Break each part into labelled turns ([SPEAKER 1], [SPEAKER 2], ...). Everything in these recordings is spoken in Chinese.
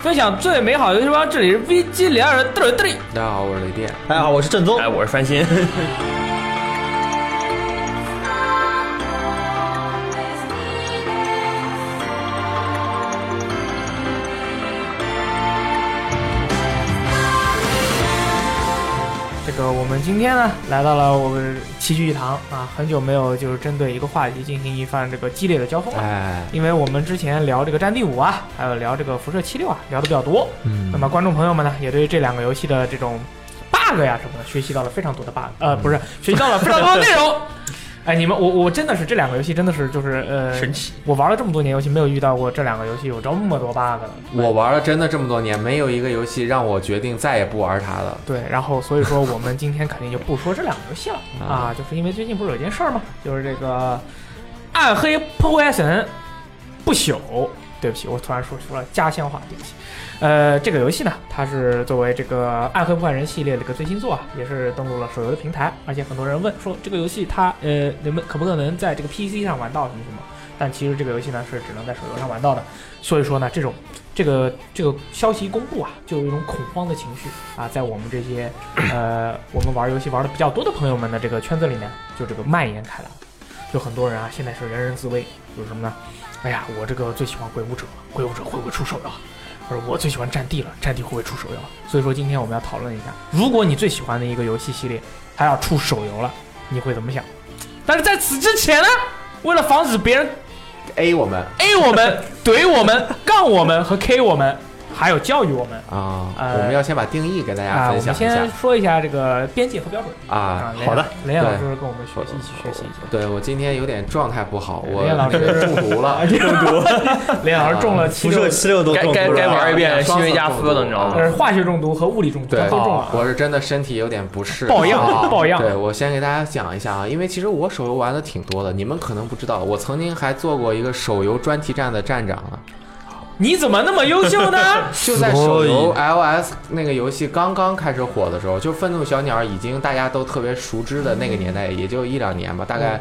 [SPEAKER 1] 分享最美好游戏时光，这里是 V G 零二的嘚儿嘚儿。
[SPEAKER 2] 大家好，我是雷电。
[SPEAKER 3] 大家好，我是正宗
[SPEAKER 1] 哎，。我是翻新。
[SPEAKER 4] 这个我们今天呢来到了我们齐聚一堂啊，很久没有就是针对一个话题进行一番这个激烈的交锋了。
[SPEAKER 2] 哎，
[SPEAKER 4] 因为我们之前聊这个《战地五》啊，还有聊这个《辐射七六》啊，聊的比较多。
[SPEAKER 2] 嗯
[SPEAKER 4] 那么观众朋友们呢，也对这两个游戏的这种 bug 呀什么的，学习到了非常多的 bug，呃， 不是，学习到了非常多的内容。哎，你们，我我真的是这两个游戏真的是就是呃，
[SPEAKER 1] 神奇！
[SPEAKER 4] 我玩了这么多年游戏，没有遇到过这两个游戏有这么多 bug 的。
[SPEAKER 2] 我玩了真的这么多年，没有一个游戏让我决定再也不玩它了。
[SPEAKER 4] 对，然后所以说我们今天肯定就不说这两个游戏了啊，就是因为最近不是有件事儿嘛，就是这个《暗黑破坏神不朽》。对不起，我突然说出了家乡话，对不起。呃，这个游戏呢，它是作为这个《暗黑破坏神》系列的一个最新作啊，也是登陆了手游的平台，而且很多人问说这个游戏它呃，你们可不可能在这个 PC 上玩到什么什么？但其实这个游戏呢是只能在手游上玩到的，所以说呢，这种这个这个消息一公布啊，就有一种恐慌的情绪啊，在我们这些呃我们玩游戏玩的比较多的朋友们的这个圈子里面，就这个蔓延开来了。就很多人啊，现在是人人自危，就是什么呢？哎呀，我这个最喜欢鬼武者，鬼武者会不会出手游啊？或者我最喜欢战地了，战地会不会出手游啊？所以说今天我们要讨论一下，如果你最喜欢的一个游戏系列它要出手游了，你会怎么想？但是在此之前呢，为了防止别人
[SPEAKER 2] A 我们
[SPEAKER 4] A 我们、 怼我们、杠我们和 K 我们，还有教育我们
[SPEAKER 2] 啊，
[SPEAKER 4] 呃
[SPEAKER 2] 我们要先把定义给大
[SPEAKER 4] 啊、
[SPEAKER 2] 家分
[SPEAKER 4] 我
[SPEAKER 2] 享
[SPEAKER 4] 们
[SPEAKER 2] 一下
[SPEAKER 4] 先说一下这个边界和标准
[SPEAKER 2] 啊。
[SPEAKER 4] 雷
[SPEAKER 3] 好的，
[SPEAKER 4] 雷老
[SPEAKER 2] 对
[SPEAKER 4] 师跟我们学习一起学习一下。
[SPEAKER 2] 对我今天有点状态不好，我
[SPEAKER 4] 雷哎老师
[SPEAKER 2] 那个中毒
[SPEAKER 4] 啊
[SPEAKER 2] 了。
[SPEAKER 3] 中毒，
[SPEAKER 4] 雷老
[SPEAKER 2] 啊
[SPEAKER 4] 师中了七
[SPEAKER 3] 辐射
[SPEAKER 4] 六，
[SPEAKER 3] 七六都
[SPEAKER 1] 该
[SPEAKER 3] 中毒
[SPEAKER 1] 该该
[SPEAKER 3] 了。
[SPEAKER 1] 玩一遍
[SPEAKER 2] 双
[SPEAKER 1] 新
[SPEAKER 2] 色
[SPEAKER 1] 维加
[SPEAKER 2] 中
[SPEAKER 1] 夫
[SPEAKER 2] 毒
[SPEAKER 1] 了，你知道吗？
[SPEAKER 4] 呃，化学中毒和物理中毒，
[SPEAKER 2] 对哦
[SPEAKER 4] 他都中了。
[SPEAKER 2] 我是真的身体有点不适，
[SPEAKER 4] 抱恙
[SPEAKER 2] 啊
[SPEAKER 4] 抱恙
[SPEAKER 2] 对我先给大家讲一下啊，因为其实我手游玩的挺多的，你们可能不知道，我曾经还做过一个手游专题站的站长啊，
[SPEAKER 4] 你怎么那么优秀 呢？
[SPEAKER 2] 就在手游
[SPEAKER 3] 所
[SPEAKER 2] iOS 那个游戏刚刚开始火的时候，就愤怒小鸟已经大家都特别熟知的那个年代，也就一两年吧，大概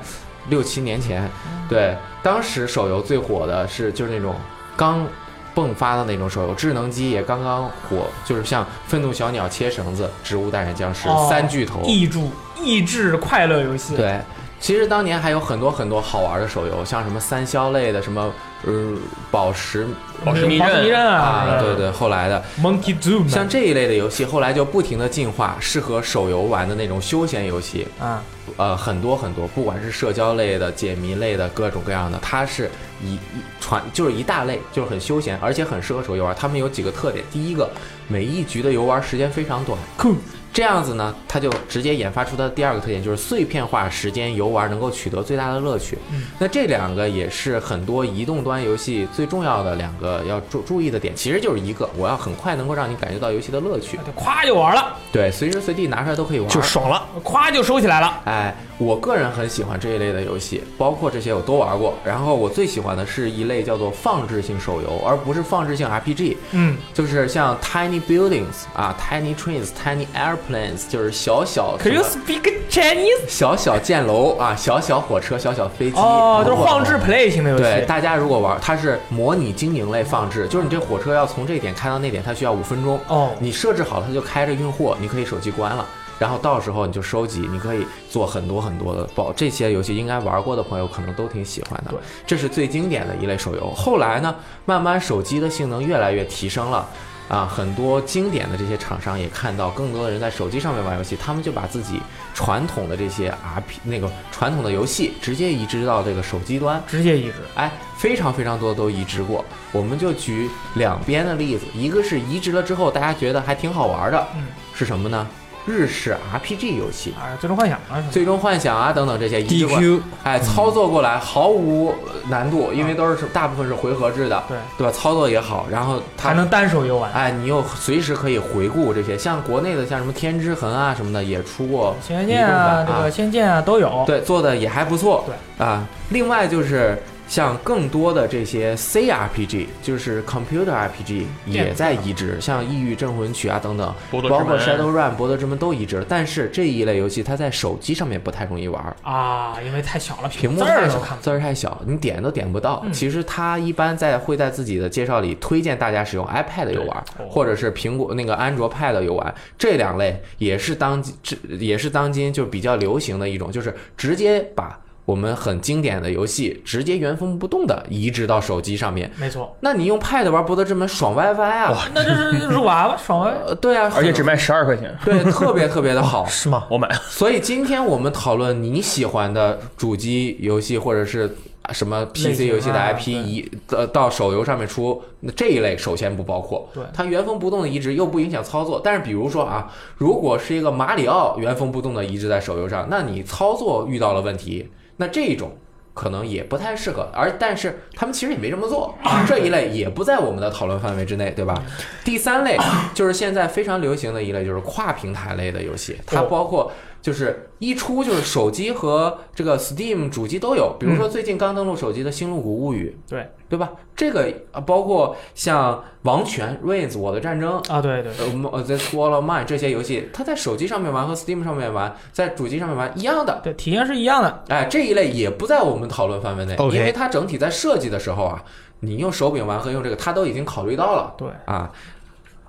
[SPEAKER 2] 六七年前。对，当时手游最火的是就是那种刚迸发的那种手游，智能机也刚刚火，就是像愤怒小鸟、切绳子、植物大战僵尸、
[SPEAKER 4] 哦
[SPEAKER 2] 三巨头。
[SPEAKER 4] 益助益智快乐游戏，
[SPEAKER 2] 对，其实当年还有很多很多好玩的手游，像什么三消类的，什么呃宝石
[SPEAKER 1] 宝石迷
[SPEAKER 4] 黄
[SPEAKER 1] 刃
[SPEAKER 4] 嗯迷刃
[SPEAKER 2] 啊，
[SPEAKER 4] 啊，
[SPEAKER 2] 对对，后来的。
[SPEAKER 4] ，Monkey Zoom
[SPEAKER 2] 像这一类的游戏，后来就不停的进化，适合手游玩的那种休闲游戏，
[SPEAKER 4] 啊，
[SPEAKER 2] 呃，很多很多，不管是社交类的、解谜类的，各种各样的，它是一一传就是一大类，就是很休闲，而且很适合手游玩。它们有几个特点，第一个，每一局的游玩时间非常短，
[SPEAKER 4] 酷
[SPEAKER 2] 这样子呢，它就直接研发出它的第二个特点，就是碎片化时间游玩能够取得最大的乐趣。
[SPEAKER 4] 嗯
[SPEAKER 2] 那这两个也是很多移动端游戏最重要的两个要注注意的点，其实就是一个，我要很快能够让你感觉到游戏的乐趣。
[SPEAKER 4] 就夸就玩了，
[SPEAKER 2] 对，随时随地拿出来都可以玩。
[SPEAKER 3] 就爽了，
[SPEAKER 4] 夸就收起来了。
[SPEAKER 2] 哎，我个人很喜欢这一类的游戏，包括这些我都玩过。然后我最喜欢的是一类叫做放置性手游，而不是放置性 RPG。
[SPEAKER 4] 嗯，
[SPEAKER 2] 就是像 Tiny Buildings 啊、Tiny Trains、Tiny Airplanes，就是小小
[SPEAKER 4] Can
[SPEAKER 2] 什
[SPEAKER 4] you
[SPEAKER 2] 么
[SPEAKER 4] speak Chinese？
[SPEAKER 2] 小小建楼啊、小小火车、小小飞机，
[SPEAKER 4] 哦，就是
[SPEAKER 2] 然后
[SPEAKER 4] 晃置 play 型的游
[SPEAKER 2] 对，
[SPEAKER 4] 戏。
[SPEAKER 2] 大家如果玩，它是模拟经营类放置，就是你这火车要从这点开到那点，它需要五分钟。
[SPEAKER 4] 哦
[SPEAKER 2] 你设置好了，它就开着运货，你可以手机关了。然后到时候你就收集，你可以做很多很多的宝。这些游戏应该玩过的朋友可能都挺喜欢的
[SPEAKER 4] 对。
[SPEAKER 2] 这是最经典的一类手游。后来呢，慢慢手机的性能越来越提升了。啊，很多经典的这些厂商也看到更多的人在手机上面玩游戏，他们就把自己传统的这些 R P 那个传统的游戏直接移植到这个手机端，
[SPEAKER 4] 直接移植，
[SPEAKER 2] 哎，非常非常多都移植过。我们就举两边的例子，一个是移植了之后大家觉得还挺好玩的，
[SPEAKER 4] 嗯，
[SPEAKER 2] 是什么呢？日式 RPG 游戏，
[SPEAKER 4] 啊，最终幻想啊
[SPEAKER 2] 《
[SPEAKER 4] 什么
[SPEAKER 2] 最终幻想》啊等等这些移植过来
[SPEAKER 4] 嗯
[SPEAKER 3] DQ
[SPEAKER 2] 哎，操作过来毫无难度，因为都是大部分是回合制的，
[SPEAKER 4] 对，
[SPEAKER 2] 对吧？操作也好，然后它
[SPEAKER 4] 还能单手游玩。
[SPEAKER 2] 哎，你又随时可以回顾这些，像国内的像什么《天之痕》啊什么的，也出过
[SPEAKER 4] 《仙剑》啊，
[SPEAKER 2] 移动
[SPEAKER 4] 这
[SPEAKER 2] 版
[SPEAKER 4] 个《仙剑》啊都有。
[SPEAKER 2] 对，做的也还不错。
[SPEAKER 4] 对
[SPEAKER 2] 啊，另外就是像更多的这些 CRPG，就是 Computer RPG 也在移植，像《异域镇魂曲》啊等等，
[SPEAKER 3] 波多
[SPEAKER 2] 包
[SPEAKER 3] 之
[SPEAKER 2] 括
[SPEAKER 3] 门
[SPEAKER 2] Shadowrun、博德之门都移植了。但是这一类游戏它在手机上面不太容易玩儿，
[SPEAKER 4] 啊，因为太小了，
[SPEAKER 2] 屏幕
[SPEAKER 4] 字
[SPEAKER 2] 太
[SPEAKER 4] 儿
[SPEAKER 2] 小
[SPEAKER 4] 都看，不
[SPEAKER 2] 字儿太小，你点都点不到。
[SPEAKER 4] 嗯
[SPEAKER 2] 其实它一般在会在自己的介绍里推荐大家使用 iPad 游玩，
[SPEAKER 4] 对哦
[SPEAKER 2] 或者是苹果那个安卓 Pad 游玩，这两类也是当今这也是当今就比较流行的一种，就是直接把我们很经典的游戏直接原封不动的移植到手机上面。
[SPEAKER 4] 没错，
[SPEAKER 2] 那你用 Pad 玩《博德之门》爽歪歪啊！
[SPEAKER 4] 那就是入娃娃爽歪
[SPEAKER 2] 呃，对啊，
[SPEAKER 3] 而且只卖十二块 钱，
[SPEAKER 2] 对，特别特别的好。
[SPEAKER 3] 是吗？我买，
[SPEAKER 2] 所以今天我们讨论你喜欢的主机游戏或者是什么 PC 游戏的
[SPEAKER 4] 类型啊
[SPEAKER 2] IP
[SPEAKER 4] 对
[SPEAKER 2] 移呃到手游上面出，那这一类首先不包括。
[SPEAKER 4] 对
[SPEAKER 2] 它原封不动的移植又不影响操作。但是比如说啊，如果是一个马里奥原封不动的移植在手游上，那你操作遇到了问题，那这种。可能也不太适合，而但是他们其实也没这么 做，这一类也不在我们的讨论范围之内，对吧？第三类就是现在非常流行的一类，就是跨平台类的游戏，它包括就是一出就是手机和这个 Steam 主机都有，比如说最近刚登陆手机的《星露谷物语》，
[SPEAKER 4] 对
[SPEAKER 2] 对吧？这个啊，包括像《王权》《Rains》《我的战争》。
[SPEAKER 4] 啊，对对，
[SPEAKER 2] 呃，《The Swallow Mine》这些游戏，它在手机上面玩和 Steam 上面玩，在主机上面玩一样的，
[SPEAKER 4] 对，体验是一样的，
[SPEAKER 2] 哎，这一类也不在我们讨论范围内
[SPEAKER 3] OK
[SPEAKER 2] 因为它整体在设计的时候啊，你用手柄玩和用这个，它都已经考虑到了。
[SPEAKER 4] 对
[SPEAKER 2] 啊。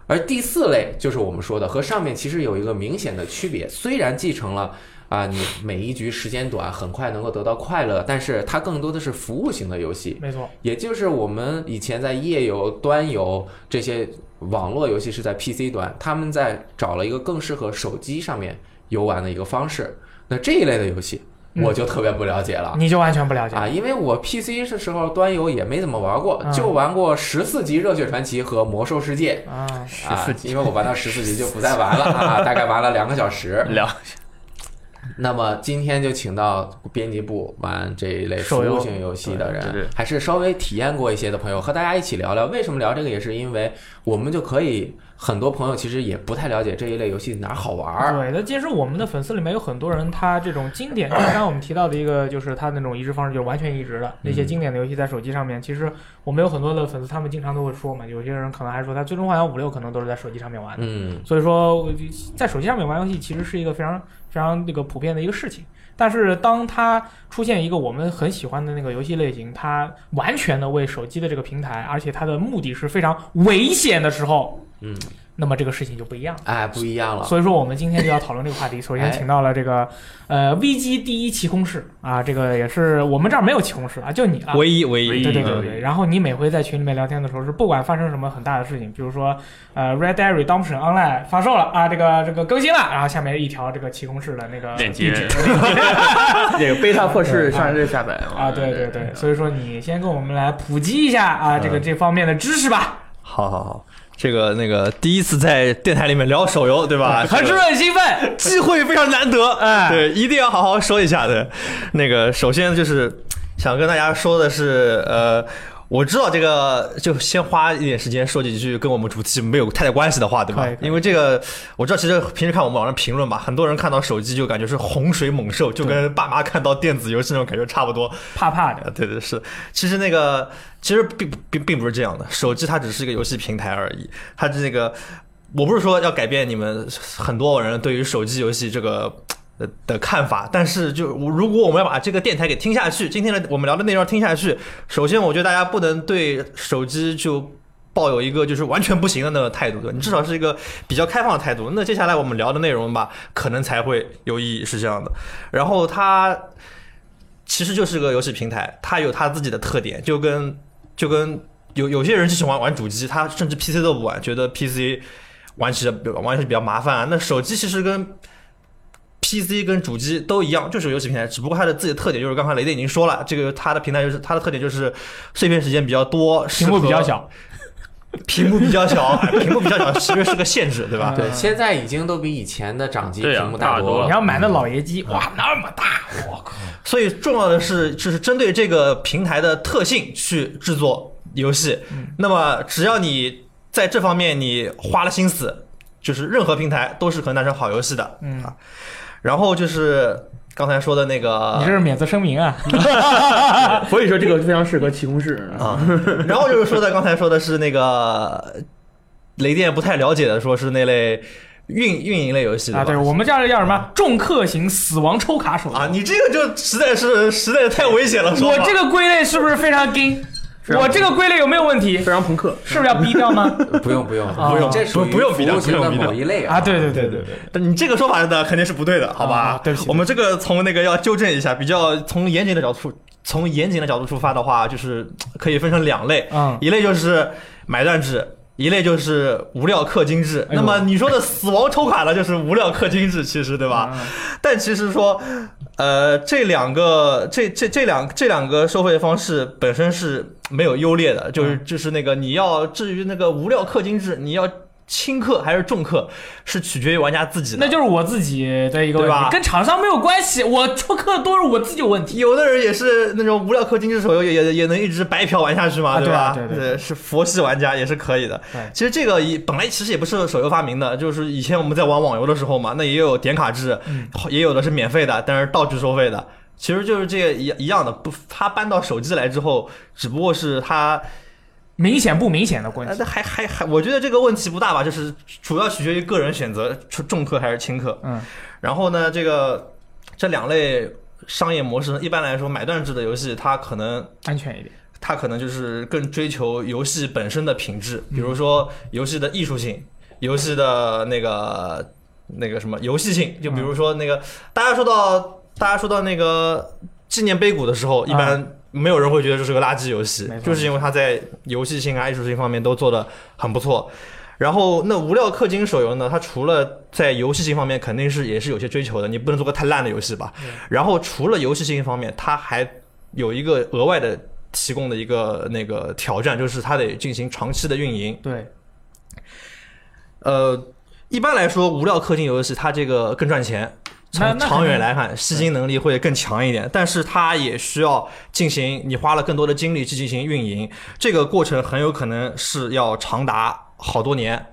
[SPEAKER 2] 而第四类就是我们说的，和上面其实有一个明显的区别。虽然继承了啊，你每一局时间短，很快能够得到快乐，但是它更多的是服务型的游戏，
[SPEAKER 4] 没错，
[SPEAKER 2] 也就是我们以前在页游、端游这些网络游戏是在 PC 端，他们在找了一个更适合手机上面游玩的一个方式。那这一类的游戏，
[SPEAKER 4] 嗯
[SPEAKER 2] 我就特别不了解了。
[SPEAKER 4] 你就完全不了解
[SPEAKER 2] 啊，因为我 PC 的时候端游也没怎么玩过，
[SPEAKER 4] 嗯
[SPEAKER 2] 就玩过十四级《热血传奇》和《魔兽世界
[SPEAKER 4] 啊，》
[SPEAKER 2] 啊
[SPEAKER 3] 14，级
[SPEAKER 2] 因为我玩到十四级就不再玩 了啊，大概玩了两个小时。
[SPEAKER 3] 聊
[SPEAKER 2] 那么今天就请到编辑部玩这一类服
[SPEAKER 4] 手游
[SPEAKER 2] 务型游戏的
[SPEAKER 3] 对对
[SPEAKER 2] 人
[SPEAKER 3] 对，
[SPEAKER 2] 还是稍微体验过一些的朋友，和大家一起聊聊为什么聊这个，也是因为我们就可以，很多朋友其实也不太了解这一类游戏哪儿好玩儿。
[SPEAKER 4] 对，那其实我们的粉丝里面有很多人，他这种经典，就刚刚我们提到的一个，就是他那种移植方式，就是完全移植的
[SPEAKER 2] 嗯
[SPEAKER 4] 那些经典的游戏在手机上面。其实我们有很多的粉丝，他们经常都会说嘛，有些人可能还说他《最终幻想五六》可能都是在手机上面玩的。
[SPEAKER 2] 嗯，
[SPEAKER 4] 所以说，我就在手机上面玩游戏其实是一个非常非常那个普遍的一个事情。但是当它出现一个我们很喜欢的那个游戏类型，它完全的为手机的这个平台，而且它的目的是非常危险的时候，
[SPEAKER 2] 嗯，
[SPEAKER 4] 那么这个事情就不一样了。
[SPEAKER 2] 哎，不一样了。
[SPEAKER 4] 所以说，我们今天就要讨论这个话题。首先，请到了这个呃 VG 第一奇空室啊，这个也是我们这儿没有奇空室啊，就你了。
[SPEAKER 5] 唯一唯
[SPEAKER 3] 唯
[SPEAKER 5] 一
[SPEAKER 3] 一
[SPEAKER 4] 对对
[SPEAKER 3] 嗯
[SPEAKER 4] 对对，然后你每回在群里面聊天的时候，是不管发生什么很大的事情，比如说，呃，Red Dead Redemption Online 发售了啊，这个这个更新了，然后下面一条这个奇空室的那个
[SPEAKER 3] 链
[SPEAKER 4] 地
[SPEAKER 3] 接
[SPEAKER 4] 址，
[SPEAKER 3] 这个贝塔破是上是下载嘛
[SPEAKER 4] 啊，对对对，所以说你先跟我们来普及一下啊，这个这方面的知识吧，
[SPEAKER 5] 好好好，这个那个第一次在电台里面聊手游，对吧？
[SPEAKER 4] 啊很
[SPEAKER 5] 这
[SPEAKER 4] 是
[SPEAKER 5] 个
[SPEAKER 4] 很兴奋，
[SPEAKER 5] 机会非常难得，
[SPEAKER 4] 哎
[SPEAKER 5] 对，一定要好好说一下的。那个，首先就是想跟大家说的是，呃。我知道这个，就先花一点时间说几句跟我们主题没有太大关系的话，对吧
[SPEAKER 4] 可以？可以
[SPEAKER 5] 因为这个，我知道其实平时看我们网上评论吧，很多人看到手机就感觉是洪水猛兽，就跟爸妈看到电子游戏那种感觉差不多。
[SPEAKER 4] 怕怕的，
[SPEAKER 5] 啊，对对是，其实那个其实并并并不是这样的，手机它只是一个游戏平台而已，它这个我不是说要改变你们很多人对于手机游戏这个。呃的看法，但是就如果我们要把这个电台给听下去，今天的我们聊的内容听下去，首先我觉得大家不能对手机就抱有一个就是完全不行的那个态度，对吧你至少是一个比较开放的态度。那接下来我们聊的内容吧，可能才会有意义，是这样的。然后它其实就是个游戏平台，它有它自己的特点，就跟就跟有有些人就喜欢玩主机，他甚至 PC 都不玩，觉得 PC 玩起来比玩起来比较麻烦啊。那手机其实跟 PC 跟主机都一样，就是游戏平台，只不过它的自己的特点就是刚才雷电已经说了，这个它的平台就是它的特点就是碎片时间比较多，
[SPEAKER 4] 屏幕比较
[SPEAKER 5] 适合，
[SPEAKER 4] 小，
[SPEAKER 5] 屏幕比较小，哎屏幕比较小其实是个限制，对吧？
[SPEAKER 2] 对，现在已经都比以前的掌机
[SPEAKER 3] 对啊
[SPEAKER 2] 屏幕
[SPEAKER 3] 大
[SPEAKER 2] 多
[SPEAKER 3] 多
[SPEAKER 4] 你
[SPEAKER 3] 了
[SPEAKER 2] 了。
[SPEAKER 4] 要买那老爷机，哇，那么大，
[SPEAKER 5] 所以重要的是，就是针对这个平台的特性去制作游戏。那么只要你在这方面你花了心思，就是任何平台都是可能诞生好游戏的。
[SPEAKER 4] 嗯
[SPEAKER 5] 啊，然后就是刚才说的那个
[SPEAKER 4] 你这是免责声明啊！
[SPEAKER 3] 啊所以说这个非常适合气功室啊。
[SPEAKER 5] 啊，然后就是说的刚才说的是那个雷电不太了解的，说是那类运运营类游戏
[SPEAKER 4] 啊，对
[SPEAKER 5] 对吧
[SPEAKER 4] 我们这儿叫什么重氪型死亡抽卡手游
[SPEAKER 5] 啊，你这个就实在是实在是太危险了，说
[SPEAKER 4] 我
[SPEAKER 5] 法
[SPEAKER 4] 这个归类是不是非常 gay？
[SPEAKER 3] 非常
[SPEAKER 4] 我这个归类有没有问题
[SPEAKER 3] 非？常朋克，
[SPEAKER 4] 是不是要逼掉吗？
[SPEAKER 2] 嗯不用不用
[SPEAKER 4] 啊不用
[SPEAKER 2] 这属于
[SPEAKER 5] 不用比较
[SPEAKER 2] 服务型
[SPEAKER 5] 不
[SPEAKER 2] 的
[SPEAKER 5] 用比较
[SPEAKER 2] 某一 类
[SPEAKER 4] 啊，对对对对，
[SPEAKER 5] 对，但你这个说法呢肯定是不对的，好吧？
[SPEAKER 4] 啊对不起
[SPEAKER 5] 我们这个从那个要纠正一下，比较从严谨的角度出，从严谨的角度出发的话，就是可以分成两类，
[SPEAKER 4] 嗯
[SPEAKER 5] 一类就是买断制。一类就是无料氪金制，
[SPEAKER 4] 哎
[SPEAKER 5] 那么你说的死亡抽卡呢，就是无料氪金制，其实对吧？
[SPEAKER 4] 嗯
[SPEAKER 5] 但其实说，呃，这两个这这这两这两个收费方式本身是没有优劣的，
[SPEAKER 4] 嗯
[SPEAKER 5] 就是就是那个你要至于那个无料氪金制，你要轻氪还是重氪，是取决于玩家自己的。
[SPEAKER 4] 那就是我自己的一个
[SPEAKER 5] 对
[SPEAKER 4] 问
[SPEAKER 5] 吧
[SPEAKER 4] 题，跟厂商没有关系。我出氪多是我自己有问题。
[SPEAKER 5] 有的人也是那种无聊氪金制手游，也也也能一直白嫖玩下去嘛，
[SPEAKER 4] 啊对
[SPEAKER 5] 吧？
[SPEAKER 4] 啊对对对
[SPEAKER 5] 是佛系玩家也是可以的。
[SPEAKER 4] 对
[SPEAKER 5] 其实这个也本来其实也不是手游发明的，就是以前我们在玩网游的时候嘛，那也有点卡制，
[SPEAKER 4] 嗯
[SPEAKER 5] 也有的是免费的，但是道具收费的。其实就是这个一一样的，不，它搬到手机来之后，只不过是它，
[SPEAKER 4] 明显不明显的关
[SPEAKER 5] 呃
[SPEAKER 4] 系。
[SPEAKER 5] 那还还还，我觉得这个问题不大吧，就是主要取决于个人选择重重氪还是轻氪。
[SPEAKER 4] 嗯，
[SPEAKER 5] 然后呢，这个这两类商业模式，一般来说，买断制的游戏它可能
[SPEAKER 4] 安全一点。
[SPEAKER 5] 它可能就是更追求游戏本身的品质，比
[SPEAKER 4] 嗯
[SPEAKER 5] 如说游戏的艺术性，游戏的那个那个什么游戏性，
[SPEAKER 4] 嗯
[SPEAKER 5] 就比如说那个、大家说到大家说到那个纪念碑谷的时候，一
[SPEAKER 4] 啊
[SPEAKER 5] 般没有人会觉得这是个垃圾游戏
[SPEAKER 4] 没，错
[SPEAKER 5] 就是因为它在游戏性啊、艺术性方面都做的很不错。然后那无料氪金手游呢，它除了在游戏性方面肯定是也是有些追求的，你不能做个太烂的游戏吧。然后除了游戏性方面，它还有一个额外的提供的一个那个挑战，就是它得进行长期的运营。
[SPEAKER 4] 对，
[SPEAKER 5] 呃，一般来说，无料氪金游戏它这个更赚钱，
[SPEAKER 4] 那
[SPEAKER 5] 从
[SPEAKER 4] 那肯定
[SPEAKER 5] 长远来看，吸金能力会更强一点。但是它也需要进行你花了更多的精力去进行运营，这个过程很有可能是要长达好多年。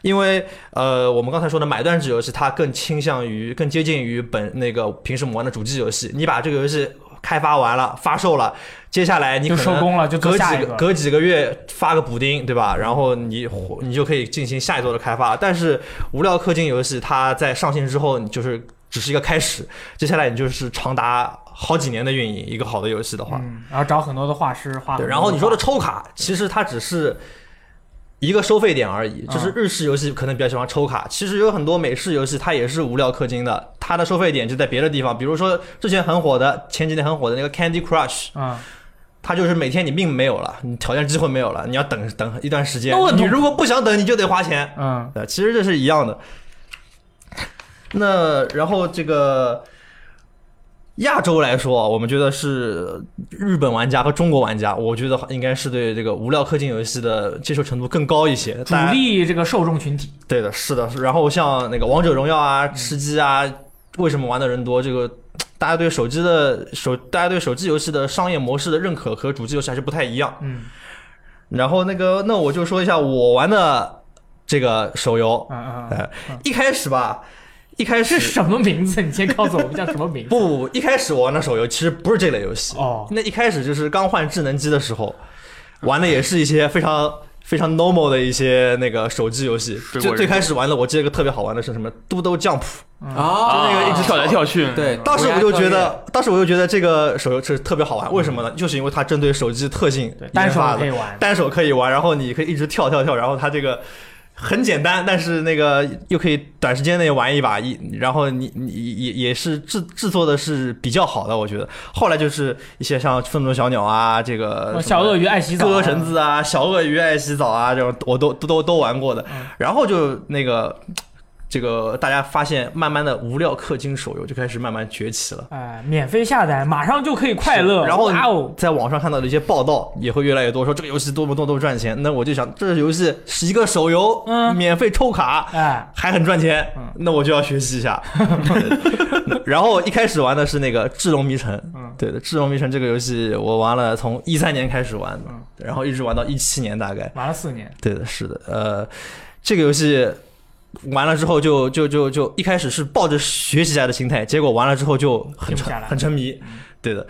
[SPEAKER 5] 因为呃，我们刚才说的买断制游戏，它更倾向于、更接近于本那个平时我们玩的主机游戏。你把这个游戏开发完了、发售了，接下来你
[SPEAKER 4] 就
[SPEAKER 5] 可能
[SPEAKER 4] 收工了，就做
[SPEAKER 5] 隔
[SPEAKER 4] 下
[SPEAKER 5] 几
[SPEAKER 4] 一
[SPEAKER 5] 个
[SPEAKER 4] 个。嗯
[SPEAKER 5] 隔几个月发个补丁，对吧？然后你你就可以进行下一座的开发。但是无聊氪金游戏，它在上线之后，你就是只是一个开始，接下来你就是长达好几年的运营一个好的游戏的话，
[SPEAKER 4] 嗯，然后找很多的画师画很多的画。
[SPEAKER 5] 对。然后你说的抽卡，其实它只是。一个收费点而已，就是日式游戏可能比较喜欢抽卡，其实有很多美式游戏它也是无聊氪金的，它的收费点就在别的地方，比如说之前很火的，前几年很火的那个 Candy Crush，
[SPEAKER 4] 嗯，
[SPEAKER 5] 他就是每天你命没有了，你挑战机会没有了，你要等等一段时间
[SPEAKER 4] 那我。懂
[SPEAKER 5] 你如果不想等，你就得花钱。
[SPEAKER 4] 嗯
[SPEAKER 5] 对，其实这是一样的。那然后这个亚洲来说啊，我们觉得是日本玩家和中国玩家，我觉得应该是对这个无聊氪金游戏的接受程度更高一些。
[SPEAKER 4] 主
[SPEAKER 5] 大家
[SPEAKER 4] 力这个受众群体，
[SPEAKER 5] 对的，是的。然后像那个王者荣耀啊、吃鸡啊，为什么玩的人多？这个大家对手机的手，大家对手机游戏的商业模式的认可和主机游戏还是不太一样。
[SPEAKER 4] 嗯
[SPEAKER 5] 然后那个，那我就说一下我玩的这个手游，
[SPEAKER 4] 嗯嗯，
[SPEAKER 5] 呃，一开始吧，一开
[SPEAKER 4] 这
[SPEAKER 5] 始
[SPEAKER 4] 什么名字？你先告诉我们叫什么名字？
[SPEAKER 5] 不不不，一开始我玩的手游其实不是这类游 戏，
[SPEAKER 4] 哦，
[SPEAKER 5] 那一开始就是刚换智能机的时候，
[SPEAKER 3] 嗯
[SPEAKER 5] 玩的也是一些非常非常 normal 的一些那个手机游戏。
[SPEAKER 3] 水果
[SPEAKER 5] 最
[SPEAKER 3] 人
[SPEAKER 5] 最开始玩的，我记得一个特别好玩的是什么《嘟嘟 Jump》，
[SPEAKER 2] 啊，
[SPEAKER 3] 那个一直跳来跳去，
[SPEAKER 2] 对，
[SPEAKER 5] 当时我就觉
[SPEAKER 2] 国家创业
[SPEAKER 5] 得，当时我就觉得这个手游是特别好玩，为什么呢？就是因为它针对手机特性
[SPEAKER 4] 嗯对，单
[SPEAKER 5] 研
[SPEAKER 4] 手
[SPEAKER 5] 发的
[SPEAKER 4] 可以玩
[SPEAKER 5] 单手可以玩，然后你可以一直跳跳跳，然后它这个很简单，但是那个又可以短时间内玩一把，一然后你你也也是制制作的是比较好的，我觉得。后来就是一些像愤怒小鸟啊，这个
[SPEAKER 4] 哦小鳄
[SPEAKER 5] 鱼。
[SPEAKER 4] 鱼爱洗澡，
[SPEAKER 5] 割绳子啊，小鳄鱼爱洗澡啊，这种我都都都都玩过的。
[SPEAKER 4] 嗯
[SPEAKER 5] 然后就那个这个大家发现，慢慢的无料氪金手游就开始慢慢崛起了。
[SPEAKER 4] 哎，免费下载，马上就可以快乐。
[SPEAKER 5] 然后
[SPEAKER 4] 哇哦，
[SPEAKER 5] 在网上看到的一些报道也会越来越多，说这个游戏多么多么多么赚钱。那我就想，这游戏是一个手游，
[SPEAKER 4] 嗯
[SPEAKER 5] 免费抽卡，
[SPEAKER 4] 哎，
[SPEAKER 5] 还很赚钱
[SPEAKER 4] 嗯，
[SPEAKER 5] 那我就要学习一下。 然后一开始玩的是那个《智龙迷城》，
[SPEAKER 4] 嗯
[SPEAKER 5] 对的，《智龙迷城》这个游戏我玩了，从一三年开始玩的
[SPEAKER 4] 嗯，
[SPEAKER 5] 然后一直玩到一七年大概。
[SPEAKER 4] 玩了四年，
[SPEAKER 5] 对的，是的，呃，这个游戏完了之后就就就就一开始是抱着学习家的心态，结果完了之后就很
[SPEAKER 4] 停不
[SPEAKER 5] 沉
[SPEAKER 4] 下来
[SPEAKER 5] 很沉迷，对的，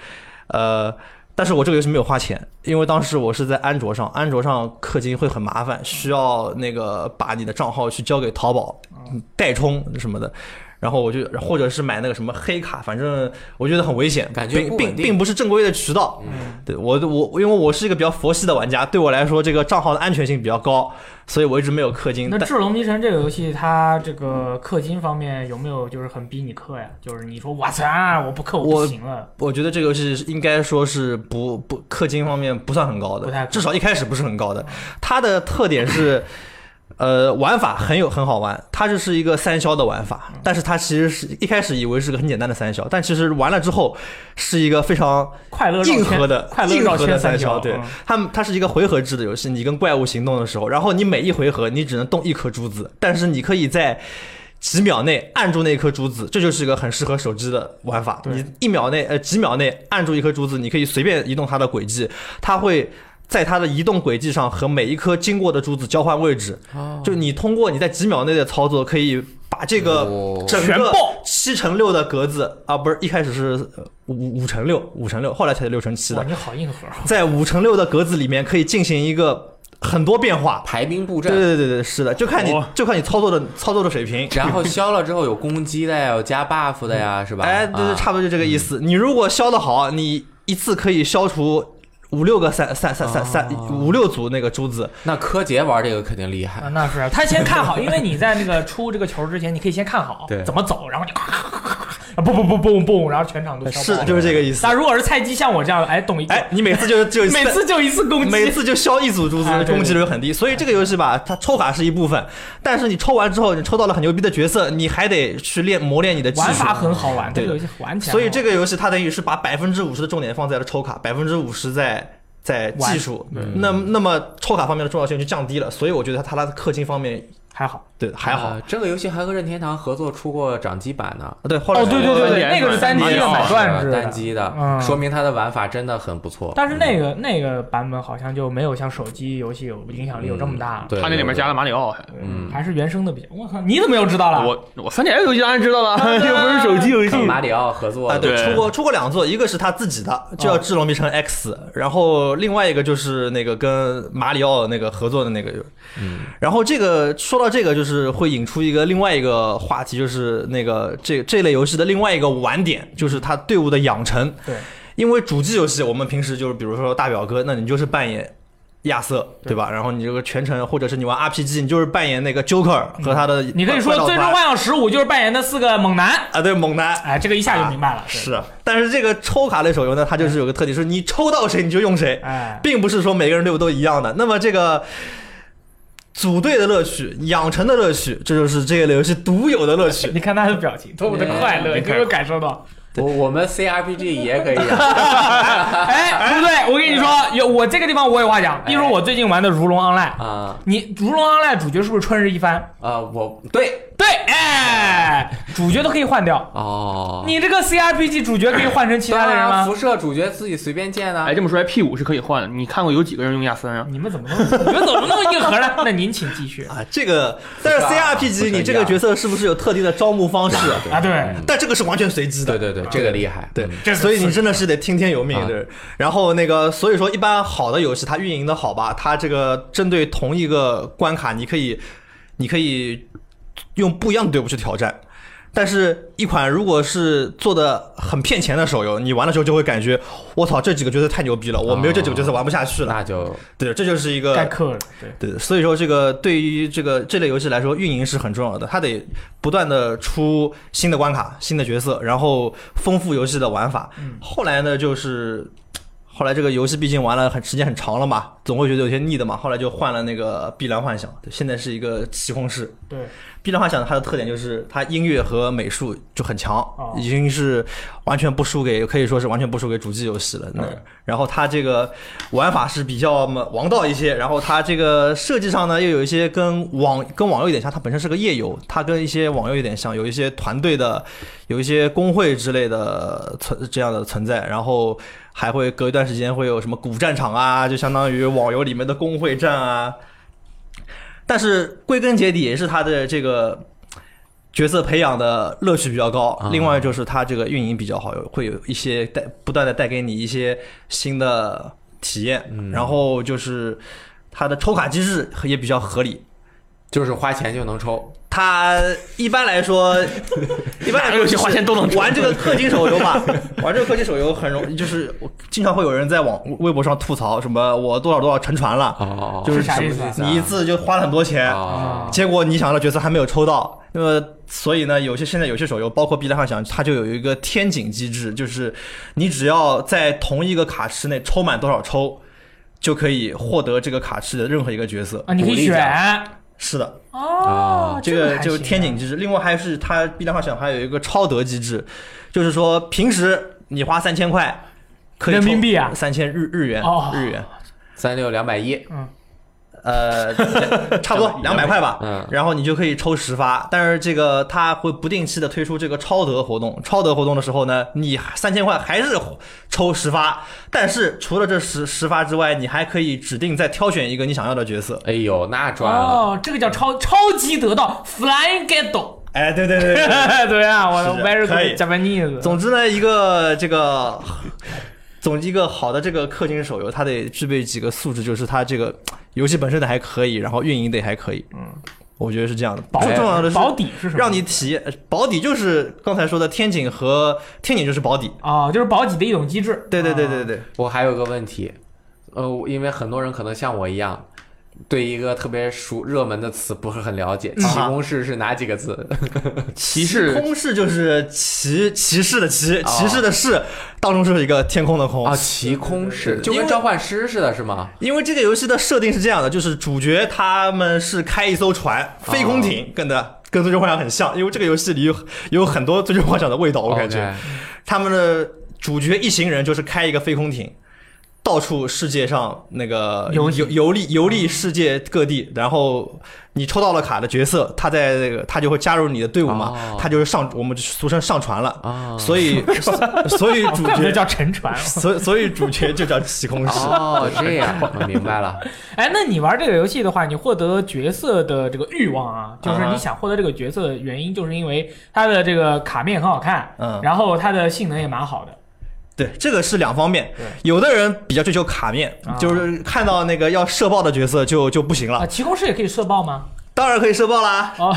[SPEAKER 5] 呃。但是我这个游戏没有花钱，因为当时我是在安卓上，安卓上氪金会很麻烦，需要那个把你的账号去交给淘宝嗯代充什么的，然后我就或者是买那个什么黑卡，反正我觉得很危险，
[SPEAKER 2] 感觉
[SPEAKER 5] 并
[SPEAKER 2] 不
[SPEAKER 5] 并
[SPEAKER 2] 稳定
[SPEAKER 5] 并不是正规的渠道。
[SPEAKER 4] 嗯
[SPEAKER 5] 对我我因为我是一个比较佛系的玩家，对我来说这个账号的安全性比较高，所以我一直没有氪金。
[SPEAKER 4] 那《
[SPEAKER 5] 但
[SPEAKER 4] 智龙迷城》这个游戏，它这个氪金方面有没有就是很逼你氪呀？就是你说我操，啊我不氪
[SPEAKER 5] 我
[SPEAKER 4] 我不行了。
[SPEAKER 5] 我觉得这个游戏应该说是不不氪金方面不算很高
[SPEAKER 4] 不太
[SPEAKER 5] 的，
[SPEAKER 4] 高
[SPEAKER 5] 至少一开始不是很高的。它的特点是，呃，玩法很有很好玩，它就是一个三消的玩
[SPEAKER 4] 嗯
[SPEAKER 5] 法，但是它其实是一开始以为是个很简单的三消，但其实玩了之后是一个非常
[SPEAKER 4] 快乐绕圈
[SPEAKER 5] 硬核的
[SPEAKER 4] 快乐
[SPEAKER 5] 硬
[SPEAKER 4] 绕
[SPEAKER 5] 核的
[SPEAKER 4] 圈
[SPEAKER 5] 三
[SPEAKER 4] 角，
[SPEAKER 5] 消，对
[SPEAKER 4] 嗯，
[SPEAKER 5] 它它是一个回合制的游戏，你跟怪物行动的时候，然后你每一回合你只能动一颗珠子，但是你可以在几秒内按住那一颗珠子，这就是一个很适合手机的玩法。
[SPEAKER 4] 对
[SPEAKER 5] 你一秒内呃几秒内按住一颗珠子，你可以随便移动它的轨迹，它会。在它的移动轨迹上和每一颗经过的珠子交换位置，
[SPEAKER 2] 哦
[SPEAKER 5] 就是你通过你在几秒内的操作，可以把这个
[SPEAKER 2] 哦
[SPEAKER 5] 整
[SPEAKER 4] 全
[SPEAKER 5] 个
[SPEAKER 4] 爆
[SPEAKER 5] 七乘六的格子啊，不是一开始是呃五五乘六，五乘六，后来才六乘七
[SPEAKER 4] 哇，
[SPEAKER 5] 的，
[SPEAKER 4] 你好硬核。
[SPEAKER 5] 在五乘六的格子里面可以进行一个很多变化。
[SPEAKER 2] 排兵布
[SPEAKER 5] 对
[SPEAKER 2] 阵，
[SPEAKER 5] 对对对，是的，就看你
[SPEAKER 3] 哦
[SPEAKER 5] 就看你操作的操作的水平。
[SPEAKER 2] 然后消了之后有攻击的呀，有加 buff 的呀，是吧？
[SPEAKER 5] 哎，对对，
[SPEAKER 2] 啊
[SPEAKER 5] 差不多就这个意思。你如果消的好，你一次可以消除五六个三三三三三
[SPEAKER 4] 哦
[SPEAKER 5] 五六组那个珠子。
[SPEAKER 2] 那柯洁玩这个肯定厉
[SPEAKER 4] 啊，
[SPEAKER 2] 害，
[SPEAKER 4] 那是啊他先看好，因为你在那个出这个球之前，你可以先看好
[SPEAKER 2] 对
[SPEAKER 4] 怎么走，然后你啊咔咔咔咔咔，嘣嘣嘣嘣嘣，然后全场都消
[SPEAKER 5] 是
[SPEAKER 4] 爆
[SPEAKER 5] 的，
[SPEAKER 4] 了
[SPEAKER 5] 就是这个意思
[SPEAKER 4] 那。如果是菜鸡像我这样，哎，懂一个
[SPEAKER 5] 哎，，你每次就就
[SPEAKER 4] 每次就一次攻击，
[SPEAKER 5] 每次就消一组珠子
[SPEAKER 4] 哎，对对
[SPEAKER 5] 攻击率很低。所以这个游戏吧，它抽卡是一部分，但是你抽完之后，你抽到了很牛逼的角色，你还得去练磨练你的技术。
[SPEAKER 4] 玩法很好玩，这
[SPEAKER 5] 对
[SPEAKER 4] 个游戏玩起来很好玩。
[SPEAKER 5] 所以这个游戏它等于是把百分之五十的重点放在了抽卡，百分之五十在在技术。
[SPEAKER 4] 嗯
[SPEAKER 5] 那那么抽卡方面的重要性就降低了，所以我觉得它它的氪金方面
[SPEAKER 4] 还好。
[SPEAKER 5] 对还
[SPEAKER 4] 呃
[SPEAKER 5] 好。啊
[SPEAKER 2] 啊这个游戏还和任天堂合作出过掌机版呢。
[SPEAKER 5] 对，后来
[SPEAKER 4] 哦对对对对那个是单机
[SPEAKER 5] 的
[SPEAKER 2] 哦
[SPEAKER 4] 买断制
[SPEAKER 2] 是
[SPEAKER 4] 的
[SPEAKER 2] 单机的，
[SPEAKER 4] 嗯
[SPEAKER 2] 说明它的玩法真的很不错。嗯
[SPEAKER 4] 但是那个那个版本好像就没有像手机游戏有影响力有这么大
[SPEAKER 2] 嗯，对，
[SPEAKER 3] 他那里面加了马里奥，还
[SPEAKER 2] 嗯
[SPEAKER 4] 还是原生的比较。我靠，你怎么又知道了？
[SPEAKER 3] 我我三 DS 游戏当然知道了， 又不是手机游戏
[SPEAKER 2] 和。马里奥合作
[SPEAKER 5] 啊，
[SPEAKER 2] 的，
[SPEAKER 5] 对，
[SPEAKER 3] 对
[SPEAKER 5] 出过出过两座，一个是他自己的，
[SPEAKER 4] 哦
[SPEAKER 5] 叫《智龙迷城 X》，然后另外一个就是那个跟马里奥那个合作的那个。
[SPEAKER 4] 嗯
[SPEAKER 5] 然后这个说到这个，就是会引出一个另外一个话题，就是那个这这类游戏的另外一个玩点，就是它队伍的养成。
[SPEAKER 4] 对，
[SPEAKER 5] 因为主机游戏，我们平时就是比如说大表哥，那你就是扮演。亚瑟对吧？然后你这个全程，或者是你玩 RPG，你就是扮演那个 Joker 和他的、
[SPEAKER 4] 嗯你可以说《最终幻想十五》就是扮演那四个猛男，
[SPEAKER 5] 啊，对猛男，
[SPEAKER 4] 哎，这个一下就明白了。
[SPEAKER 2] 啊
[SPEAKER 4] 对，
[SPEAKER 5] 是，啊但是这个抽卡类手游呢，它就是有个特点，是你抽到谁你就用谁，
[SPEAKER 4] 哎，
[SPEAKER 5] 并不是说每个人队伍都一样的。那么这个组队的乐趣、养成的乐趣，这就是这类游戏独有的乐趣。
[SPEAKER 4] 你看他的表情，多么的快
[SPEAKER 2] 嗯
[SPEAKER 4] 乐，你有没有感受 到？
[SPEAKER 2] 我我们 CRPG 也可 以啊，
[SPEAKER 4] 哎，对不对？我跟你说，有我这个地方我有话讲。比如说我最近玩的《如龙 Online》，
[SPEAKER 2] 哎啊
[SPEAKER 4] 你《如龙 Online》主角是不是春日一番？
[SPEAKER 2] 啊，我对
[SPEAKER 4] 对，哎，主角都可以换掉。
[SPEAKER 2] 哦，
[SPEAKER 4] 你这个 CRPG 主角可以换成其
[SPEAKER 2] 对
[SPEAKER 4] 他的人
[SPEAKER 2] 啊，
[SPEAKER 4] 吗
[SPEAKER 2] 辐？射主角自己随便建啊
[SPEAKER 3] 哎，，这么说来，P 五是可以换的。你看过有几个人用亚森啊？
[SPEAKER 4] 你们怎么那么 你们怎么那么硬核 呢？那您请继续
[SPEAKER 5] 啊，这个，但是
[SPEAKER 2] 不是啊不
[SPEAKER 5] CRPG
[SPEAKER 2] 是
[SPEAKER 5] 你这个
[SPEAKER 2] 一样
[SPEAKER 5] 角色是不是有特定的招募方式？
[SPEAKER 4] 啊！对，
[SPEAKER 5] 但这个是完全随机的
[SPEAKER 2] 对。对对，这个厉害，
[SPEAKER 5] 对
[SPEAKER 2] 嗯，
[SPEAKER 4] 这是
[SPEAKER 5] 所以你真的是得听天由命
[SPEAKER 2] 啊。
[SPEAKER 5] 对，然后那个，所以说一般好的游戏，它运营的好吧，它这个针对同一个关卡，你可以，你可以用不一样的队伍去挑战。但是，一款如果是做的很骗钱的手游，你玩的时候就会感觉，我操，这几个角色太牛逼了，我没有这几个角色玩不下去了。
[SPEAKER 2] 那就
[SPEAKER 5] 对，这就是一
[SPEAKER 4] 该
[SPEAKER 5] 个
[SPEAKER 4] 氪了。对，
[SPEAKER 5] 对，所以说这个对于这个这类游戏来说，运营是很重要的，它得不断的出新的关卡、新的角色，然后丰富游戏的玩法。后来呢，就是后来这个游戏毕竟玩了很时间很长了嘛，总会觉得有些腻的嘛。后来就换了那个《碧蓝幻想》，现在是一个奇幻式。
[SPEAKER 4] 对，
[SPEAKER 5] 碧蓝幻想它的特点就是它音乐和美术就很强，
[SPEAKER 4] 哦
[SPEAKER 5] 已经是完全不输给，可以说是完全不输给主机游戏了。那然后它这个玩法是比较嘛王道一些，然后它这个设计上呢又有一些跟网跟网游有点像，它本身是个页游，它跟一些网游有点像，有一些团队的，有一些工会之类的存这样的存在，然后还会隔一段时间会有什么古战场啊，就相当于网游里面的工会战啊。但是归根结底也是它的这个角色培养的乐趣比较高
[SPEAKER 2] 啊。
[SPEAKER 5] 另外就是它这个运营比较好，有会有一些带不断的带给你一些新的体验。然后就是它的抽卡机制也比较合理。
[SPEAKER 2] 就是花钱就能抽，
[SPEAKER 5] 它一般来 说，一般来说游戏花钱都能玩这个氪金手游 吧，玩这个氪金手游很容易，就是我经常会有人在网微博上吐槽什么我多少多少沉船了，
[SPEAKER 2] 哦
[SPEAKER 5] 就是
[SPEAKER 4] 啥
[SPEAKER 5] 什
[SPEAKER 4] 意思啊
[SPEAKER 5] 么你一次就花了很多钱，
[SPEAKER 2] 啊，
[SPEAKER 4] 嗯
[SPEAKER 5] 结果你想要的角色还没有抽到，那么所以呢，有些现在有些手游，包括《碧蓝幻想》，它就有一个天井机制，就是你只要在同一个卡池内抽满多少抽，就可以获得这个卡池的任何一个角色。
[SPEAKER 4] 啊，你可
[SPEAKER 5] 鼓
[SPEAKER 4] 以
[SPEAKER 5] 励
[SPEAKER 4] 选
[SPEAKER 5] 奖是的，
[SPEAKER 4] 哦
[SPEAKER 2] 啊，
[SPEAKER 5] 这
[SPEAKER 4] 个
[SPEAKER 5] 个
[SPEAKER 4] 还
[SPEAKER 5] 就是
[SPEAKER 4] 行
[SPEAKER 5] 天
[SPEAKER 4] 啊
[SPEAKER 5] 井机制。另外还是它《碧蓝幻想》还有一个超德机制，就是说平时你花三千块，可以
[SPEAKER 4] 人民币啊
[SPEAKER 5] 三千日日元，
[SPEAKER 4] 哦
[SPEAKER 5] 日元，
[SPEAKER 2] 三六两百一，
[SPEAKER 5] 呃， 差不多两百块吧。
[SPEAKER 2] 嗯
[SPEAKER 5] 然后你就可以抽十发，但是这个它会不定期的推出这个超德活动。超德活动的时候呢，你三千块还是抽十发，但是除了这十十发之外，你还可以指定再挑选一个你想要的角色。
[SPEAKER 2] 哎呦，那赚了，
[SPEAKER 4] 哦，这个叫超超级得到 flying ghetto，
[SPEAKER 5] 哎，对对对对对
[SPEAKER 4] 对啊，我
[SPEAKER 5] 是
[SPEAKER 4] very
[SPEAKER 5] 可
[SPEAKER 4] good
[SPEAKER 5] 以
[SPEAKER 4] Japanese，
[SPEAKER 5] 总之呢，一个这个，总之一个好的这个氪金手游，它得具备几个素质，就是它这个游戏本身得还可以，然后运营得还可以。嗯，我觉得是这样的。
[SPEAKER 4] 保
[SPEAKER 5] 最重要的是
[SPEAKER 4] 保底是什么？
[SPEAKER 5] 让你体验保底，就是刚才说的天井和天井就是保底。
[SPEAKER 4] 哦，就是保底的一种机制。
[SPEAKER 5] 对对对
[SPEAKER 4] 啊
[SPEAKER 5] 对对，
[SPEAKER 2] 我还有个问题，呃，我因为很多人可能像我一样。对一个特别熟热门的词不是很了解，
[SPEAKER 5] 嗯
[SPEAKER 2] 骑公式是哪几个字？
[SPEAKER 5] 骑
[SPEAKER 2] 士
[SPEAKER 5] 空士就是骑骑士的骑，骑士的士，
[SPEAKER 4] 哦
[SPEAKER 5] 当中是一个天空的空
[SPEAKER 2] 啊，骑空式就
[SPEAKER 5] 因
[SPEAKER 2] 跟
[SPEAKER 5] 为
[SPEAKER 2] 召唤师似的，是吗？
[SPEAKER 5] 因为这个游戏的设定是这样的，就是主角他们是开一艘船，飞空艇，跟的跟《最终幻想》很像，因为这个游戏里有有很多《最终幻想》的味道，我感觉。啊
[SPEAKER 2] OK
[SPEAKER 5] 他们的主角一行人就是开一个飞空艇，到处世界上那个
[SPEAKER 4] 游
[SPEAKER 5] 游
[SPEAKER 4] 历
[SPEAKER 5] 游历游历世界各地，然后你抽到了卡的角色，他在那个他就会加入你的队伍嘛，
[SPEAKER 2] 哦
[SPEAKER 5] 他就是上我们俗称上船了，
[SPEAKER 2] 啊，
[SPEAKER 5] 所以 所以
[SPEAKER 4] 哦
[SPEAKER 5] 主
[SPEAKER 4] 怪不得叫
[SPEAKER 5] 角
[SPEAKER 4] 沉船。
[SPEAKER 5] 所以所以主角就叫奇 空士。
[SPEAKER 2] 哦，这样，我明白 了。
[SPEAKER 4] 哎，那你玩这个游戏的话，你获得角色的这个欲望啊，就是
[SPEAKER 5] 啊
[SPEAKER 4] 你想获得这个角色的原因，就是因为它的这个卡面很好看，
[SPEAKER 5] 嗯
[SPEAKER 4] 然后它的性能也蛮好的。
[SPEAKER 5] 对，这个是两方面
[SPEAKER 4] 对。
[SPEAKER 5] 有的人比较追求卡面
[SPEAKER 4] 啊，
[SPEAKER 5] 就是看到那个要射爆的角色就就不行
[SPEAKER 4] 啊，
[SPEAKER 5] 了。
[SPEAKER 4] 骑公式也可以射爆吗？
[SPEAKER 5] 当然可以射爆 啦！
[SPEAKER 4] 哦，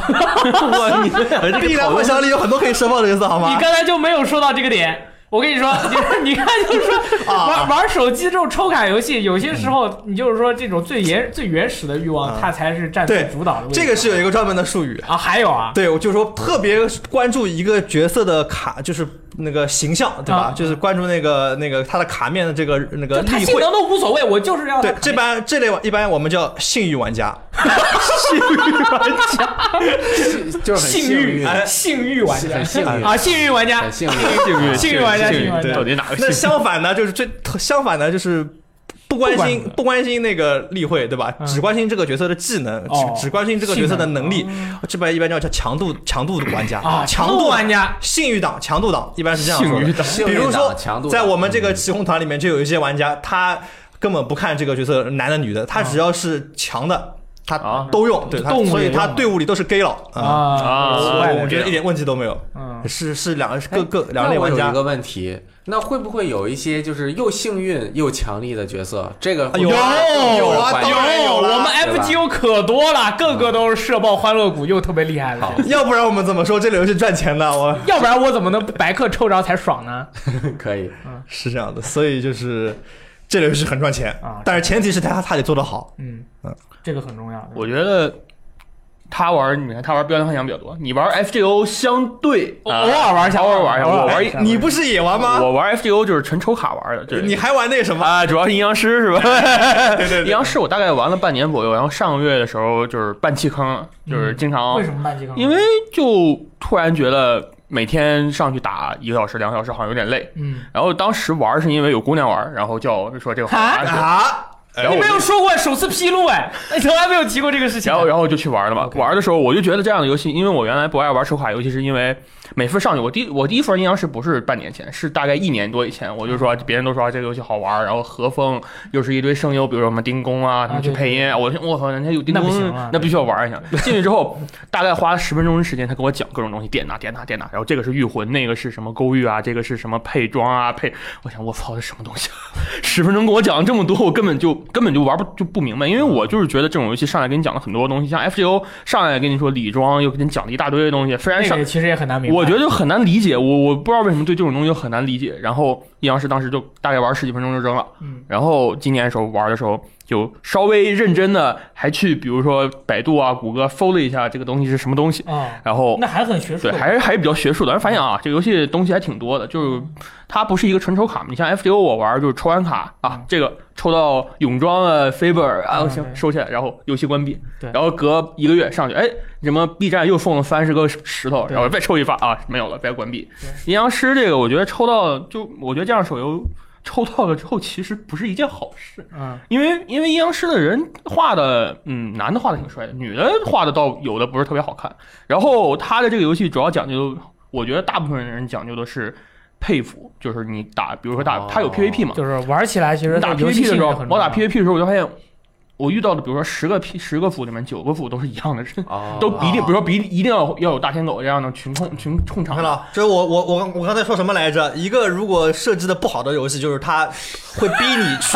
[SPEAKER 5] 哇，你必然幻想里有很多可以射爆的角色，好吗？
[SPEAKER 4] 你刚才就没有说到这个点。我跟你说， 你你看，就是说
[SPEAKER 5] 啊嗯
[SPEAKER 4] 玩玩手机这种抽卡游戏，有些时候你就是说这种最原最原始的欲望，
[SPEAKER 5] 啊
[SPEAKER 4] 它才是占最
[SPEAKER 5] 嗯对
[SPEAKER 4] 主导的位置。
[SPEAKER 5] 这个是有一个专门的术语。
[SPEAKER 4] 啊，还有啊，
[SPEAKER 5] 对，我就说特别关注一个角色的卡，就是那个形象，对吧？
[SPEAKER 4] 啊
[SPEAKER 5] 就是关注那个那个他的卡面的这个那
[SPEAKER 4] 就
[SPEAKER 5] 个
[SPEAKER 4] 它
[SPEAKER 5] 例
[SPEAKER 4] 性
[SPEAKER 5] 会。
[SPEAKER 4] 能都无所谓，我就是要它
[SPEAKER 5] 对，
[SPEAKER 4] 卡
[SPEAKER 5] 这
[SPEAKER 4] 面
[SPEAKER 5] 般这类一般我们叫性欲玩家，性欲玩家，
[SPEAKER 2] 就是很
[SPEAKER 4] 性
[SPEAKER 2] 运，
[SPEAKER 5] 哎
[SPEAKER 4] 欲性欲玩
[SPEAKER 2] 很幸
[SPEAKER 4] 家
[SPEAKER 2] 运
[SPEAKER 4] 啊，性欲玩家
[SPEAKER 2] 很幸运。
[SPEAKER 3] 幸运
[SPEAKER 4] 幸运玩家幸运玩家
[SPEAKER 3] 到底 哪个幸
[SPEAKER 5] 那
[SPEAKER 3] 运？
[SPEAKER 5] 相反呢，就是最相反呢，就是不关心
[SPEAKER 4] 不管
[SPEAKER 5] 不关心那个例会，对吧？
[SPEAKER 4] 嗯
[SPEAKER 5] 只关心这个角色的技能，
[SPEAKER 4] 哦
[SPEAKER 5] 只只关心这个角色的能力
[SPEAKER 4] 技。
[SPEAKER 5] 这边一般叫叫强度强度玩家
[SPEAKER 4] 啊，
[SPEAKER 5] 强
[SPEAKER 4] 度
[SPEAKER 5] 度
[SPEAKER 4] 玩家
[SPEAKER 5] 信誉党、强度党一般是这样说
[SPEAKER 3] 信誉
[SPEAKER 5] 的
[SPEAKER 3] 党。
[SPEAKER 2] 幸运
[SPEAKER 5] 比
[SPEAKER 2] 党
[SPEAKER 5] 如
[SPEAKER 2] 嗯
[SPEAKER 5] 说
[SPEAKER 2] 强度，党
[SPEAKER 5] 在我们这个骑红团里面，就有一些玩家，他根本不看这个角色男的女的，他只要是强的，他
[SPEAKER 3] 啊
[SPEAKER 5] 都用，对，他
[SPEAKER 4] 动物也
[SPEAKER 5] 所以他
[SPEAKER 4] 用
[SPEAKER 5] 队伍里都是 gay 佬啊。
[SPEAKER 4] 啊
[SPEAKER 3] 啊
[SPEAKER 4] 奇
[SPEAKER 5] 我
[SPEAKER 4] 怪的
[SPEAKER 5] 我觉得一点问题都没有，
[SPEAKER 4] 嗯
[SPEAKER 5] 是是两个是
[SPEAKER 2] 哎
[SPEAKER 5] 各各两类
[SPEAKER 2] 那我
[SPEAKER 5] 玩
[SPEAKER 2] 有
[SPEAKER 5] 家
[SPEAKER 2] 一个。问题，那会不会有一些就是又幸运又强力的角色？这个会
[SPEAKER 5] 有有啊
[SPEAKER 2] 欢迎
[SPEAKER 5] 当然有了
[SPEAKER 4] 我们
[SPEAKER 2] 对吧
[SPEAKER 4] FGO 可多了，个个都是社爆欢乐谷又特别厉害了
[SPEAKER 2] 好。
[SPEAKER 5] 要不然我们怎么说这个游戏赚钱呢？我
[SPEAKER 4] 要不然我怎么能白氪抽着才爽呢？
[SPEAKER 2] 可以
[SPEAKER 5] 是这样的，所以就是这类游戏很赚钱
[SPEAKER 4] 啊
[SPEAKER 5] 但是前提是他他得做得好。
[SPEAKER 4] 嗯
[SPEAKER 5] 嗯，
[SPEAKER 4] 这个很重要。
[SPEAKER 3] 我觉得他玩，你看他玩《标枪幻想》比较多，你玩 FGO 相对
[SPEAKER 4] 偶偶尔玩一下
[SPEAKER 3] 偶尔玩一下。
[SPEAKER 4] 偶尔
[SPEAKER 3] 我
[SPEAKER 4] 玩
[SPEAKER 3] 玩
[SPEAKER 4] 一
[SPEAKER 3] 一
[SPEAKER 4] 下
[SPEAKER 5] 哎你不是也玩吗？
[SPEAKER 3] 我玩 FGO 就是纯抽卡玩的，对。
[SPEAKER 5] 你还玩那个什么？哎
[SPEAKER 3] 啊， 主要是阴阳师是吧？对对阴阳师我大概玩了半年左右，然后上个月的时候就是半弃坑，就是经
[SPEAKER 5] 哦
[SPEAKER 3] 常、
[SPEAKER 4] 嗯为什么办这个？
[SPEAKER 3] 因为就突然觉得每天上去打一个小时、两个小时好像有点累。
[SPEAKER 4] 嗯，
[SPEAKER 3] 然后当时玩是因为有姑娘玩，然后叫我说这个好玩，
[SPEAKER 5] 啊，
[SPEAKER 3] 然后
[SPEAKER 4] 你
[SPEAKER 3] 哎我
[SPEAKER 4] 没
[SPEAKER 3] 就
[SPEAKER 4] 有说过，首次披露哎， 你从来没有提过这个事情
[SPEAKER 3] 哎然。后然后就去玩了嘛。
[SPEAKER 4] OK
[SPEAKER 3] 玩的时候我就觉得这样的游戏，因为我原来不爱玩手卡游戏，是因为每次上去，我第我第一份印象是不是半年前，是大概一年多以前，我就说别人都说、啊、这个游戏好玩，然后和风又是一堆声优，比如说什么丁工啊，他们去配音，我说我靠，人家有丁工，
[SPEAKER 4] 那不行啊
[SPEAKER 3] 那必须要玩 一下。进去之后，大概花了十分钟的时间，他给我讲各种东西，点哪点哪点哪，然后这个是御魂，那个是什么勾玉啊，这个是什么配装啊配，我想我操，这什么东西啊？ 十分钟给我讲了这么多，我根本就根本就玩不就不明白，因为我就是觉得这种游戏上来给你讲了很多东西，像 FGO 上来跟你说礼装，又给你讲了一大堆的东西，虽然
[SPEAKER 4] 那
[SPEAKER 3] 上
[SPEAKER 4] 个其实也很难明白。
[SPEAKER 3] 我觉得就很难理解，我我不知道为什么对这种东西就很难理解。然后阴阳师当时就大概玩十几分钟就扔了，
[SPEAKER 4] 嗯，
[SPEAKER 3] 然后今年的时候玩的时候就稍微认真的，还去比如说百度啊、谷歌搜了一下这个东西是什么东西，
[SPEAKER 4] 啊，
[SPEAKER 3] 然后
[SPEAKER 4] 那还很学术。
[SPEAKER 3] 对，还是还是比较学术的。但是发现啊，这个游戏东西还挺多的，就是它不是一个纯抽卡嘛。你像 FGO 我玩就是抽完卡啊
[SPEAKER 4] 嗯，
[SPEAKER 3] 这个抽到泳装啊、Faber 啊，
[SPEAKER 4] 嗯
[SPEAKER 3] 行
[SPEAKER 4] 对
[SPEAKER 3] 收起来，然后游戏关闭。
[SPEAKER 4] 对
[SPEAKER 3] 然后隔一个月上去，哎，什么 B 站又送了三十个石头，
[SPEAKER 4] 对
[SPEAKER 3] 然后再抽一发啊，没有了，再关闭
[SPEAKER 4] 对。
[SPEAKER 3] 阴阳师这个，我觉得抽到就我觉得这样手游抽到了之后，其实不是一件好事。
[SPEAKER 4] 嗯，
[SPEAKER 3] 因为因为阴阳师的人画的，嗯，男的画的挺帅的，女的画的倒有的不是特别好看。然后他的这个游戏主要讲究，我觉得大部分人讲究的是佩服，就是你打，比如说打，
[SPEAKER 2] 哦
[SPEAKER 3] 他有 PVP 嘛，
[SPEAKER 4] 就是玩起来其实
[SPEAKER 3] 你打
[SPEAKER 4] 对游
[SPEAKER 3] PVP
[SPEAKER 4] 戏
[SPEAKER 3] 的
[SPEAKER 4] 性
[SPEAKER 3] 时候
[SPEAKER 4] 质很，重
[SPEAKER 3] 我
[SPEAKER 4] 要
[SPEAKER 3] 打 PVP 的时候，我就发现我遇到的，比如说十个 P 十个服里面九个服都是一样的人，
[SPEAKER 2] 哦，
[SPEAKER 3] 都一定，比如说比一定要要有大天狗这样的群控群控场
[SPEAKER 5] 看。到，这是我我我刚我刚才说什么来着？一个如果设计的不好的游戏，就是它会逼你 去，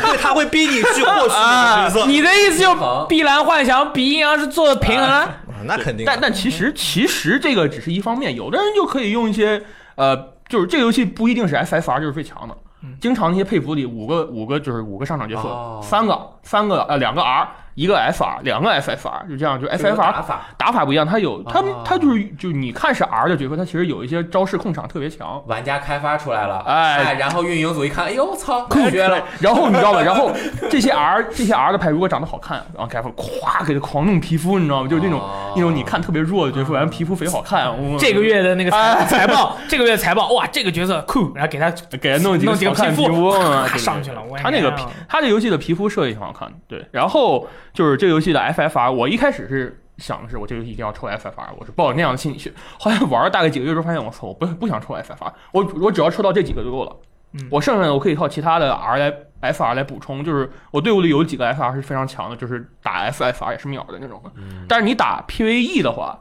[SPEAKER 5] 对，它会逼你去获取你的角色。
[SPEAKER 4] 你的意思就
[SPEAKER 2] 平衡
[SPEAKER 4] 碧蓝幻想比阴阳师做的平衡了？
[SPEAKER 5] 啊那肯定的，
[SPEAKER 3] 但但其实其实这个只是一方面，有的人就可以用一些呃，就是这个游戏不一定是 FFR 就是最强的
[SPEAKER 4] 嗯，
[SPEAKER 3] 经常那些配服里五个五个就是五个上场角色，
[SPEAKER 2] 哦
[SPEAKER 3] 三个三个呃两个 R 一个 FR 两个 FFR 就这样，就
[SPEAKER 2] 就是
[SPEAKER 3] FFR
[SPEAKER 2] 打法
[SPEAKER 3] 打哎法不一样，它有它
[SPEAKER 2] 哦
[SPEAKER 3] 它就是就你看是 R 的角色，它其实有一些招式控场特别强。
[SPEAKER 2] 玩家开发出来了，
[SPEAKER 3] 哎
[SPEAKER 2] 然后运营组一看，哎呦 操，
[SPEAKER 3] 酷
[SPEAKER 2] 绝了，，
[SPEAKER 3] 然后你知道吧？然后这些 R 这些 R 的牌如果长得好看，然后开发咵给它狂弄皮肤，你知道吗？就是那种
[SPEAKER 2] 哦
[SPEAKER 3] 那种你看特别弱的角色，完了皮肤肥好看。我
[SPEAKER 4] 这个月的那个财
[SPEAKER 3] 哎
[SPEAKER 4] 财报，这个月财报，哇，这个角色酷，然后给他
[SPEAKER 3] 给他弄几个
[SPEAKER 4] 弄几个
[SPEAKER 3] 好看
[SPEAKER 4] 皮
[SPEAKER 3] 皮
[SPEAKER 4] 肤
[SPEAKER 3] 肤啊，
[SPEAKER 4] 咔
[SPEAKER 3] 对
[SPEAKER 4] 上去了我也啊
[SPEAKER 3] 他那个
[SPEAKER 4] 没
[SPEAKER 3] 皮
[SPEAKER 4] 有，
[SPEAKER 3] 他这游戏的皮肤设计挺好看的。对，然后就是这游戏的 FFR，我一开始是想的是我这游戏一定要抽 FFR，我是抱着那样的心理去。后来玩了大概几个月之后，发现我操，我不不想抽 FFR，我我只要抽到这几个就够了。
[SPEAKER 4] 嗯
[SPEAKER 3] 我剩下的我可以靠其他的 R 来 FR 来补充，就是我队伍里有几个 FR 是非常强的，就是打 FFR 也是秒的那种的。但是你打 PVE 的话，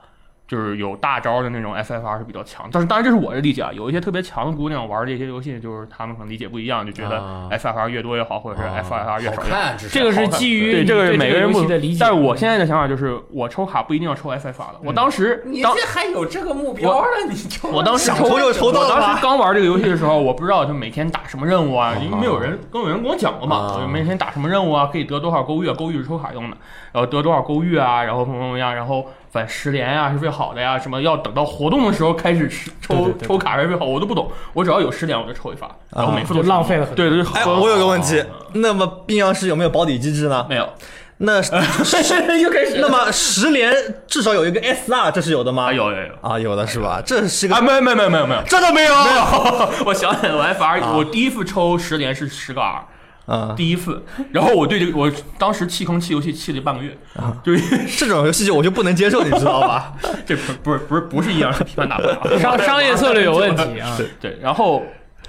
[SPEAKER 3] 就是有大招的那种 FFR 是比较强，但是当然这是我的理解啊，有一些特别强的姑娘玩这些游戏，就是她们可能理解不一样，就觉得
[SPEAKER 2] 啊
[SPEAKER 3] FFR 越多越好，或
[SPEAKER 4] 哦
[SPEAKER 3] 者是
[SPEAKER 2] 啊
[SPEAKER 3] FFR 越
[SPEAKER 2] 好
[SPEAKER 3] 少越好。
[SPEAKER 2] 看，至少
[SPEAKER 4] 这个是
[SPEAKER 3] 好看
[SPEAKER 4] 基于
[SPEAKER 3] 对
[SPEAKER 4] 你
[SPEAKER 3] 这个
[SPEAKER 4] 对
[SPEAKER 3] 是
[SPEAKER 4] 这
[SPEAKER 3] 每个人
[SPEAKER 4] 游
[SPEAKER 3] 不
[SPEAKER 4] 戏的理解，嗯
[SPEAKER 3] 但是我现在的想法就是，我抽卡不一定要抽 FFR 的。我当时
[SPEAKER 2] 你
[SPEAKER 3] 当
[SPEAKER 2] 这还有这个目标呢， 你就
[SPEAKER 3] 我当时
[SPEAKER 5] 想抽就抽到
[SPEAKER 3] 我
[SPEAKER 5] 了
[SPEAKER 3] 当时
[SPEAKER 5] 吧。
[SPEAKER 3] 刚玩这个游戏的时候，我不知道就每天打什么任务啊，
[SPEAKER 4] 哦
[SPEAKER 2] 啊
[SPEAKER 3] 因为没有人跟有人跟我讲过嘛
[SPEAKER 2] 啊，
[SPEAKER 3] 我就每天打什么任务啊，可以得多少勾玉啊，勾玉是抽卡用的，然后得多少勾玉啊，然后怎么怎么样，然后反十连啊是最好的呀，什么要等到活动的时候开始吃
[SPEAKER 4] 对
[SPEAKER 3] 抽
[SPEAKER 4] 对对
[SPEAKER 3] 抽卡是最好，我都不懂，我只要有十连我就抽一发，然后每次
[SPEAKER 4] 就
[SPEAKER 3] 都
[SPEAKER 4] 浪费了很多。
[SPEAKER 3] 对对，
[SPEAKER 5] 哎，
[SPEAKER 3] 对
[SPEAKER 5] 我有个问题，那么阴阳师有没有保底机制呢？
[SPEAKER 3] 没有，
[SPEAKER 5] 那
[SPEAKER 3] 又开始
[SPEAKER 5] 那么十连至少有一个 SR，这是有的吗？
[SPEAKER 3] 啊有有有
[SPEAKER 5] 啊，有的是吧？这是个
[SPEAKER 3] 啊没有没有没有没有没有。
[SPEAKER 5] 这都没有，
[SPEAKER 3] 没有， 我想起来，我 F R，、
[SPEAKER 5] 啊
[SPEAKER 3] 我第一次抽十连是十个 R，
[SPEAKER 5] 啊，
[SPEAKER 3] 第一次，然后我对这个，我当时弃坑弃游戏弃了半个月，
[SPEAKER 5] 啊
[SPEAKER 3] 就因为
[SPEAKER 5] 这种游戏就我就不能接受，你知道吧？
[SPEAKER 3] 这不是不是不是不是一样是批判大会啊，
[SPEAKER 4] 商商业策略有问题啊！
[SPEAKER 3] 对，然后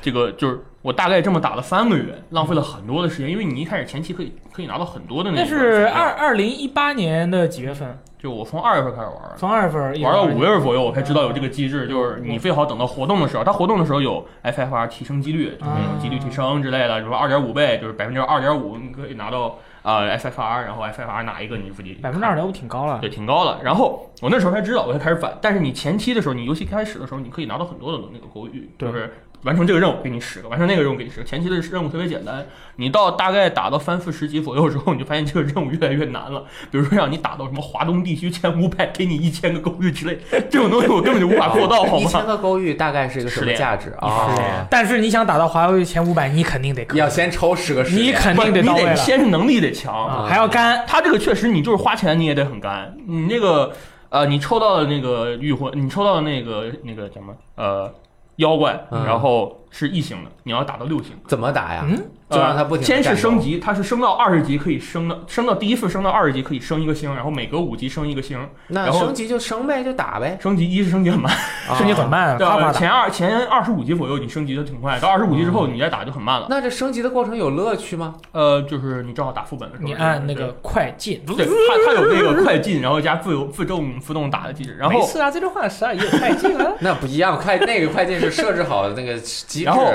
[SPEAKER 3] 这个就是我大概这么打了三个月，浪费了很多的时间，因为你一开始前期可以可以拿到很多的那
[SPEAKER 4] 那
[SPEAKER 3] 个
[SPEAKER 4] 是
[SPEAKER 3] 材料
[SPEAKER 4] 二，二零一八年的几月份？
[SPEAKER 3] 就我从二月份开始玩。
[SPEAKER 4] 从二月嗯份一直
[SPEAKER 3] 玩到五月份左右，我才知道有这个机制，就是你最好等到活动的时候，它活动的时候有 FFR 提升几率，
[SPEAKER 4] 啊
[SPEAKER 3] 就是那种几率提升之类的，什么二点五倍，就是百分之二点五，你可以拿到呃 FFR，然后 FFR 哪一个你自己
[SPEAKER 4] 百分之二点五挺高了。
[SPEAKER 3] 对，挺高的。然后我那时候才知道，我才开始反。但是你前期的时候，你游戏开始的时候，你可以拿到很多的那个勾玉，
[SPEAKER 4] 对
[SPEAKER 3] 就是完成这个任务给你十个，完成那个任务给你十个。前期的任务特别简单，你到大概打到三四十级左右之后，你就发现这个任务越来越难了。 比如说让你打到什么华东地区前五百，给你一千个勾玉之类，这种东西我根本就无法做到，好
[SPEAKER 2] 一千
[SPEAKER 3] 吗？
[SPEAKER 2] 个勾玉大概是一个什
[SPEAKER 3] 十
[SPEAKER 2] 么
[SPEAKER 3] 连
[SPEAKER 2] 价值
[SPEAKER 3] 哦
[SPEAKER 2] 啊？
[SPEAKER 4] 但是你想打到华为前五百，你肯定得氪
[SPEAKER 2] 要先抽十个十连，
[SPEAKER 4] 你 肯定
[SPEAKER 3] 不
[SPEAKER 4] 到
[SPEAKER 3] 你
[SPEAKER 4] 位
[SPEAKER 3] 得
[SPEAKER 4] 了
[SPEAKER 3] 先是能力得强
[SPEAKER 4] 啊，还要干。
[SPEAKER 3] 他这个确实，你就是花钱你也得很干。你那个呃，你抽到的那个御魂，你抽到的那个那个叫什么呃妖怪，
[SPEAKER 2] 嗯
[SPEAKER 3] 然后是一星的，你要打到六星。
[SPEAKER 2] 怎么打呀？
[SPEAKER 4] 嗯
[SPEAKER 2] 就让它不停地
[SPEAKER 3] 呃先是
[SPEAKER 2] 战斗
[SPEAKER 3] 升级，它是升到二十级可以升到升到第一次升到二十级可以升一个星，然后每隔五级升一个星。
[SPEAKER 2] 那
[SPEAKER 3] 然后
[SPEAKER 2] 升级就升呗，就打呗。啊
[SPEAKER 3] 升级一是升级很慢，
[SPEAKER 4] 升级很
[SPEAKER 2] 嗯
[SPEAKER 4] 慢，
[SPEAKER 3] 对
[SPEAKER 4] 啪
[SPEAKER 3] 吧？
[SPEAKER 4] 啪打。
[SPEAKER 3] 前二前二十五级左右你升级的挺快，到二十五级
[SPEAKER 2] 嗯
[SPEAKER 3] 之后你再打就很慢了。
[SPEAKER 2] 那这升级的过程有乐趣吗？。
[SPEAKER 3] 呃，就是你正好打副本的时候，
[SPEAKER 4] 你按那个快进，
[SPEAKER 3] 对它它有那个快进，然后加自由自动自动打的机制，然
[SPEAKER 4] 没
[SPEAKER 3] 后
[SPEAKER 4] 事啊，这就换十二也有快进了
[SPEAKER 2] 那不一样，快那个快进是设置好的那个机制。
[SPEAKER 3] 然后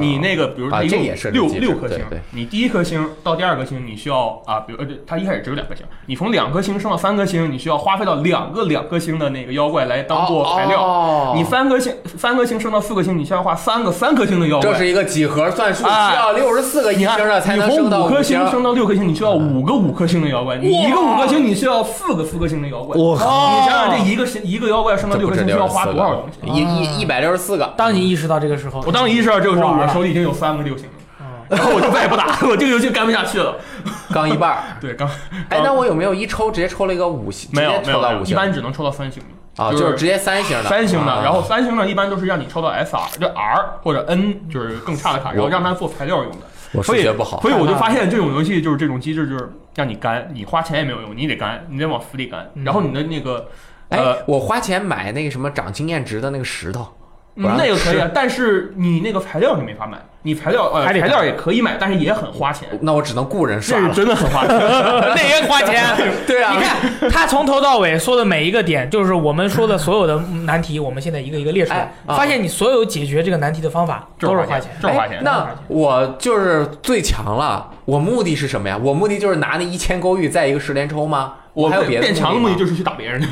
[SPEAKER 3] 你那个比如
[SPEAKER 2] 啊
[SPEAKER 3] 一
[SPEAKER 2] 这
[SPEAKER 3] 共
[SPEAKER 2] 也是
[SPEAKER 3] 六
[SPEAKER 2] 理解
[SPEAKER 3] 六颗
[SPEAKER 2] 对
[SPEAKER 3] 星
[SPEAKER 2] 对，
[SPEAKER 3] 你第一颗星到第二颗星你需要啊，比如呃对它一开始只有两颗星，你从两颗星升到三颗星，你需要花费到两个两颗星的那个妖怪来当做材料。
[SPEAKER 2] 哦
[SPEAKER 3] 你三颗星三颗星升到四颗星，你需要花三个三颗星的妖怪
[SPEAKER 2] 这。是一个几何算术，需要六十四个一
[SPEAKER 3] 啊
[SPEAKER 2] 星
[SPEAKER 3] 你看，
[SPEAKER 2] 的才
[SPEAKER 3] 你
[SPEAKER 2] 能
[SPEAKER 3] 从
[SPEAKER 2] 升到
[SPEAKER 3] 五颗
[SPEAKER 2] 星嗯
[SPEAKER 3] 星。升到六颗星，你需要五个五颗星的妖怪，你一个五颗星，你需要四个四颗星的妖怪。
[SPEAKER 5] 我
[SPEAKER 3] 你想想，这一个星一个妖怪升到
[SPEAKER 2] 这
[SPEAKER 3] 六
[SPEAKER 2] 不
[SPEAKER 3] 颗
[SPEAKER 2] 止
[SPEAKER 3] 星需
[SPEAKER 2] 六
[SPEAKER 3] 要
[SPEAKER 2] 十四
[SPEAKER 3] 花
[SPEAKER 2] 个啊
[SPEAKER 3] 多少东西？啊
[SPEAKER 2] 一一一百六十四 个。
[SPEAKER 4] 当你意识到这个时候，
[SPEAKER 3] 我当时意识到这个时候，
[SPEAKER 4] 哇
[SPEAKER 3] 我手里已经有三个六星了。然 后我就再也不打了，我这个游戏干不下去了。
[SPEAKER 2] 刚一半儿。
[SPEAKER 3] 对，刚
[SPEAKER 2] 哎，那我有没有一抽直接抽了一个五星，直
[SPEAKER 3] 没有
[SPEAKER 2] 接
[SPEAKER 3] 没
[SPEAKER 2] 抽
[SPEAKER 3] 有
[SPEAKER 2] 到
[SPEAKER 3] 没有，
[SPEAKER 2] 五
[SPEAKER 3] 一
[SPEAKER 2] 星
[SPEAKER 3] 般只能抽到三星的
[SPEAKER 2] 啊？就是直接三星的，
[SPEAKER 3] 三星的
[SPEAKER 2] 啊，
[SPEAKER 3] 然后三星呢，一般都是让你抽到 SR，就 R 或者 N，就是更差的卡，然后让它做材料用的。
[SPEAKER 2] 我
[SPEAKER 3] 所
[SPEAKER 2] 数
[SPEAKER 3] 以
[SPEAKER 2] 学不好，
[SPEAKER 3] 所以我就
[SPEAKER 4] 嗯
[SPEAKER 3] 发现这种游戏就是这种机制，就是让你干，你花钱也没有用，你得干，你得往死里干。
[SPEAKER 4] 嗯
[SPEAKER 3] 然后你的那个，
[SPEAKER 2] 哎
[SPEAKER 3] 呃，，
[SPEAKER 2] 我花钱买那个什么长经验值的那个石头，
[SPEAKER 3] 嗯
[SPEAKER 2] 我让
[SPEAKER 3] 那个
[SPEAKER 2] 它
[SPEAKER 3] 可以啊
[SPEAKER 2] 吃，
[SPEAKER 3] 但是你那个材料你没法买，你材料呃
[SPEAKER 4] 还得
[SPEAKER 3] 材
[SPEAKER 4] 干
[SPEAKER 3] 料也可以买，但是也很花钱，
[SPEAKER 2] 那我只能雇人
[SPEAKER 3] 这
[SPEAKER 2] 刷
[SPEAKER 3] 是
[SPEAKER 2] 了。
[SPEAKER 3] 真的很花 钱。
[SPEAKER 4] 那也花钱。
[SPEAKER 2] 对 啊
[SPEAKER 4] 你，看他从头到尾说的每一个点，就是我们说的所有的难题，我们现在一个一个列出来
[SPEAKER 2] 哎，啊
[SPEAKER 4] 发现你所有解决这个难题的方法
[SPEAKER 3] 就
[SPEAKER 4] 都
[SPEAKER 3] 是
[SPEAKER 4] 是
[SPEAKER 3] 花
[SPEAKER 4] 花
[SPEAKER 3] 钱
[SPEAKER 4] 钱。
[SPEAKER 3] 就是花钱
[SPEAKER 2] 哎那我就是最强了。我目的是什么呀？我目的就是拿那一千勾玉在一个十连抽吗？
[SPEAKER 3] 我
[SPEAKER 2] 还有别的
[SPEAKER 3] 变强的
[SPEAKER 2] 目
[SPEAKER 3] 目的
[SPEAKER 2] 吗
[SPEAKER 3] 就是去打别人，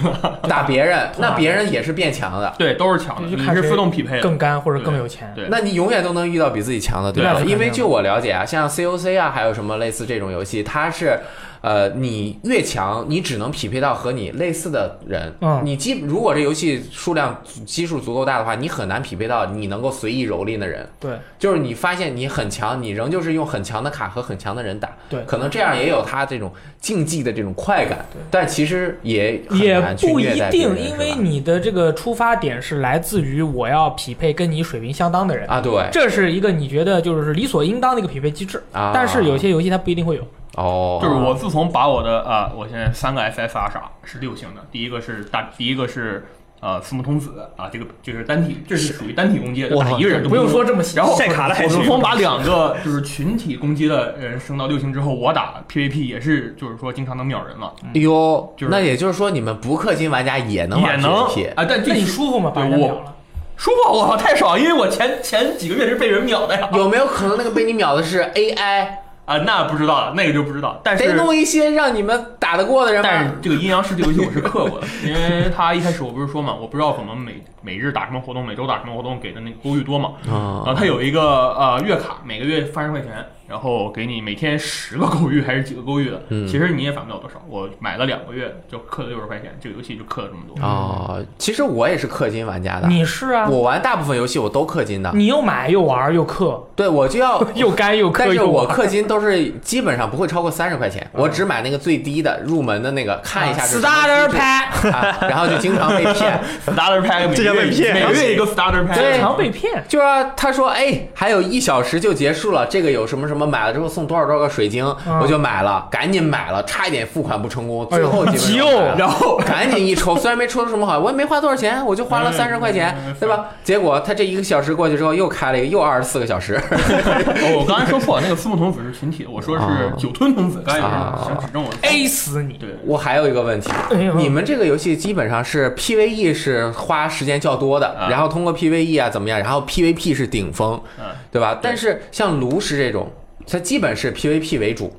[SPEAKER 2] 打别人，那别人也是变强的。
[SPEAKER 3] 对，都是强的，
[SPEAKER 4] 就
[SPEAKER 3] 你
[SPEAKER 4] 看
[SPEAKER 3] 是
[SPEAKER 4] 谁
[SPEAKER 3] 自动匹配的。
[SPEAKER 4] 更干或者更有钱。
[SPEAKER 3] 对，
[SPEAKER 2] 那你永远都能遇到比自己强的，对
[SPEAKER 4] 对
[SPEAKER 2] 吧？
[SPEAKER 4] 那是
[SPEAKER 2] 因
[SPEAKER 4] 肯
[SPEAKER 2] 为
[SPEAKER 4] 定的
[SPEAKER 2] 据我了解啊，像 COC 啊，还有什么类似这种游戏，它是，呃，你越强，你只能匹配到和你类似的人。
[SPEAKER 4] 嗯
[SPEAKER 2] 你基如果这游戏数量基数足够大的话，你很难匹配到你能够随意蹂躏的人。
[SPEAKER 4] 对，
[SPEAKER 2] 就是你发现你很强，你仍旧是用很强的卡和很强的人打，
[SPEAKER 4] 对
[SPEAKER 2] 可能这样也有他这种竞技的这种快感，但其实也很
[SPEAKER 4] 也
[SPEAKER 2] 难去
[SPEAKER 4] 不
[SPEAKER 2] 虐
[SPEAKER 4] 一
[SPEAKER 2] 待别
[SPEAKER 4] 定，
[SPEAKER 2] 人
[SPEAKER 4] 因
[SPEAKER 2] 是
[SPEAKER 4] 为
[SPEAKER 2] 吧
[SPEAKER 4] 你的这个出发点是来自于我要匹配跟你水平相当的人，
[SPEAKER 2] 啊，对
[SPEAKER 4] 这是一个你觉得就是理所应当的一个匹配机制。
[SPEAKER 2] 啊，
[SPEAKER 4] 但是有些游戏它不一定会有。
[SPEAKER 2] 哦，
[SPEAKER 3] 就是我自从把我的啊、我现在三个 SSR 啥是六星的，第一个是大，第一个是呃司木童子啊，这个就是单体，这是属于单体攻击的，
[SPEAKER 5] 哇
[SPEAKER 3] 打一个人都
[SPEAKER 4] 不用
[SPEAKER 3] 能
[SPEAKER 4] 说这么细
[SPEAKER 3] 然后
[SPEAKER 5] 晒卡了还
[SPEAKER 3] 我
[SPEAKER 5] 行
[SPEAKER 3] 自从把两个就是群体攻击的人升到六星之后，我打 PVP 也是就是说经常能秒人了，
[SPEAKER 2] 哎呦，
[SPEAKER 3] 嗯就是
[SPEAKER 2] 那也就是说，你们不氪金玩家也能
[SPEAKER 3] 也
[SPEAKER 2] 玩
[SPEAKER 3] 能
[SPEAKER 2] PVP
[SPEAKER 3] 啊，但
[SPEAKER 4] 那
[SPEAKER 3] 这
[SPEAKER 4] 你舒服吗？把
[SPEAKER 3] 对
[SPEAKER 4] 人
[SPEAKER 3] 我
[SPEAKER 4] 秒了。
[SPEAKER 3] 说话我靠太爽，因为我前前几个月是被人秒的呀
[SPEAKER 2] 有没有可能那个被你秒的 是 AI？
[SPEAKER 3] 啊，那不知道了，那个就不知道，但
[SPEAKER 2] 得
[SPEAKER 3] 是。
[SPEAKER 2] 弄一些让你们打得过的人吧。
[SPEAKER 3] 但是这个阴阳师这个游戏我是氪过的，因为他一开始我不是说嘛，我不知道怎么每每日打什么活动，每周打什么活动给的那个勾玉多嘛，然后
[SPEAKER 2] 啊，
[SPEAKER 3] 他有一个呃月卡，每个月发十块钱，然后给你每天十个勾玉还是几个勾玉的，
[SPEAKER 2] 嗯
[SPEAKER 3] 其实你也返不了多少。我买了两个月就氪了六十块钱，这个游戏就氪了这么多。
[SPEAKER 2] 哦，其实我也是氪金玩家的，
[SPEAKER 4] 你是啊，
[SPEAKER 2] 我玩大部分游戏我都氪金的，
[SPEAKER 4] 你又买又玩又 氪，
[SPEAKER 2] 对我就 要
[SPEAKER 4] 又干又氪
[SPEAKER 2] 但是
[SPEAKER 4] 又
[SPEAKER 2] 我
[SPEAKER 4] 玩。
[SPEAKER 2] 氪金都是基本上不会超过三十块钱，
[SPEAKER 3] 嗯
[SPEAKER 2] 我只买那个最低的入门的那个，看一
[SPEAKER 3] 啊
[SPEAKER 2] 下是什么
[SPEAKER 4] 啊 starter
[SPEAKER 2] 机制
[SPEAKER 4] pack，
[SPEAKER 2] 啊，然后就经 常被骗。
[SPEAKER 3] starter pack 每
[SPEAKER 5] 这
[SPEAKER 3] 个
[SPEAKER 5] 叫
[SPEAKER 3] 月
[SPEAKER 5] 被骗
[SPEAKER 3] 每个
[SPEAKER 2] 啊
[SPEAKER 3] 月一个 starter pack，
[SPEAKER 2] 对
[SPEAKER 4] 常被骗。
[SPEAKER 2] 就是啊他说，哎，还有一小时就结束了，这个有什么什么买了之后送多少多少个水晶，
[SPEAKER 4] 嗯
[SPEAKER 2] 我就买了，赶紧买了，差一点付款不成功，
[SPEAKER 4] 哎
[SPEAKER 2] 最
[SPEAKER 4] 呦
[SPEAKER 2] 后几分钟买了
[SPEAKER 4] 急
[SPEAKER 3] 然后
[SPEAKER 2] 赶紧一抽，虽然没抽出什么好，我也没花多少钱，我就花了
[SPEAKER 3] 嗯
[SPEAKER 2] 三十块钱
[SPEAKER 3] 嗯嗯，
[SPEAKER 2] 对吧？结果他这一个小时过去之后，又开了一个，又二十四个 小时。
[SPEAKER 3] 哦我刚才说错，了，那个司木童子是群体的，我说是
[SPEAKER 2] 啊
[SPEAKER 3] 酒吞童子，刚才有
[SPEAKER 2] 啊
[SPEAKER 3] 人想指正我。
[SPEAKER 4] A 死你！
[SPEAKER 3] 对，
[SPEAKER 2] 我还有一个问题，
[SPEAKER 4] 哎呦
[SPEAKER 2] 你们这个游戏基本上是 PVE 是花时间较多的
[SPEAKER 3] 啊，
[SPEAKER 2] 然后通过 PVE 啊怎么样，然后 PVP 是顶峰，
[SPEAKER 3] 嗯，
[SPEAKER 2] 对吧？但是像炉石这种，它基本是 PVP 为主，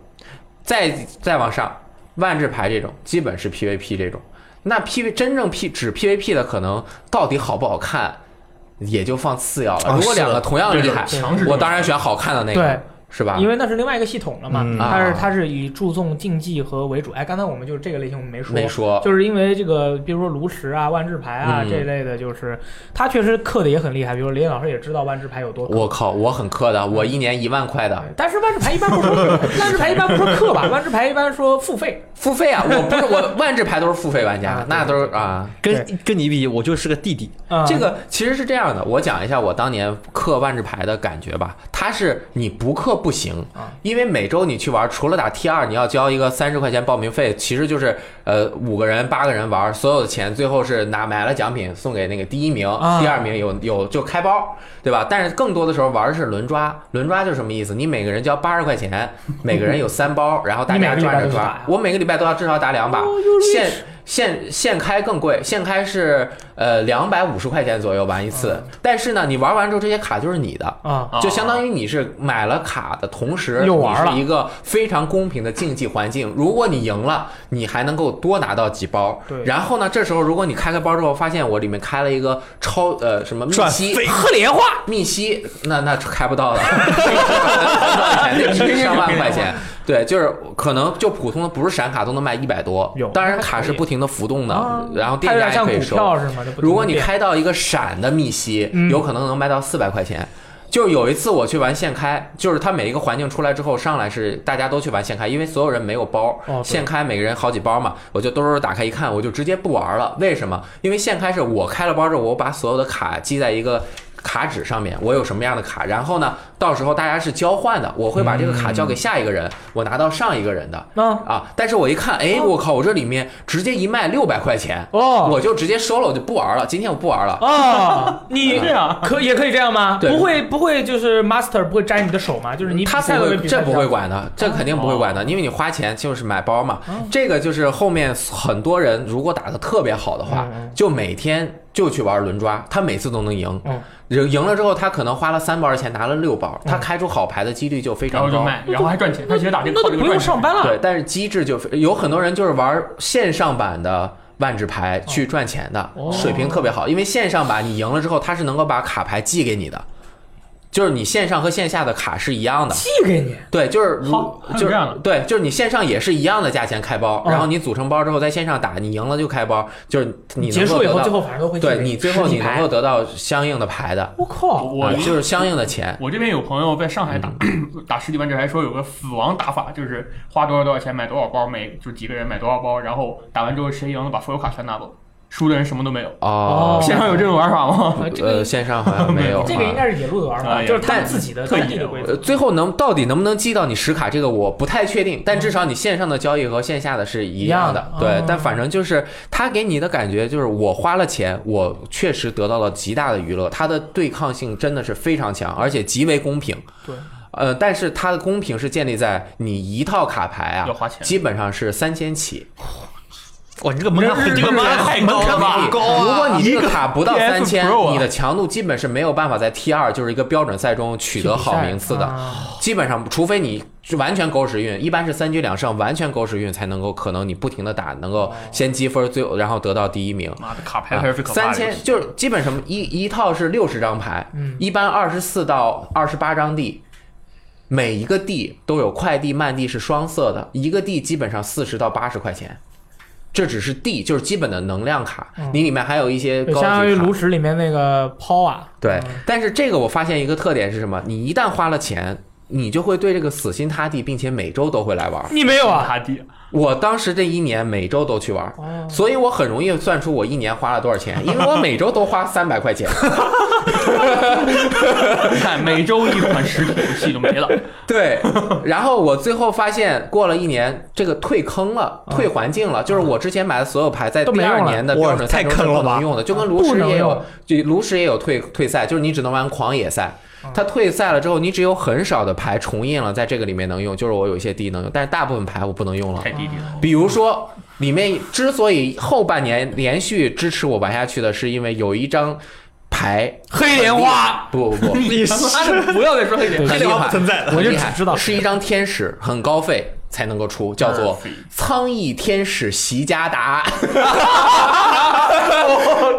[SPEAKER 2] 再再往上，万智牌这种基本是 PVP 这种。那 P 真正 P 只 PVP 的可能到底好不好看，也就放次要了。
[SPEAKER 5] 啊
[SPEAKER 2] 如果两个
[SPEAKER 5] 是的
[SPEAKER 2] 同样厉害
[SPEAKER 3] 对强制，
[SPEAKER 2] 我当然选好看的那
[SPEAKER 4] 对
[SPEAKER 2] 个。是吧？
[SPEAKER 4] 因为那是另外一个系统了嘛，
[SPEAKER 5] 嗯
[SPEAKER 4] 它是
[SPEAKER 2] 啊
[SPEAKER 4] 它是以注重竞技和为主。哎，刚才我们就是这个类型我们没说，
[SPEAKER 2] 没说，
[SPEAKER 4] 就是因为这个，比如说炉石啊、万智牌啊、
[SPEAKER 2] 嗯
[SPEAKER 4] 这一类的，就是它确实刻的也很厉害。比如雷燕老师也知道万智牌有多
[SPEAKER 2] 我
[SPEAKER 4] 氪，
[SPEAKER 2] 靠，我很氪的，我一年一万块的，
[SPEAKER 4] 但是万智牌一般不说， 万智牌一般不说氪吧，万智牌一般说付费。
[SPEAKER 2] 付费啊！我不是我万智牌都是付费玩家
[SPEAKER 4] 啊，
[SPEAKER 2] 那都是啊。
[SPEAKER 5] 跟跟你比，我就是个弟弟。
[SPEAKER 4] 啊
[SPEAKER 2] 这个其实是这样的，我讲一下我当年氪万智牌的感觉吧。它是你不氪不行
[SPEAKER 4] 啊，
[SPEAKER 2] 因为每周你去玩，除了打 T 二，你要交一个三十块钱报名费，其实就是呃五个人八个人玩，所有的钱最后是拿买了奖品送给那个第一名、
[SPEAKER 4] 啊
[SPEAKER 2] 第二名有有就开包，对吧？但是更多的时候玩的是轮抓，轮抓就是什么意思？你每个人交八十块钱，每个人有三包，然后大
[SPEAKER 4] 你每个
[SPEAKER 2] 家
[SPEAKER 4] 礼
[SPEAKER 2] 抓
[SPEAKER 4] 拜
[SPEAKER 2] 着
[SPEAKER 4] 都去打
[SPEAKER 2] 抓
[SPEAKER 4] 呀。哦
[SPEAKER 2] 我每个礼拜都要至少打两把，现现现开更贵，现开是呃两百五十块钱左右吧一
[SPEAKER 4] 嗯
[SPEAKER 2] 次。但是呢，你玩完之后这些卡就是你的。
[SPEAKER 4] 啊，
[SPEAKER 2] 就相当于你是买了卡的同时，
[SPEAKER 4] 又玩了
[SPEAKER 2] 你是一个非常公平的竞技环境。如果你赢了，你还能够多拿到几包。
[SPEAKER 4] 对
[SPEAKER 2] 然后呢，这时候如果你开开包之后，发现我里面开了一个超呃什么密
[SPEAKER 5] 赚
[SPEAKER 2] 西，
[SPEAKER 4] 贺莲花
[SPEAKER 2] 密西那那开不到 了，开不到钱，得上万块钱。对，就是可能就普通的不是闪卡都能卖一百多
[SPEAKER 4] 有，
[SPEAKER 2] 当然卡是不停的浮动
[SPEAKER 4] 啊
[SPEAKER 2] 的，然后
[SPEAKER 4] 它
[SPEAKER 2] 店
[SPEAKER 4] 有
[SPEAKER 2] 家
[SPEAKER 4] 点
[SPEAKER 2] 也
[SPEAKER 4] 像
[SPEAKER 2] 可
[SPEAKER 4] 股
[SPEAKER 2] 以收。
[SPEAKER 4] 票是吗？就不停地
[SPEAKER 2] 如果你
[SPEAKER 4] 变
[SPEAKER 2] 开到一个闪的密西
[SPEAKER 4] 嗯，
[SPEAKER 2] 有可能能卖到四百块钱。就有一次我去玩现开，就是它每一个环境出来之后上来是大家都去玩现开，因为所有人没有包，
[SPEAKER 4] 哦对
[SPEAKER 2] 现开每个人好几包嘛，我就兜兜打开一看，我就直接不玩了。为什么？因为现开是我开了包之后，我把所有的卡记在一个卡纸上面，我有什么样的卡，然后呢，到时候大家是交换的，我会把这个卡交给下一个人，我拿到上一个人的
[SPEAKER 4] 啊
[SPEAKER 2] 啊。但是我一看，哎，我靠，我这里面直接一卖六百块钱，
[SPEAKER 4] 哦
[SPEAKER 2] 我就直接收了，我就不玩了，今天我不玩 了。
[SPEAKER 4] 哦，你
[SPEAKER 3] 这样
[SPEAKER 4] 可也可以这样吗？
[SPEAKER 2] 啊对
[SPEAKER 4] 不会不会，就是 master 不会摘你的手吗？就是你
[SPEAKER 2] 他
[SPEAKER 4] 比赛
[SPEAKER 2] 不
[SPEAKER 4] 都
[SPEAKER 2] 会
[SPEAKER 4] 没，比赛
[SPEAKER 2] 这不
[SPEAKER 4] 着
[SPEAKER 2] 会管的，这肯定不会
[SPEAKER 4] 哦
[SPEAKER 2] 管的，因为你花钱就是买包嘛。这个就是后面很多人如果打的特别好的话
[SPEAKER 4] 嗯嗯，
[SPEAKER 2] 就每天就去玩轮抓，他每次都能赢
[SPEAKER 4] 嗯。
[SPEAKER 2] 赢赢了之后，他可能花了三包的钱拿了六包，他开出好牌的几率就非
[SPEAKER 3] 然后
[SPEAKER 2] 常
[SPEAKER 3] 就
[SPEAKER 2] 高。
[SPEAKER 3] 卖，然后还赚钱，他直接打这个
[SPEAKER 4] 那
[SPEAKER 3] 靠
[SPEAKER 4] 就
[SPEAKER 3] 这个
[SPEAKER 4] 不
[SPEAKER 3] 赚
[SPEAKER 4] 用
[SPEAKER 3] 钱。
[SPEAKER 4] 上班了。
[SPEAKER 2] 对，但是机制就有很多人就是玩线上版的万智牌去赚钱的，
[SPEAKER 4] 哦
[SPEAKER 2] 水平特别好，因为线上版你赢了之后，他是能够把卡牌寄给你的。就是你线上和线下的卡是一样的，
[SPEAKER 4] 寄给你
[SPEAKER 2] 对，就是
[SPEAKER 3] 好还有
[SPEAKER 2] 就是
[SPEAKER 3] 这样的
[SPEAKER 2] 对，就是你线上也是一样的价钱开包，
[SPEAKER 4] 嗯
[SPEAKER 2] 然后你组成包之后在线上打，你赢了就开包，就是你
[SPEAKER 4] 结
[SPEAKER 2] 能够
[SPEAKER 4] 束以
[SPEAKER 2] 得
[SPEAKER 4] 后，最
[SPEAKER 2] 到，
[SPEAKER 4] 后反正都会寄
[SPEAKER 2] 对
[SPEAKER 4] 给
[SPEAKER 2] 你最后
[SPEAKER 4] 实体
[SPEAKER 2] 你能
[SPEAKER 4] 牌
[SPEAKER 2] 够得到相应的牌的，
[SPEAKER 4] 我靠，
[SPEAKER 3] 我
[SPEAKER 2] 啊就是相应的钱，
[SPEAKER 3] 我这边有朋友在上海打打实体万智牌，说有个死亡打法，就是花多少多少钱买多少包，每就几个人买多少包，然后打完之后谁赢了把所有卡全拿走，输的人什么都没有。
[SPEAKER 4] 哦，
[SPEAKER 2] 哦
[SPEAKER 3] 线上有这种玩法吗？
[SPEAKER 4] 啊这
[SPEAKER 2] 呃，
[SPEAKER 4] 个，
[SPEAKER 2] 线上好像没有
[SPEAKER 4] 这个
[SPEAKER 2] 啊
[SPEAKER 4] 应该是野路的玩法，
[SPEAKER 3] 啊
[SPEAKER 4] 就是他
[SPEAKER 2] 但
[SPEAKER 4] 们自己的
[SPEAKER 3] 特
[SPEAKER 4] 当地
[SPEAKER 3] 野
[SPEAKER 4] 的规
[SPEAKER 2] 呃，
[SPEAKER 4] 则。
[SPEAKER 2] 最后能到底能不能寄到你实卡，这个我不太确定，但至少你线上的交易和线下的是一样的，
[SPEAKER 4] 嗯一样的
[SPEAKER 2] 对
[SPEAKER 4] 哦。
[SPEAKER 2] 但反正就是他给你的感觉就是我花了钱，我确实得到了极大的娱乐，它的对抗性真的是非常强，而且极为公平。
[SPEAKER 4] 对。
[SPEAKER 2] 呃，但是它的公平是建立在你一套卡牌啊
[SPEAKER 3] 要花，钱
[SPEAKER 2] 基本上是三千起，
[SPEAKER 5] 哇，你这个门槛，你这个门槛太高啊了吧？
[SPEAKER 2] 如果你这个卡不到
[SPEAKER 3] 啊一个
[SPEAKER 2] 三千
[SPEAKER 3] PS Pro，啊
[SPEAKER 2] 你的强度基本是没有办法在 T 二，就是一个标准赛中取得好名次的。
[SPEAKER 4] 啊
[SPEAKER 2] 基本上，除非你完全狗屎运，一般是三局两胜，完全狗屎运才能够可能你不停的打，能够先积分，最后然后得到第一名。
[SPEAKER 3] 妈的，卡牌还是最可怕
[SPEAKER 2] 三
[SPEAKER 3] 的。
[SPEAKER 2] 千就是基本什么一一套是六十张牌，
[SPEAKER 4] 嗯
[SPEAKER 2] 一般二十四到二十八张地，每一个地都有快地慢地是双色的，一个地基本上四十到八十块钱，这只是地，就是基本的能量卡，
[SPEAKER 4] 嗯
[SPEAKER 2] 你里面还有一些
[SPEAKER 4] 对，
[SPEAKER 2] 哎高级
[SPEAKER 4] 相当于
[SPEAKER 2] 卡
[SPEAKER 4] 炉石里面那个抛啊，
[SPEAKER 2] 对
[SPEAKER 4] 嗯，
[SPEAKER 2] 但是这个我发现一个特点是什么？你一旦花了钱，你就会对这个死心塌地，并且每周都会来玩。
[SPEAKER 4] 你没有啊？
[SPEAKER 3] 卡地，
[SPEAKER 2] 我当时这一年每周都去玩，
[SPEAKER 4] 哦，
[SPEAKER 2] 所以我很容易算出我一年花了多少钱，因为我每周都花三百块钱。
[SPEAKER 3] 你看每周一款实体游戏就没了，
[SPEAKER 2] 对，然后我最后发现过了一年，这个退坑了，退环境了，就是我之前买的所有牌，在
[SPEAKER 4] 都没
[SPEAKER 2] 第
[SPEAKER 4] 用了
[SPEAKER 2] 二年的
[SPEAKER 5] 哇
[SPEAKER 2] 标准赛
[SPEAKER 5] 太
[SPEAKER 2] 中是
[SPEAKER 5] 坑了
[SPEAKER 2] 不
[SPEAKER 5] 吧
[SPEAKER 2] 能用的，就跟炉
[SPEAKER 4] 不
[SPEAKER 2] 石
[SPEAKER 4] 能
[SPEAKER 2] 也有
[SPEAKER 4] 用，
[SPEAKER 2] 就炉石也有退退赛，就是你只能玩狂野赛
[SPEAKER 4] 嗯。
[SPEAKER 2] 它退赛了之后，你只有很少的牌重印了，在这个里面能用，就是我有一些地能用，但是大部分牌我不能用了。
[SPEAKER 3] 太低级了。
[SPEAKER 2] 比如说，里面之所以后半年连续支持我玩下去的，是因为有一张牌，
[SPEAKER 4] 黑莲花，
[SPEAKER 2] 不 不不，
[SPEAKER 5] 你
[SPEAKER 3] 不要再说黑点，
[SPEAKER 2] 很厉害，
[SPEAKER 5] 在
[SPEAKER 4] 我就
[SPEAKER 2] 很厉
[SPEAKER 4] 只
[SPEAKER 2] 害
[SPEAKER 4] 知道
[SPEAKER 2] 是一张天使，很高费才能够出，叫做
[SPEAKER 3] Murphy
[SPEAKER 2] 苍翼天使席加达。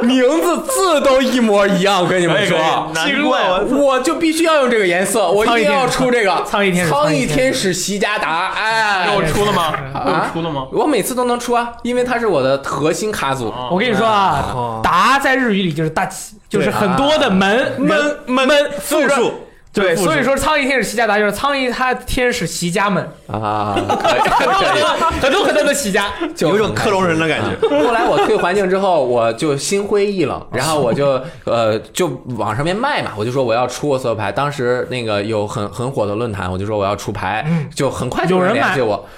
[SPEAKER 2] 名字字都一模一样，跟你们说，
[SPEAKER 4] 哎
[SPEAKER 5] 难怪啊我
[SPEAKER 2] 我就必须要用这个颜色，我一定要出这个
[SPEAKER 4] 苍蝇天使
[SPEAKER 2] 苍
[SPEAKER 4] 苍
[SPEAKER 2] 蝇
[SPEAKER 4] 蝇
[SPEAKER 2] 天
[SPEAKER 4] 天
[SPEAKER 2] 使席加达，
[SPEAKER 3] 那我
[SPEAKER 2] 哎，
[SPEAKER 3] 出了吗？
[SPEAKER 2] 啊
[SPEAKER 3] 我出了吗？
[SPEAKER 2] 我每次都能出啊，因为它是我的核心卡组。
[SPEAKER 3] 哦
[SPEAKER 4] 我跟你说啊
[SPEAKER 5] 哦，
[SPEAKER 4] 达在日语里就是大吉，就是很多的
[SPEAKER 2] 啊
[SPEAKER 4] 门
[SPEAKER 5] 闷闷
[SPEAKER 4] 门
[SPEAKER 5] 复数。
[SPEAKER 4] 对，
[SPEAKER 5] 复数
[SPEAKER 4] 所以说苍蝇天使席加达就是苍蝇它天使席家们，
[SPEAKER 2] 啊，可以可
[SPEAKER 4] 很多很多的席家。
[SPEAKER 2] 以，就
[SPEAKER 5] 有种克隆人的感觉
[SPEAKER 2] 啊觉。后来我退环境之后，我就心灰 意冷，然后我就呃就往上面卖嘛，我就说我要出我所有牌。当时那个有很很火的论坛，我就说我要出牌，就很快
[SPEAKER 4] 嗯
[SPEAKER 2] 就
[SPEAKER 4] 有人
[SPEAKER 2] 联系
[SPEAKER 4] 买哎
[SPEAKER 2] 我。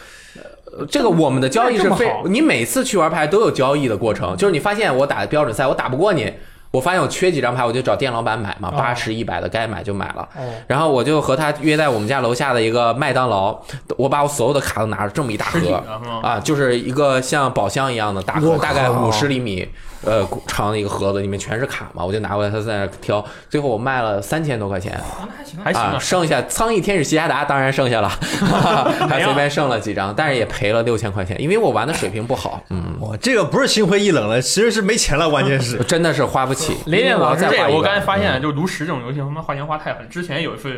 [SPEAKER 2] 呃这个我们的交易
[SPEAKER 4] 这
[SPEAKER 2] 是
[SPEAKER 4] 么
[SPEAKER 2] 非
[SPEAKER 4] 好，
[SPEAKER 2] 你每次去玩牌都有交易的过程，就是你发现我打的标准赛我打不过你，我发现我缺几张牌，我就找店老板买嘛，
[SPEAKER 4] 哦
[SPEAKER 2] 八十一百的该买就买了。
[SPEAKER 4] 哦，
[SPEAKER 2] 然后我就和他约在我们家楼下的一个麦当劳，我把我所有的卡都拿着，这么一大
[SPEAKER 3] 实体
[SPEAKER 2] 盒
[SPEAKER 3] 的是吗
[SPEAKER 2] 啊，就是一个像宝箱一样的大盒，
[SPEAKER 5] 我
[SPEAKER 2] 大
[SPEAKER 5] 靠
[SPEAKER 2] 概五十厘米呃长的一个盒子，里面全是卡嘛，我就拿过来，他在那儿挑，最后我卖了三千多块钱
[SPEAKER 4] 那还行
[SPEAKER 3] 还行
[SPEAKER 2] 啊，
[SPEAKER 3] 啊，
[SPEAKER 2] 剩下苍蝇天使西加达当然剩 下了，还
[SPEAKER 3] 啊
[SPEAKER 2] 随便剩了几张，但是也赔了六千块钱，因为我玩的水平不好，嗯，
[SPEAKER 5] 哇，这个不是心灰意冷了，其实是没钱了，关 键是。
[SPEAKER 2] 真的是花不
[SPEAKER 3] 哦
[SPEAKER 2] 起。
[SPEAKER 4] 雷电
[SPEAKER 2] 我要
[SPEAKER 4] 老师
[SPEAKER 2] 再
[SPEAKER 3] 这
[SPEAKER 2] 花一
[SPEAKER 3] 我
[SPEAKER 2] 个
[SPEAKER 3] 刚才发现，啊就炉石这种游戏，他妈花钱花太狠。之前有一次，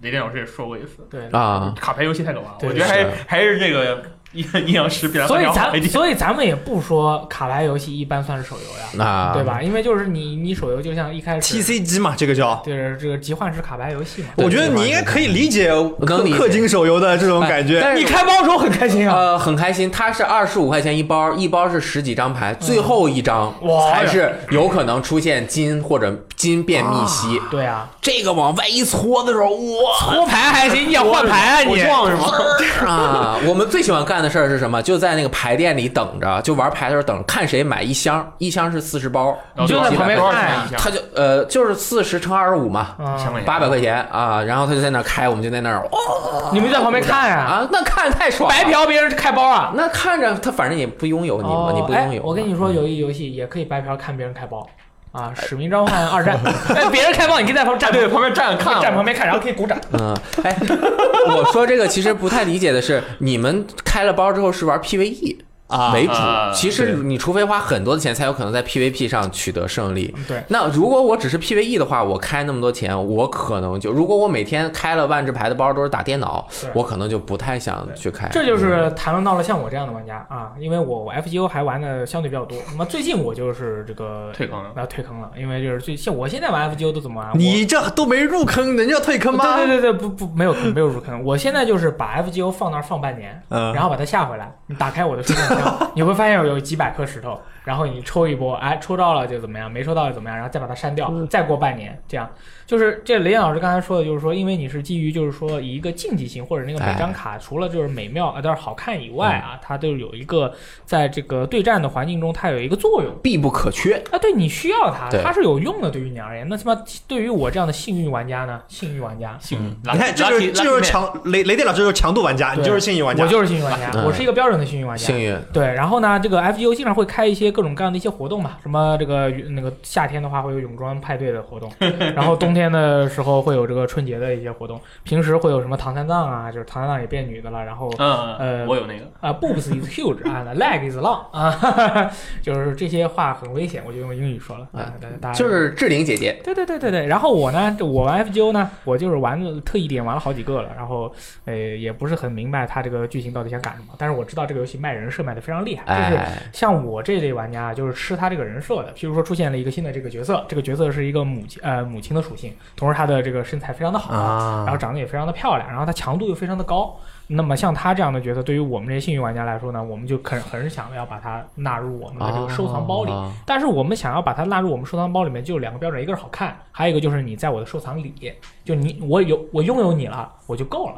[SPEAKER 3] 雷电老师也说过一次，
[SPEAKER 4] 对，
[SPEAKER 2] 啊，
[SPEAKER 3] 卡牌游戏太可怕了。
[SPEAKER 4] 对
[SPEAKER 3] 我觉得还
[SPEAKER 2] 是
[SPEAKER 3] 还是这个阴阴阳师比较
[SPEAKER 4] 所以
[SPEAKER 3] 没
[SPEAKER 4] 咱
[SPEAKER 3] 劲
[SPEAKER 4] 所以咱们也不说卡牌游戏一般算是手游呀，
[SPEAKER 2] 那
[SPEAKER 4] 对？吧？因为就是你你手游就像一开始
[SPEAKER 5] TCG 嘛，这个叫，
[SPEAKER 4] 对这个集换式卡牌游戏嘛，
[SPEAKER 2] 对
[SPEAKER 5] 我觉得你应该可以理解哎
[SPEAKER 2] 能理解
[SPEAKER 5] 氪金手游的这种感觉。
[SPEAKER 2] 但是
[SPEAKER 4] 你开包的时候很开心啊，
[SPEAKER 2] 呃，很开心，它是二十五块钱一包，一包是十几张牌，最后一张
[SPEAKER 4] 哇
[SPEAKER 2] 才是有可能出现金或者金变密西。
[SPEAKER 4] 对啊，
[SPEAKER 2] 这个往外一搓的时候，哇
[SPEAKER 4] 搓牌还行，你想换牌啊你？
[SPEAKER 3] 撞是吗？
[SPEAKER 2] 啊！我们最喜欢干的事儿是什么？就在那个牌店里等着，就玩牌的时候等着，看谁买一箱，一箱是四十包，
[SPEAKER 4] 你就在旁边
[SPEAKER 3] 多少
[SPEAKER 4] 看
[SPEAKER 3] 钱
[SPEAKER 4] 啊
[SPEAKER 3] 一箱？
[SPEAKER 2] 他就呃就是四十乘二十五嘛，
[SPEAKER 4] 啊
[SPEAKER 3] 千块钱
[SPEAKER 2] 八百块钱啊，然后他就在那儿开，我们就在那儿哇
[SPEAKER 4] 你们在旁边看啊，
[SPEAKER 2] 啊，那看着太爽，
[SPEAKER 4] 白，嫖别人开包啊。
[SPEAKER 2] 那看着他反正也不拥有你嘛，
[SPEAKER 4] 哦
[SPEAKER 2] 你不
[SPEAKER 4] 哎
[SPEAKER 2] 拥有嘛，
[SPEAKER 4] 我跟你说，有一游戏也可以白嫖看别人开包啊，《使命召唤二战》， 哎，别人开包你可以在旁站
[SPEAKER 3] 对，旁边站着看，啊
[SPEAKER 4] 站旁边看，然后可以 鼓掌。
[SPEAKER 2] 嗯，哎， 我说这个其实不太理解的是，你们开了包之后是玩 PVE
[SPEAKER 5] 啊
[SPEAKER 2] 为主
[SPEAKER 3] 啊，
[SPEAKER 2] 其实
[SPEAKER 5] 对
[SPEAKER 2] 你除非花很多的钱才有可能在 PVP 上取得胜利。
[SPEAKER 4] 嗯对，
[SPEAKER 2] 那如果我只是 PVE 的话，我开那么多钱，我可能就如果我每天开了万智牌的包都是打电脑
[SPEAKER 4] 对，
[SPEAKER 2] 我可能就不太想去开。
[SPEAKER 4] 这就是谈论到了像我这样的玩家啊，因为我我 FGO 还玩的相对比较多。那么最近我就是这个
[SPEAKER 3] 退坑了。
[SPEAKER 4] 那退坑了，因为就是最像我现在玩 FGO 都怎么玩？我
[SPEAKER 5] 你这都没入坑，人家退坑吗？
[SPEAKER 4] 对对对对，不不没有坑没有入坑，我现在就是把 FGO 放那儿放半年，
[SPEAKER 5] 嗯
[SPEAKER 4] 然后把它下回来，你打开我的收藏箱，你会发现有几百颗石头，然后你抽一波，哎，抽到了就怎么样，没抽到就怎么样，然后再把它删掉，再过半年，这样就是这雷老师刚才说的，就是说，因为你是基于就是说以一个竞技性或者那个每张卡除了就是美妙啊，但是好看以外啊，它都有一个在这个对战的环境中它有一个作用。
[SPEAKER 2] 必不可缺。
[SPEAKER 4] 啊，对你需要它，
[SPEAKER 2] 对
[SPEAKER 4] 它是有用的。对于你而言，那他妈对于我这样的幸运玩家呢？幸运玩家，
[SPEAKER 3] 幸运，
[SPEAKER 5] 你看，这就是这就是强雷雷电老师就是强度玩家，
[SPEAKER 4] 对
[SPEAKER 5] 你就是幸运玩家。
[SPEAKER 4] 我就是幸运玩家，
[SPEAKER 2] 嗯
[SPEAKER 4] 我是一个标准的幸运玩家
[SPEAKER 2] 幸。运，
[SPEAKER 4] 对，然后呢，这个 FGO 经常会开一些各种各样的一些活动嘛，什么这个那个夏天的话会有泳装派对的活动，然后冬天的时候会有这个春节的一些活动，平时会有什么唐三藏啊，就是唐三藏也变女的了，然后
[SPEAKER 3] 嗯，
[SPEAKER 4] 呃
[SPEAKER 3] 我有那个，
[SPEAKER 4] 啊、b o o b s is huge and leg is long 啊， 哈哈，就是这些话很危险，我就用英语说了啊，大家大家
[SPEAKER 2] 哎就是志玲姐姐，
[SPEAKER 4] 对对对对对，然后我呢，这我玩 FGO 呢，我就是玩了特意点玩了好几个了，然后呃也不是很明白它这个剧情到底想干什么，但是我知道这个游戏卖人设卖的非常厉害，就是
[SPEAKER 2] 哎，
[SPEAKER 4] 像我这类玩家啊，就是吃他这个人设的。譬如说出现了一个新的这个角色，这个角色是一个母亲呃母亲的属性，同时她的这个身材非常的好，
[SPEAKER 5] 啊
[SPEAKER 4] 然后长得也非常的漂亮，然后她强度又非常的高。那么像她这样的角色，对于我们这些幸运玩家来说呢，我们就很很想要把它纳入我们的这个收藏包里。
[SPEAKER 2] 啊
[SPEAKER 4] 但是我们想要把它纳入我们收藏包里面，就有两个标准，一个是好看，还有一个就是你在我的收藏里，就你我有我拥有你了，我就够了，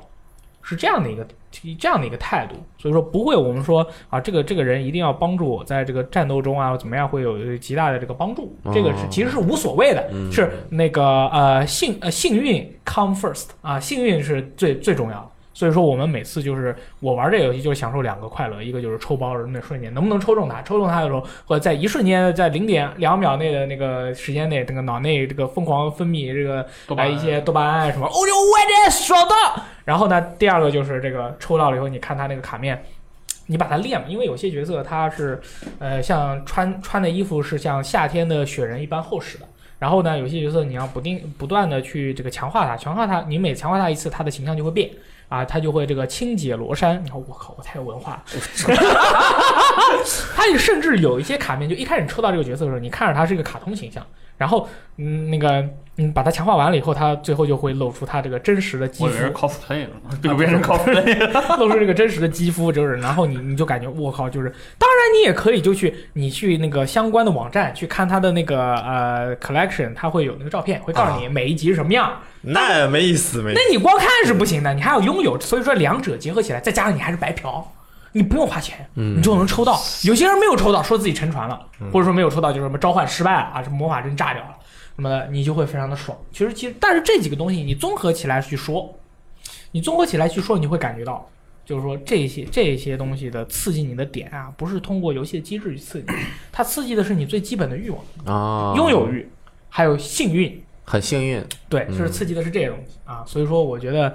[SPEAKER 4] 是这样的一个这样的一个态度。所以说不会我们说啊，这个这个人一定要帮助我在这个战斗中啊，怎么样会有极大的这个帮助，这个是
[SPEAKER 2] 哦
[SPEAKER 4] 其实是无所谓的，
[SPEAKER 2] 嗯
[SPEAKER 4] 是那个呃幸呃幸运 come first 啊，幸运是最最重要的。所以说，我们每次就是我玩这个游戏，就是享受两个快乐，一个就是抽包的那瞬间，能不能抽中它？抽中它的时候，或者在一瞬间，在零点两秒内的那个时间内，这个脑内这个疯狂分泌这个
[SPEAKER 3] 多巴
[SPEAKER 4] 来哎
[SPEAKER 3] 胺
[SPEAKER 4] 一些多巴胺什么，哦呦我这爽到！然后呢，第二个就是这个抽到了以后，你看它那个卡面。你把它练嘛，因为有些角色他是，呃，像穿穿的衣服是像夏天的雪人一般厚实的。然后呢，有些角色你要不定不断的去这个强化它，强化它，你每强化它一次，它的形象就会变啊，它就会这个清洁罗衫。你看，我靠，我太有文化了。它也甚至有一些卡面，就一开始抽到这个角色的时候，你看着它是一个卡通形象，然后嗯，那个嗯，把它强化完了以后，它最后就会露出它这个真实的肌
[SPEAKER 3] 我
[SPEAKER 4] 肤
[SPEAKER 3] 以为是 cosplay 了，
[SPEAKER 4] 啊
[SPEAKER 3] 对，变 成 cosplay 了。
[SPEAKER 4] 露出这个真实的肌肤，就是，然后你你就感觉我靠，就是，当然你也可以就去你去那个相关的网站去看它的那个呃 collection，它会有那个照片，会告诉你每一集是什么样。
[SPEAKER 5] 那没意思，没意
[SPEAKER 4] 那
[SPEAKER 5] 思。
[SPEAKER 4] 你光看是不行的，你还要拥有，所以说两者结合起来，再加上你还是白嫖。你不用花钱，
[SPEAKER 2] 嗯
[SPEAKER 4] 你就能抽到。有些人没有抽到，说自己沉船了，或者说没有抽到，就是什么召唤失败了啊，什么魔法阵炸掉了，什么的，你就会非常的爽。其实，其实，但是这几个东西你综合起来去说，你综合起来去说，你会感觉到，就是说这些这些东西的刺激你的点啊，不是通过游戏的机制去刺激，它刺激的是你最基本的欲望、
[SPEAKER 2] 啊，
[SPEAKER 4] 拥有欲，还有幸运。
[SPEAKER 2] 很幸运，
[SPEAKER 4] 对，就
[SPEAKER 2] 嗯
[SPEAKER 4] 是刺激的是这种啊，所以说我觉得，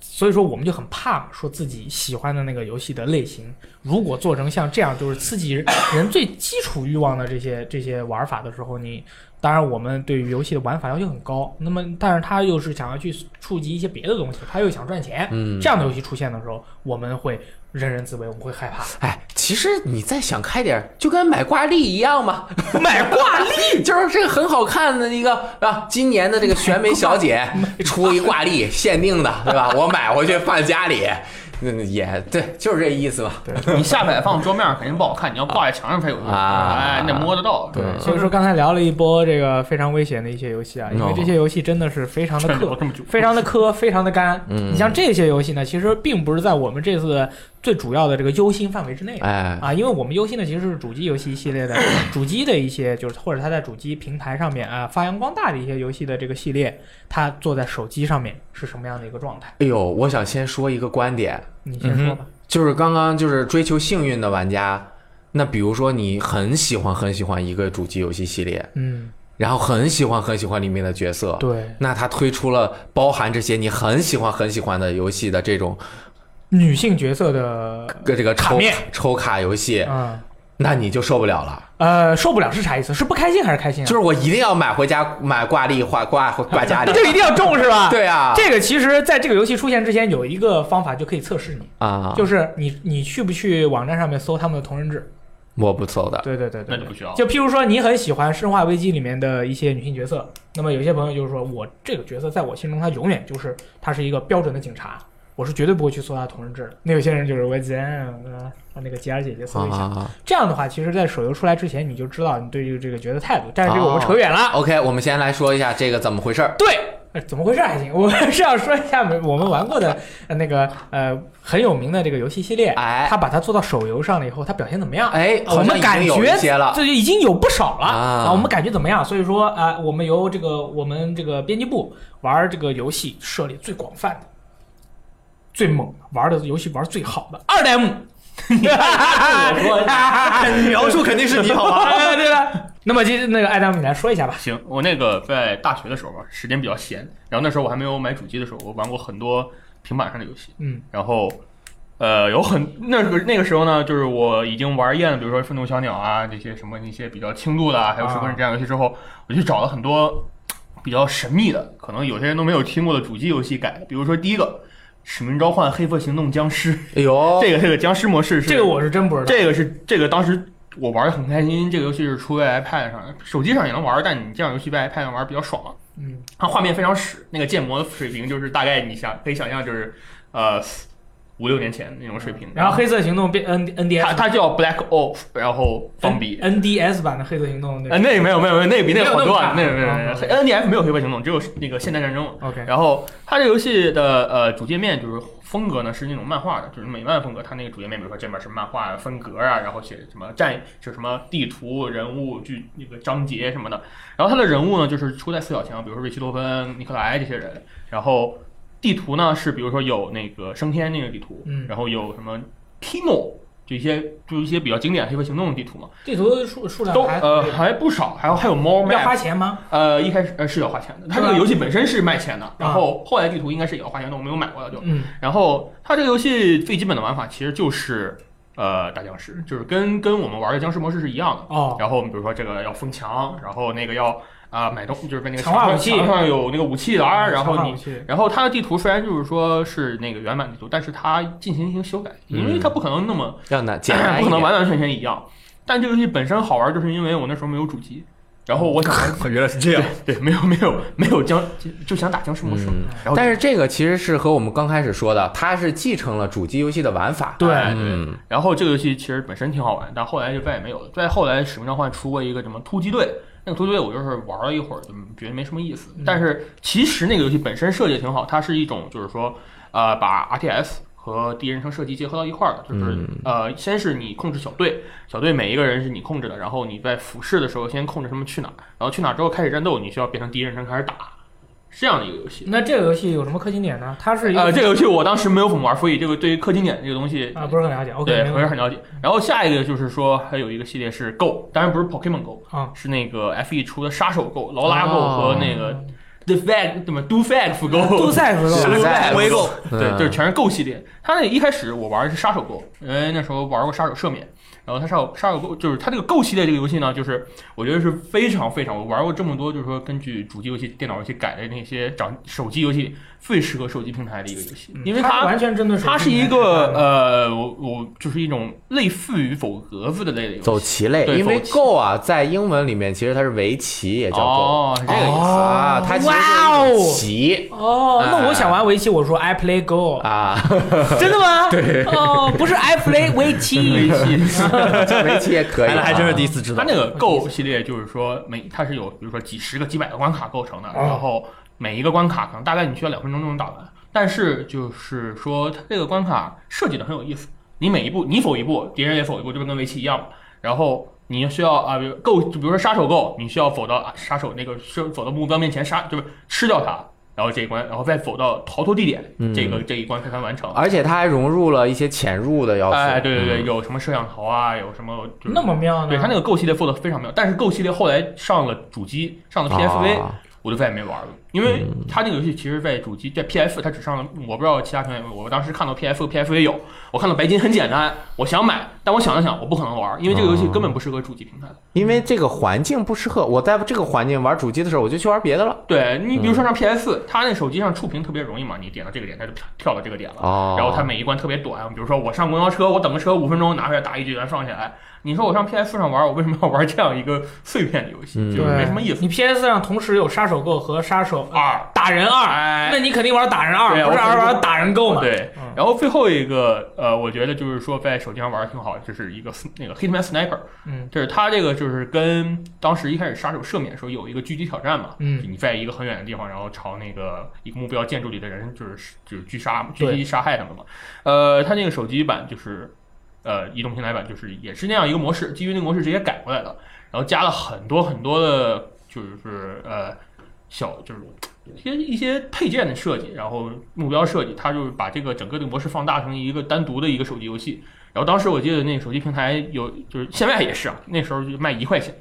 [SPEAKER 4] 所以说我们就很怕嘛，说自己喜欢的那个游戏的类型，如果做成像这样就是刺激人人最基础欲望的这些这些玩法的时候，你当然我们对于游戏的玩法要求很高，那么但是他又是想要去触及一些别的东西，他又想赚钱，
[SPEAKER 2] 嗯
[SPEAKER 4] 这样的游戏出现的时候，我们会人人自危，我们会害怕。
[SPEAKER 2] 哎，其实你再想开点儿，就跟买挂历一样嘛。
[SPEAKER 4] 买
[SPEAKER 2] 挂历就是这个很好看的一个啊，今年的这个选美小姐出一挂历，限定的，对吧？我买回去放家里，嗯，也对，就是这意思吧。
[SPEAKER 3] 你下摆放桌面肯定不好看，你要挂在墙上才有用。
[SPEAKER 2] 啊
[SPEAKER 3] 哎，你得摸得到。
[SPEAKER 2] 对
[SPEAKER 3] 嗯
[SPEAKER 4] 所以说刚才聊了一波这个非常危险的一些游戏啊，因
[SPEAKER 2] 哦
[SPEAKER 4] 为这些游戏真的是非常的
[SPEAKER 3] 劝
[SPEAKER 4] 克
[SPEAKER 3] 了这么久，
[SPEAKER 4] 非常的 磕，非常的干。
[SPEAKER 2] 嗯
[SPEAKER 4] 你像这些游戏呢，其实并不是在我们这次最主要的这个忧心范围之内的
[SPEAKER 2] 哎，
[SPEAKER 4] 啊，因为我们忧心的其实是主机游戏一系 列的主机的一些，就是或者它在主机平台上面啊发扬光大的一些游戏的这个系列，它做在手机上面是什么样的一个状态？
[SPEAKER 2] 哎呦，我想先说一个观点，
[SPEAKER 4] 你先说吧。
[SPEAKER 2] 就是刚刚就是追求幸运的玩家，那比如说你很喜欢很喜欢一个主机游戏系列，
[SPEAKER 4] 嗯，
[SPEAKER 2] 然后很喜欢很喜欢里面的角色，
[SPEAKER 4] 对，
[SPEAKER 2] 那它推出了包含这些你很喜欢很喜欢的游戏的这种
[SPEAKER 4] 女性角色的，
[SPEAKER 2] 跟这个
[SPEAKER 4] 卡
[SPEAKER 2] 抽
[SPEAKER 4] 面
[SPEAKER 2] 抽卡游戏，
[SPEAKER 4] 嗯
[SPEAKER 2] 那你就受不了了。
[SPEAKER 4] 呃，受不了是啥意思？是不开心还是开心啊？
[SPEAKER 2] 就是我一定要买回家买挂历挂挂挂 家里。
[SPEAKER 4] 就一定要中是吧？。
[SPEAKER 2] 对啊，
[SPEAKER 4] 这个其实，在这个游戏出现之前，有一个方法就可以测试你，
[SPEAKER 2] 啊，
[SPEAKER 4] 就是你你去不去网站上面搜他们的同人志？
[SPEAKER 2] 我不搜的。啊
[SPEAKER 4] 对对对
[SPEAKER 3] 啊那
[SPEAKER 4] 对
[SPEAKER 3] 就。不需要。
[SPEAKER 4] 就譬如说，你很喜欢《生化危机》里面的一些女性角色，那么有些朋友就是说我这个角色在我心中，她永远就是她是一个标准的警察，我是绝对不会去搜她的同人志的。那有些人就是我姐，呃，那个杰儿姐姐
[SPEAKER 2] 啊
[SPEAKER 4] 搜一下。
[SPEAKER 2] 啊
[SPEAKER 4] 这样的话，其实，在手游出来之前，你就知道你对于这个角色态度。但是这个我们
[SPEAKER 2] 哦
[SPEAKER 4] 扯远了。
[SPEAKER 2] 啊！OK，我们先来说一下这个怎么回事儿。
[SPEAKER 4] 对，呃怎么回事还行？ 我是要说一下我们玩过的呃那个呃很有名的这个游戏系列，
[SPEAKER 2] 哎
[SPEAKER 4] 它把它做到手游上了以后，它表现怎么样？
[SPEAKER 2] 哎，
[SPEAKER 4] 我
[SPEAKER 2] 好像
[SPEAKER 4] 们
[SPEAKER 2] 已
[SPEAKER 4] 感
[SPEAKER 2] 经有
[SPEAKER 4] 觉
[SPEAKER 2] 一些了。
[SPEAKER 4] 这就已经有不少了
[SPEAKER 2] 啊
[SPEAKER 4] 我们感觉怎么样？所以说啊、我们由这个我们这个编辑部玩这个游戏涉猎最广泛的、最猛的、玩的游戏玩最好的二代目。
[SPEAKER 5] 描述肯定是你好吧？
[SPEAKER 4] 啊，对了，那么就那个艾达姆，你来说一下吧。
[SPEAKER 3] 行，我那个在大学的时候吧，时间比较闲，然后那时候我还没有买主机的时候，我玩过很多平板上的游戏，
[SPEAKER 4] 嗯，
[SPEAKER 3] 然后。呃，有很那个那个时候呢，就是我已经玩厌了，比如说《愤怒小鸟》啊，这些什么一些比较轻度的啊，还有《十分
[SPEAKER 4] 啊
[SPEAKER 3] 这样游戏之后，我去找了很多比较神秘的，可能有些人都没有听过的主机游戏改的，比如说第一个《使命召唤：黑色行动僵尸》，
[SPEAKER 2] 哎呦，
[SPEAKER 3] 这个这个僵尸模式是
[SPEAKER 4] 这个我是真不知道。
[SPEAKER 3] 这个是这个当时我玩的很开心，这个游戏是出在 iPad 上，手机上也能玩，但你这样游戏在 iPad 上玩比较爽啊。
[SPEAKER 4] 嗯，
[SPEAKER 3] 它画面非常屎，那个建模的水平就是大概你想可以想象就是呃五六年前那种水平。
[SPEAKER 4] 然后黑色行动变呃 N N D
[SPEAKER 3] 它
[SPEAKER 4] S
[SPEAKER 3] 它叫 Black Ops，然后放笔。
[SPEAKER 4] N D S 版的黑色行动。
[SPEAKER 3] 呃，那个没有没有没有，那个比那个好多啊，
[SPEAKER 4] 没
[SPEAKER 3] 那
[SPEAKER 4] 有
[SPEAKER 3] 个
[SPEAKER 4] 那
[SPEAKER 3] 没
[SPEAKER 4] 么
[SPEAKER 3] 有
[SPEAKER 4] 大
[SPEAKER 3] 没有，NDF 没有黑白行动，只有那个现代战争。
[SPEAKER 4] OK，
[SPEAKER 3] 然后它这个游戏的呃主界面就是风格呢是那种漫画的，就是美漫风格。它那个主界面，比如说这边是漫画分格啊，然后写什么战就什么地图、人物、剧那个章节什么的。然后它的人物呢就是出在四小强，比如说瑞奇多芬、尼克莱这些人。然后地图呢是比如说有那个升天那个地图，
[SPEAKER 4] 嗯
[SPEAKER 3] 然后有什么 Kino。就一些就一些比较经典的黑色行动地图嘛，
[SPEAKER 4] 地图数数量
[SPEAKER 3] 都
[SPEAKER 4] 还
[SPEAKER 3] 呃还不少，还有还有猫 map，
[SPEAKER 4] 要花钱吗？
[SPEAKER 3] 呃，一开始呃是要花钱的，它这
[SPEAKER 4] 是
[SPEAKER 3] 个
[SPEAKER 4] 吧
[SPEAKER 3] 游戏本身是卖钱的，然后后来地图应该是也要花钱的，我没有买过了就。
[SPEAKER 4] 嗯
[SPEAKER 3] 然后它这个游戏最基本的玩法其实就是呃打僵尸，就是跟跟我们玩的僵尸模式是一样的。
[SPEAKER 4] 哦
[SPEAKER 3] 然后我们比如说这个要封墙，然后那个要啊、买东，就是那个
[SPEAKER 4] 强化
[SPEAKER 3] 墙
[SPEAKER 4] 武器啊
[SPEAKER 3] 墙上有那个武器栏儿，然后你。
[SPEAKER 4] 去
[SPEAKER 3] 然后它的地图虽然就是说是那个原版地图，但是它进行一些修改，因为它不可能那么、
[SPEAKER 2] 要难简单
[SPEAKER 3] 不
[SPEAKER 2] 一
[SPEAKER 3] 可能
[SPEAKER 2] 点。
[SPEAKER 3] 完完全全一样。但这个游戏本身好玩，就是因为我那时候没有主机，然后我想
[SPEAKER 5] 原来是这样，
[SPEAKER 3] 对没有没有没有僵就就想打僵尸模式，
[SPEAKER 2] 嗯
[SPEAKER 3] 然后
[SPEAKER 2] 但是这个其实是和我们刚开始说的，它是继承了主机游戏的玩法。
[SPEAKER 3] 对
[SPEAKER 2] 嗯，
[SPEAKER 3] 然后这个游戏其实本身挺好玩，但后来就再也没有了。再后来《使命召唤》出过一个什么突击队，那个突击队我就是玩了一会儿，就觉得没什么意思。但是其实那个游戏本身设计挺好，它是一种就是说，呃，把 RTS 和第一人称射击结合到一块儿的，就是、
[SPEAKER 2] 嗯
[SPEAKER 3] 呃，先是你控制小队，小队每一个人是你控制的，然后你在俯视的时候先控制他们去哪儿，然后去哪儿之后开始战斗，你需要变成第一人称开始打，是这样的一个游戏。
[SPEAKER 4] 那这个游戏有什么氪金点呢？它是一
[SPEAKER 3] 呃，
[SPEAKER 4] 个
[SPEAKER 3] 这个游戏我当时没有怎么玩，所以这个对于氪金点这个东西
[SPEAKER 4] 啊，不是很了解。OK，
[SPEAKER 3] 对，
[SPEAKER 4] 明
[SPEAKER 3] 我是
[SPEAKER 4] 白
[SPEAKER 3] 很了解。然后下一个就是说，还有一个系列是 Go，当然不是 Pokemon Go，
[SPEAKER 4] 啊。
[SPEAKER 3] 是那个 FE 出的杀手 Go、劳拉 Go
[SPEAKER 2] 哦
[SPEAKER 3] 和那个 The Fag 怎么 Do Fag Go，
[SPEAKER 4] 杜赛时
[SPEAKER 2] 是
[SPEAKER 4] 候
[SPEAKER 2] 的在
[SPEAKER 5] 微购
[SPEAKER 3] 对，就是
[SPEAKER 2] 嗯
[SPEAKER 3] 全是 Go 系列。它那一开始我玩的是杀手 Go，因为那时候玩过杀手赦免。然后它杀手杀手 Go 就是它这个 Go 系列这个游戏呢，就是我觉得是非常非常我玩过这么多，就是说根据主机游戏、电脑游戏改的那些掌手机游戏最适合手机平台的一个游戏，因为它
[SPEAKER 4] 嗯完全针对手机
[SPEAKER 3] 它是一
[SPEAKER 4] 平
[SPEAKER 3] 个
[SPEAKER 4] 台的
[SPEAKER 3] 呃，我我就是一种类似于走格子的类的游戏，
[SPEAKER 2] 走棋类，
[SPEAKER 3] 对
[SPEAKER 2] 因为
[SPEAKER 3] 走棋
[SPEAKER 2] Go 啊，在英文里面其实它是围棋，也叫 Go，
[SPEAKER 3] 哦，是这个意 思。
[SPEAKER 2] 啊，它其实
[SPEAKER 4] 哇哦
[SPEAKER 2] 是一种棋
[SPEAKER 3] 呃
[SPEAKER 4] 哦，那我想玩围棋，我说 I play Go，
[SPEAKER 2] 啊，
[SPEAKER 4] 真的 吗？对，哦，不是 I play 围
[SPEAKER 3] 围
[SPEAKER 4] 棋，
[SPEAKER 3] 棋，
[SPEAKER 2] 围棋也可以
[SPEAKER 5] 原来
[SPEAKER 2] 啊，
[SPEAKER 5] 还真是第一次知
[SPEAKER 3] 它
[SPEAKER 5] 道。
[SPEAKER 3] 那个 Go 系列就是说每它是有比如说几十个、几百个关卡构成的，然后每一个关卡可能大概你需要两分钟就能打完，但是就是说它这个关卡设计的很有意思，你每一步你否一步，敌人也否一步，这不跟围棋一样吗？然后你需要啊，比如 Go，就比如说杀手 Go，你需要否到啊杀手那个是否到目标面前杀，就是吃掉它。然后这一关，然后再否到逃脱地点，
[SPEAKER 2] 嗯
[SPEAKER 3] 这个这一关才算完成。
[SPEAKER 2] 而且它还融入了一些潜入的要素。
[SPEAKER 3] 哎，对对对，
[SPEAKER 2] 嗯，
[SPEAKER 3] 有什么摄像头啊，有什么就是
[SPEAKER 4] 那么妙呢？
[SPEAKER 3] 对他那个 Go 系列做的非常妙，但是 Go 系列后来上了主机，上了 PSV，、
[SPEAKER 2] 啊嗯
[SPEAKER 3] 我就再也没玩了，因为他那个游戏其实，在主机在 PS，它只上了，我不知道其他平台有没有，我当时看到 PS、PSV 有，我看到白金很简单，我想买，但我想了想，我不可能玩，因为这个游戏根本不适合主机平台。
[SPEAKER 2] 因为这个环境不适合，我在这个环境玩主机的时候，我就去玩别的了。
[SPEAKER 3] 对你比如
[SPEAKER 2] 嗯
[SPEAKER 3] 说上 PS，它那手机上触屏特别容易嘛，你点到这个点，它就跳跳到这个点了。
[SPEAKER 2] 哦，
[SPEAKER 3] 然后它每一关特别短，比如说我上公交车，我等个车五分钟，拿出来打一局，然后放下来。你说我上 PS 上玩，我为什么要玩这样一个碎片的游戏？
[SPEAKER 2] 嗯
[SPEAKER 3] 就是
[SPEAKER 4] 对
[SPEAKER 3] 没什么意思。
[SPEAKER 4] 你 PS 上同时有杀手 Go 和杀手
[SPEAKER 3] 二
[SPEAKER 4] 打人二，
[SPEAKER 3] 哎
[SPEAKER 4] 那，你肯定玩打人二
[SPEAKER 3] 对，啊
[SPEAKER 4] 不是
[SPEAKER 3] 我肯
[SPEAKER 4] 玩
[SPEAKER 3] 定
[SPEAKER 4] 玩打人 Go 嘛？
[SPEAKER 3] 对
[SPEAKER 4] 嗯。
[SPEAKER 3] 然后最后一个，呃，我觉得就是说在手机上玩挺好，就是一个那个 Hitman Sniper，
[SPEAKER 4] 嗯，
[SPEAKER 3] 就是它这个就是跟当时一开始杀手赦免的时候有一个狙击挑战嘛，
[SPEAKER 4] 嗯
[SPEAKER 3] 就你在一个很远的地方，然后朝那个一个目标建筑里的人就是就是狙杀
[SPEAKER 4] 对
[SPEAKER 3] 狙击杀害他们嘛，呃，它那个手机版就是。呃，移动平台版就是也是那样一个模式，基于那个模式直接改过来的，然后加了很多很多的，就是呃小就是一些一些配件的设计，然后目标设计，它就是把这个整个的模式放大成一个单独的一个手机游戏。然后当时我记得那个手机平台有，就是现在也是啊，那时候就卖一块钱，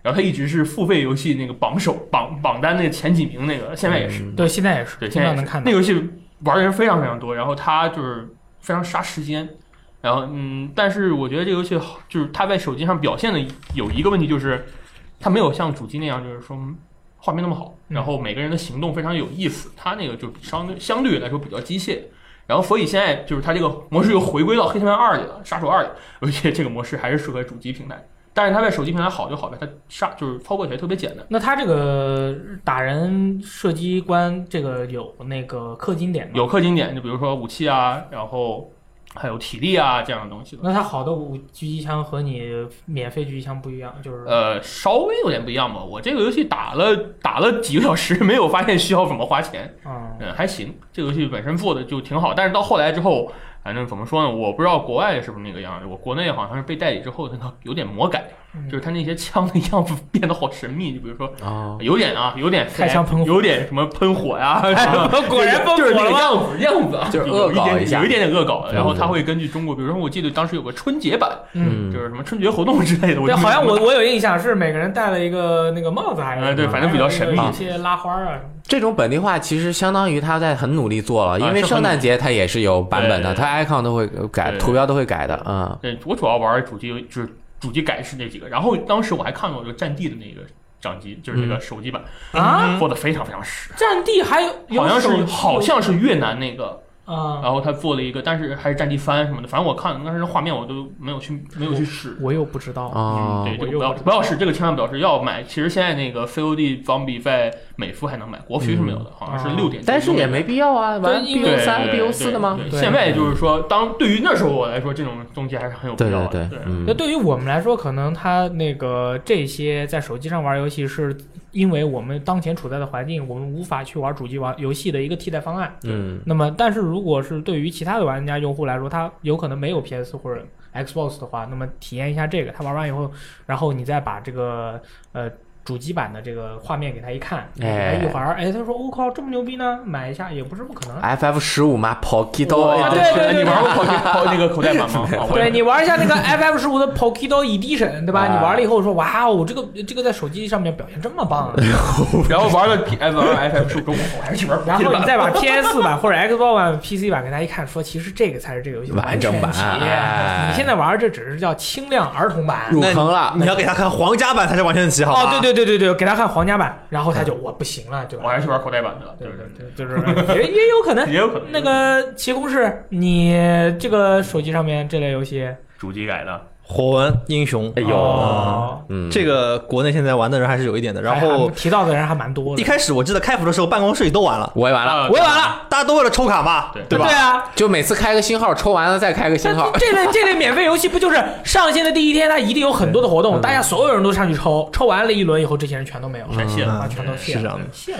[SPEAKER 3] 然后它一直是付费游戏那个榜首榜榜单那个前几名那个，现在也是，
[SPEAKER 4] 对，现在也是，
[SPEAKER 3] 对，
[SPEAKER 4] 经
[SPEAKER 3] 现在也
[SPEAKER 4] 常
[SPEAKER 3] 是
[SPEAKER 4] 能看
[SPEAKER 3] 那
[SPEAKER 4] 到。
[SPEAKER 3] 游戏玩的人非常非常多，然后它就是非常杀时间，然后嗯，但是我觉得这个游戏好，就是它在手机上表现的有一个问题就是，它没有像主机那样就是说画面那么好，
[SPEAKER 4] 嗯
[SPEAKER 3] 然后每个人的行动非常有意思，它那个就相对相对来说比较机械。然后，所以现在就是它这个模式又回归到《黑天鹅二》里了，《杀手二》里。我觉得这个模式还是适合主机平台，但是它在手机平台好就好在它杀就是操作起来特别简单。
[SPEAKER 4] 那他这个打人射击官，这个有那个氪金点吗？。
[SPEAKER 3] 有氪金点，就比如说武器啊，然后还有体力啊这样的东西吧。
[SPEAKER 4] 那他好的武狙击枪和你免费狙击枪不一样，就是
[SPEAKER 3] 呃，稍微有点不一样吧。我这个游戏打了打了几个小时，没有发现需要怎么花钱，
[SPEAKER 4] 嗯，
[SPEAKER 3] 嗯，还行。这个游戏本身做的就挺好，但是到后来之后，反正怎么说呢，我不知道国外是不是那个样子。我国内好像是被代理之后，它有点魔改，
[SPEAKER 4] 嗯
[SPEAKER 3] 就是它那些枪的样子变得好神秘。就比如说，
[SPEAKER 2] 哦，
[SPEAKER 3] 有点啊，有点
[SPEAKER 4] 开枪喷火哎
[SPEAKER 3] 有点什么喷火呀、什么
[SPEAKER 4] 果然
[SPEAKER 3] 就
[SPEAKER 4] 烽
[SPEAKER 3] 是
[SPEAKER 4] 火
[SPEAKER 3] 那个
[SPEAKER 4] 了吗？
[SPEAKER 3] 样子样子啊，
[SPEAKER 2] 就是
[SPEAKER 3] 有
[SPEAKER 2] 恶搞
[SPEAKER 3] 点
[SPEAKER 2] 一下
[SPEAKER 3] 有一点点恶搞的。然后
[SPEAKER 2] 嗯
[SPEAKER 3] 他会根据中国，比如说我记得当时有个春节版，
[SPEAKER 4] 嗯，
[SPEAKER 2] 嗯，
[SPEAKER 3] 就是什么春节活动之类的，我
[SPEAKER 4] 对，
[SPEAKER 3] 记得
[SPEAKER 4] 好像我我有印象是每个人戴了一个那个帽子还是什么
[SPEAKER 3] 哎对反正比较神秘
[SPEAKER 4] 还有一些拉花啊什么的。
[SPEAKER 2] 这种本地化其实相当于他在很努力做
[SPEAKER 3] 啊
[SPEAKER 2] 了，因为圣诞节它也是有版本的，
[SPEAKER 3] 对
[SPEAKER 2] 它 icon 都会改，
[SPEAKER 3] 对
[SPEAKER 2] 图标都会改的，嗯，
[SPEAKER 3] 对我主要玩主机游就是主机改是那几个，然后当时我还看过一个《战地》的那个掌机，就是
[SPEAKER 2] 嗯
[SPEAKER 3] 那个手机版
[SPEAKER 4] 啊，
[SPEAKER 3] 做的非常非常实，
[SPEAKER 4] 战地还有嗯有
[SPEAKER 3] 嗯好像
[SPEAKER 4] 手
[SPEAKER 3] 是好像呃是越南那个，
[SPEAKER 4] 啊，
[SPEAKER 3] 然后他做了一个，但是还是《战地三》什么的，反正我看当时画面我都没有去没有去试。
[SPEAKER 4] 我又不知
[SPEAKER 3] 啊
[SPEAKER 4] 道
[SPEAKER 2] 哦，
[SPEAKER 3] 嗯对，这
[SPEAKER 4] 我
[SPEAKER 3] 个
[SPEAKER 4] 又
[SPEAKER 3] 不要
[SPEAKER 4] 不知道
[SPEAKER 3] 不要试，这个千万不要试，要买。其实现在那个 COD Zombie 在美服还能买，国服是没有的，好像是六点。
[SPEAKER 2] 嗯但是也没必要啊，玩
[SPEAKER 4] 对
[SPEAKER 2] B
[SPEAKER 4] 因
[SPEAKER 2] U
[SPEAKER 3] 对
[SPEAKER 2] 三、B
[SPEAKER 3] 对
[SPEAKER 2] U 四的吗？
[SPEAKER 3] 对
[SPEAKER 4] 对
[SPEAKER 3] 现在就是说，当对于那时候我来说，这种东西还是很有必
[SPEAKER 2] 对
[SPEAKER 3] 要啊
[SPEAKER 2] 对
[SPEAKER 3] 的。
[SPEAKER 2] 对，
[SPEAKER 4] 那
[SPEAKER 2] 嗯，
[SPEAKER 4] 对于我们来说，可能它那个这些在手机上玩游戏，是因为我们当前处在的环境，我们无法去玩主机玩游戏的一个替代方案。
[SPEAKER 2] 嗯，
[SPEAKER 4] 那么，但是如果是对于其他的玩家用户来说，他有可能没有 PS 或者 Xbox 的话，那么体验一下这个，他玩完以后，然后你再把这个呃主机版的这个画面给他一看，
[SPEAKER 2] 哎
[SPEAKER 4] 一会儿，哎，他说我、靠，这么牛逼呢，买一下也不是不可能。
[SPEAKER 2] F F 十五嘛，Poquito，哎
[SPEAKER 3] 哇
[SPEAKER 4] 对对对对
[SPEAKER 3] 你玩过口袋口那个口袋版吗？ 啊我也
[SPEAKER 4] 对你玩一下那个 FF 十五的 Pokido Edition，对吧？
[SPEAKER 2] 啊
[SPEAKER 4] 你玩了以后说，哇哦，这个这个在手机上面表现这么棒啊，
[SPEAKER 3] 然后玩个 P F 玩 F F 十五，我还是去玩 P
[SPEAKER 4] 然后你
[SPEAKER 3] 版。
[SPEAKER 4] 再把 PS 版 或者 Xbox 版、PC 版给大家一看，说其实这个才是这个游戏的
[SPEAKER 2] 完整版
[SPEAKER 4] 全体
[SPEAKER 2] 哎
[SPEAKER 4] 验。你现在玩这只是叫轻量儿童版。
[SPEAKER 2] 入坑了
[SPEAKER 5] 你，要给他看皇家版才是完全起好
[SPEAKER 4] 哦
[SPEAKER 5] 吧，
[SPEAKER 4] 对对对对对，给他看皇家版，然后他就我不行了，对
[SPEAKER 3] 我
[SPEAKER 4] 吧？
[SPEAKER 3] 还是去玩口袋版的，
[SPEAKER 4] 对
[SPEAKER 3] 对
[SPEAKER 4] 对对，
[SPEAKER 3] 对
[SPEAKER 4] 就是 也也有可能
[SPEAKER 3] 对，。 也有可能
[SPEAKER 4] 那个奇公式，你这个手机上面这类游戏，
[SPEAKER 3] 主机改的，
[SPEAKER 5] 火纹英雄，啊
[SPEAKER 2] 哎呦
[SPEAKER 4] 哦
[SPEAKER 2] 嗯，
[SPEAKER 5] 这个国内现在玩的人还是有一点的。然
[SPEAKER 4] 还
[SPEAKER 5] 后
[SPEAKER 4] 还提到的人还蛮多
[SPEAKER 5] 一
[SPEAKER 4] 的。
[SPEAKER 5] 开始我记得开服的时候，办公室里都玩了，
[SPEAKER 2] 我也完了，
[SPEAKER 3] 啊
[SPEAKER 4] 我也玩了，
[SPEAKER 5] 大家都为了抽卡嘛，
[SPEAKER 3] 对
[SPEAKER 5] 吧
[SPEAKER 4] 对？啊，
[SPEAKER 2] 就每次开个新号，抽完了再开个新号
[SPEAKER 4] 这，这类这类免费游戏不就是上线的第一天，它一定有很多的活动，大家所有人都上去抽，抽完了一轮以后，这些人全都没有了，
[SPEAKER 3] 全卸
[SPEAKER 5] 嗯嗯
[SPEAKER 3] 了
[SPEAKER 4] 啊，，全都卸
[SPEAKER 5] 是这样
[SPEAKER 4] 了
[SPEAKER 5] 的，
[SPEAKER 4] 卸了。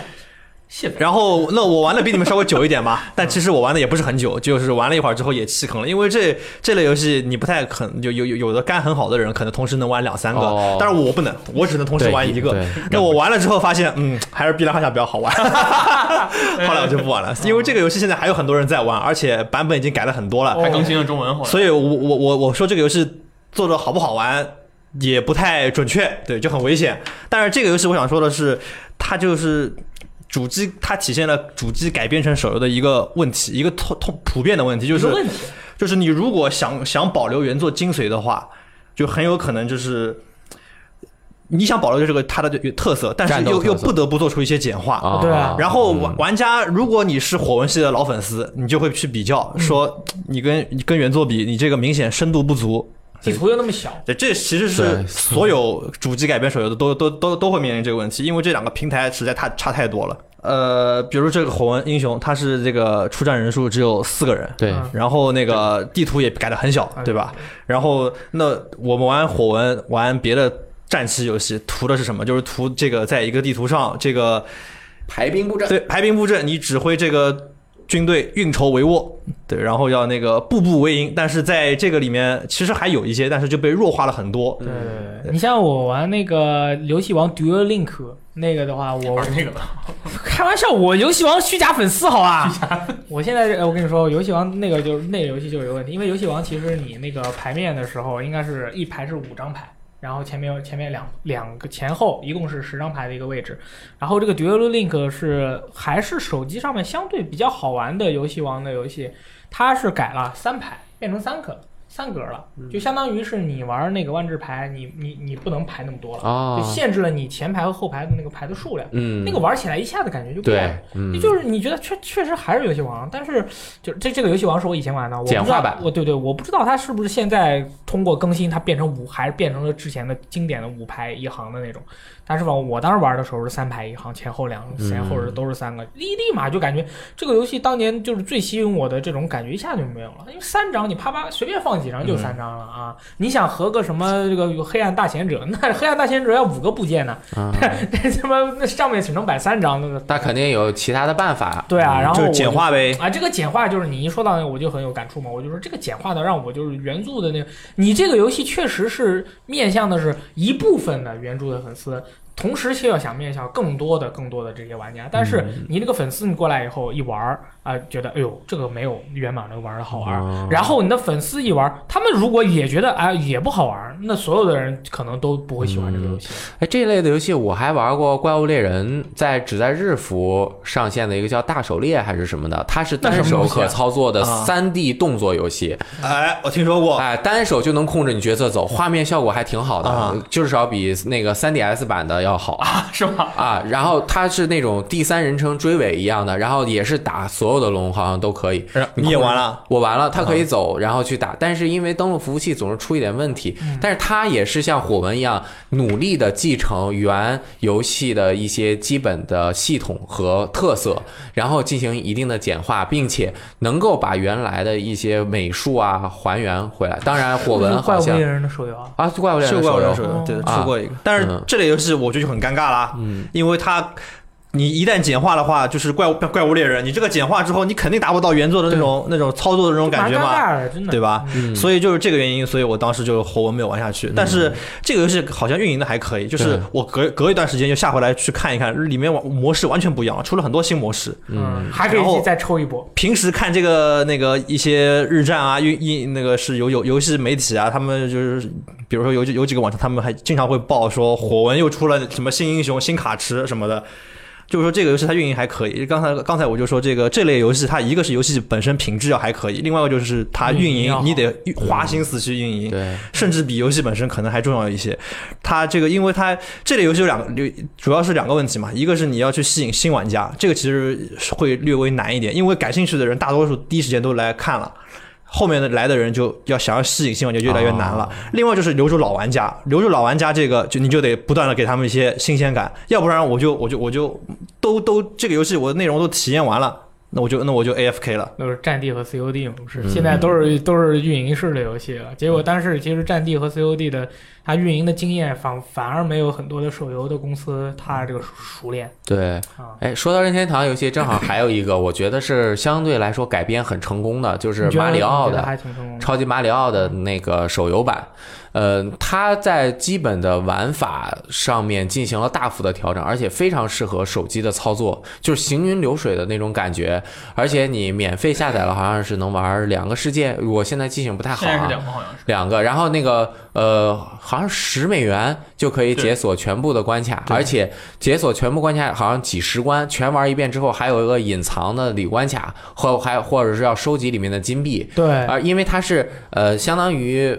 [SPEAKER 3] 卸了。
[SPEAKER 5] 然后那我玩的比你们稍微久一点吧，但其实我玩的也不是很久，就是玩了一会儿之后也弃坑了，因为这这类游戏你不太可能有有有有的肝很好的人可能同时能玩两三个，
[SPEAKER 2] 哦
[SPEAKER 5] 但是我不能，我只能同时
[SPEAKER 2] 对
[SPEAKER 5] 玩一个
[SPEAKER 2] 对。
[SPEAKER 5] 那我玩了之后发现，嗯，还是碧蓝幻想比 较好玩，后来我就不玩了，因为这个游戏现在还有很多人在玩，而且版本已经改了很多了，
[SPEAKER 3] 还更新了中文，后来
[SPEAKER 5] 所以我我我我说这个游戏做的好不好玩也不太准确，对，就很危险。但是这个游戏我想说的是，它就是主机，它体现了主机改编成手游的一个问题，一个通通普遍的问题，就
[SPEAKER 4] 有
[SPEAKER 5] 是
[SPEAKER 4] 个问题，
[SPEAKER 5] 就是你如果想想保留原作精髓的话，就很有可能就是。你想保留这个它的特色，但是
[SPEAKER 2] 战斗
[SPEAKER 5] 又
[SPEAKER 2] 特色
[SPEAKER 5] 又不得不做出一些简化，
[SPEAKER 2] 啊
[SPEAKER 4] 对啊
[SPEAKER 5] 然后玩玩家，如果你是火纹系的老粉丝，你就会去比较，说你跟你跟原作比，你这个明显深度不足。
[SPEAKER 4] 地图又那么小，
[SPEAKER 5] 对，这其实是
[SPEAKER 2] 对
[SPEAKER 5] 所有主机改编手游的都都都都会面临这个问题，因为这两个平台实在太差太多了。呃，比如这个火纹英雄，它是这个出战人数只有四个人，
[SPEAKER 2] 对
[SPEAKER 4] 嗯
[SPEAKER 5] 然后那个地图也改的很小，对吧？然后那我们玩火纹，玩别的战棋游戏，图的是什么？就是图这个在一个地图上这个。
[SPEAKER 2] 排兵布阵，
[SPEAKER 5] 对，排兵布阵，你指挥这个军队运筹帷幄，对，然后要那个步步为营。但是在这个里面，其实还有一些，但是就被弱化了很多。
[SPEAKER 4] 对你像我玩那个游戏王 Duel Link 那个的话，我
[SPEAKER 3] 玩那个了。
[SPEAKER 4] 开玩笑，我游戏王虚假粉丝好啊！我现在呃我跟你说，游戏王那个就是那个游戏就有问题，因为游戏王其实你那个牌面的时候，应该是一排是五张牌，然后前面有前面两两个前后一共是十张牌的一个位置，然后这个 Duel Link 是还是手机上面相对比较好玩的游戏王的游戏，它是改了三排变成三个三格了，就相当于是你玩那个万智牌，你你你不能排那么多了，
[SPEAKER 2] 哦
[SPEAKER 4] 就限制了你前排和后排的那个牌的数量。
[SPEAKER 2] 嗯，
[SPEAKER 4] 那个玩起来一下子感觉就不一样
[SPEAKER 2] 对，，嗯，
[SPEAKER 4] 就是你觉得确确实还是游戏王，但是就这这个游戏王是我以前玩的，我不知道
[SPEAKER 2] 简化版
[SPEAKER 4] 我对对，我不知道它是不是现在通过更新它变成五，还是变成了之前的经典的五排一行的那种。但是吧，我当时玩的时候是三排一行，前后两
[SPEAKER 2] 嗯
[SPEAKER 4] 前后是都是三个，立立马就感觉这个游戏当年就是最吸引我的这种感觉一下就没有了，因为三张你啪啪随便放几张就
[SPEAKER 2] 嗯
[SPEAKER 4] 三张了啊！你想合个什么这个黑暗大贤者，那黑暗大贤者要五个部件呢，
[SPEAKER 2] 啊
[SPEAKER 4] 这 他妈那上面只能摆三张，那个
[SPEAKER 2] 他肯定有其他的办法，嗯
[SPEAKER 4] 对啊，然后
[SPEAKER 5] 就
[SPEAKER 4] 我
[SPEAKER 5] 是简化呗。
[SPEAKER 4] 啊，这个简化就是你一说到那个我就很有感触嘛，我就说这个简化的让我就是原著的那个，你这个游戏确实是面向的是一部分的原著的粉丝，同时却要想面向更多的更多的这些玩家。但是
[SPEAKER 2] 嗯
[SPEAKER 4] 你这个粉丝你过来以后一玩儿啊、觉得哎呦这个没有原版那个玩的好玩儿，
[SPEAKER 2] 哦
[SPEAKER 4] 然后你的粉丝一玩儿，他们如果也觉得哎、也不好玩儿，玩，那所有的人可能都不会喜欢这个游戏。
[SPEAKER 2] 哎，这一类的游戏我还玩过《怪物猎人》，在只在日服上线的一个叫《大狩猎》还是什么的，它是单
[SPEAKER 5] 啊
[SPEAKER 2] 手可操作的
[SPEAKER 5] 那什么东西
[SPEAKER 2] 三 D 动作游戏，
[SPEAKER 5] 哎，我听说过，
[SPEAKER 2] 哎，单手就能控制你角色走，画面效果还挺好的，
[SPEAKER 5] 啊
[SPEAKER 2] 就是要比那个 3DS 版的要好。
[SPEAKER 3] 是吧？
[SPEAKER 2] 啊，然后它是那种第三人称追尾一样的，然后也是打所有的龙，好像都可以。
[SPEAKER 5] 你也玩了？嗯
[SPEAKER 2] 我完了，它可以走，然后去打，但是因为登录服务器总是出一点问题，但是它也是像火纹一样努力的继承原游戏的一些基本的系统和特色，然后进行一定的简化，并且能够把原来的一些美术啊还原回来。当然，火纹
[SPEAKER 5] 嗯
[SPEAKER 4] 怪
[SPEAKER 2] 好
[SPEAKER 4] 物猎
[SPEAKER 2] 像
[SPEAKER 4] 人的手游啊，
[SPEAKER 2] 啊，怪物猎
[SPEAKER 5] 是
[SPEAKER 2] 人
[SPEAKER 5] 怪物猎人
[SPEAKER 2] 手
[SPEAKER 5] 手
[SPEAKER 2] 游
[SPEAKER 5] 游，对，
[SPEAKER 2] 啊
[SPEAKER 5] 出过一个。但是
[SPEAKER 2] 嗯
[SPEAKER 5] 这类游戏我觉得就很尴尬啦，
[SPEAKER 2] 嗯，
[SPEAKER 5] 因为它你一旦简化的话，就是怪物怪物猎人，你这个简化之后，你肯定达不到原作的那种那种操作的那种感觉
[SPEAKER 4] 蛮尴
[SPEAKER 5] 嘛，
[SPEAKER 4] 尬的，真的
[SPEAKER 5] 对？吧？
[SPEAKER 2] 嗯
[SPEAKER 5] 所以就是这个原因，所以我当时就火纹没有玩下
[SPEAKER 4] 嗯
[SPEAKER 5] 去。但是这个游戏好像运营的还可以，就是
[SPEAKER 2] 对
[SPEAKER 5] 我隔隔一段时间就下回来去看一看，里面玩模式完全不一样，出了很多新模式。
[SPEAKER 4] 嗯，还可以
[SPEAKER 5] 然后
[SPEAKER 4] 再抽一波。
[SPEAKER 5] 平时看这个那个一些日战啊，运运那个是有有游戏媒体啊，他们就是比如说有几有几个网站，他们还经常会报说火纹又出了什么新英雄、新卡池什么的。就是说这个游戏它运营还可以，刚才刚才我就说这个这类游戏它一个是游戏本身品质要还可以，另外一个就是它运
[SPEAKER 4] 运营
[SPEAKER 5] 营
[SPEAKER 4] 要好
[SPEAKER 5] 你得花心思去运营，
[SPEAKER 2] 对。
[SPEAKER 5] 甚至比游戏本身可能还重要一些。它这个，因为它这类游戏有两个，有主要是两个问题嘛，一个是你要去吸引新玩家，这个其实是会略微难一点，因为感兴趣的人大多数第一时间都来看了。后面的来的人就要想要吸引新玩家越来越难
[SPEAKER 2] 哦啊
[SPEAKER 5] 了。另外就是留住老玩家，留住老玩家这个就你就得不断的给他们一些新鲜感，要不然我就我就我就都都这个游戏我的内容都体验完了，那我就那我就 AFK 了。
[SPEAKER 4] 都是战地和 COD 嘛，不
[SPEAKER 2] 嗯
[SPEAKER 4] 是？现在都是都是运营式的游戏了。结果，但是其实战地和 COD 的它运营的经验反反而没有很多的手游的公司它这个熟熟练
[SPEAKER 2] 对，
[SPEAKER 4] 啊。
[SPEAKER 2] 哎，说到任天堂游戏，正好还有一个，我觉得是相对来说改编很成功的，就是
[SPEAKER 4] 你觉得
[SPEAKER 2] 马里奥
[SPEAKER 4] 你觉得
[SPEAKER 2] 的
[SPEAKER 4] 还挺成功的。
[SPEAKER 2] 超级马里奥的那个手游版。呃，它在基本的玩法上面进行了大幅的调整，而且非常适合手机的操作，就是行云流水的那种感觉。而且你免费下载了，好像是能玩两个世界，我现在记性不太好、
[SPEAKER 3] 现在是
[SPEAKER 2] 啊。
[SPEAKER 3] 两个好像是。
[SPEAKER 2] 两个，然后那个呃，好像十美元就可以解锁全部的关卡，而且解锁全部关卡好像几十关，全玩一遍之后还有一个隐藏的里关卡，或还或者是要收集里面的金币，
[SPEAKER 4] 对，
[SPEAKER 2] 而因为它是呃相当于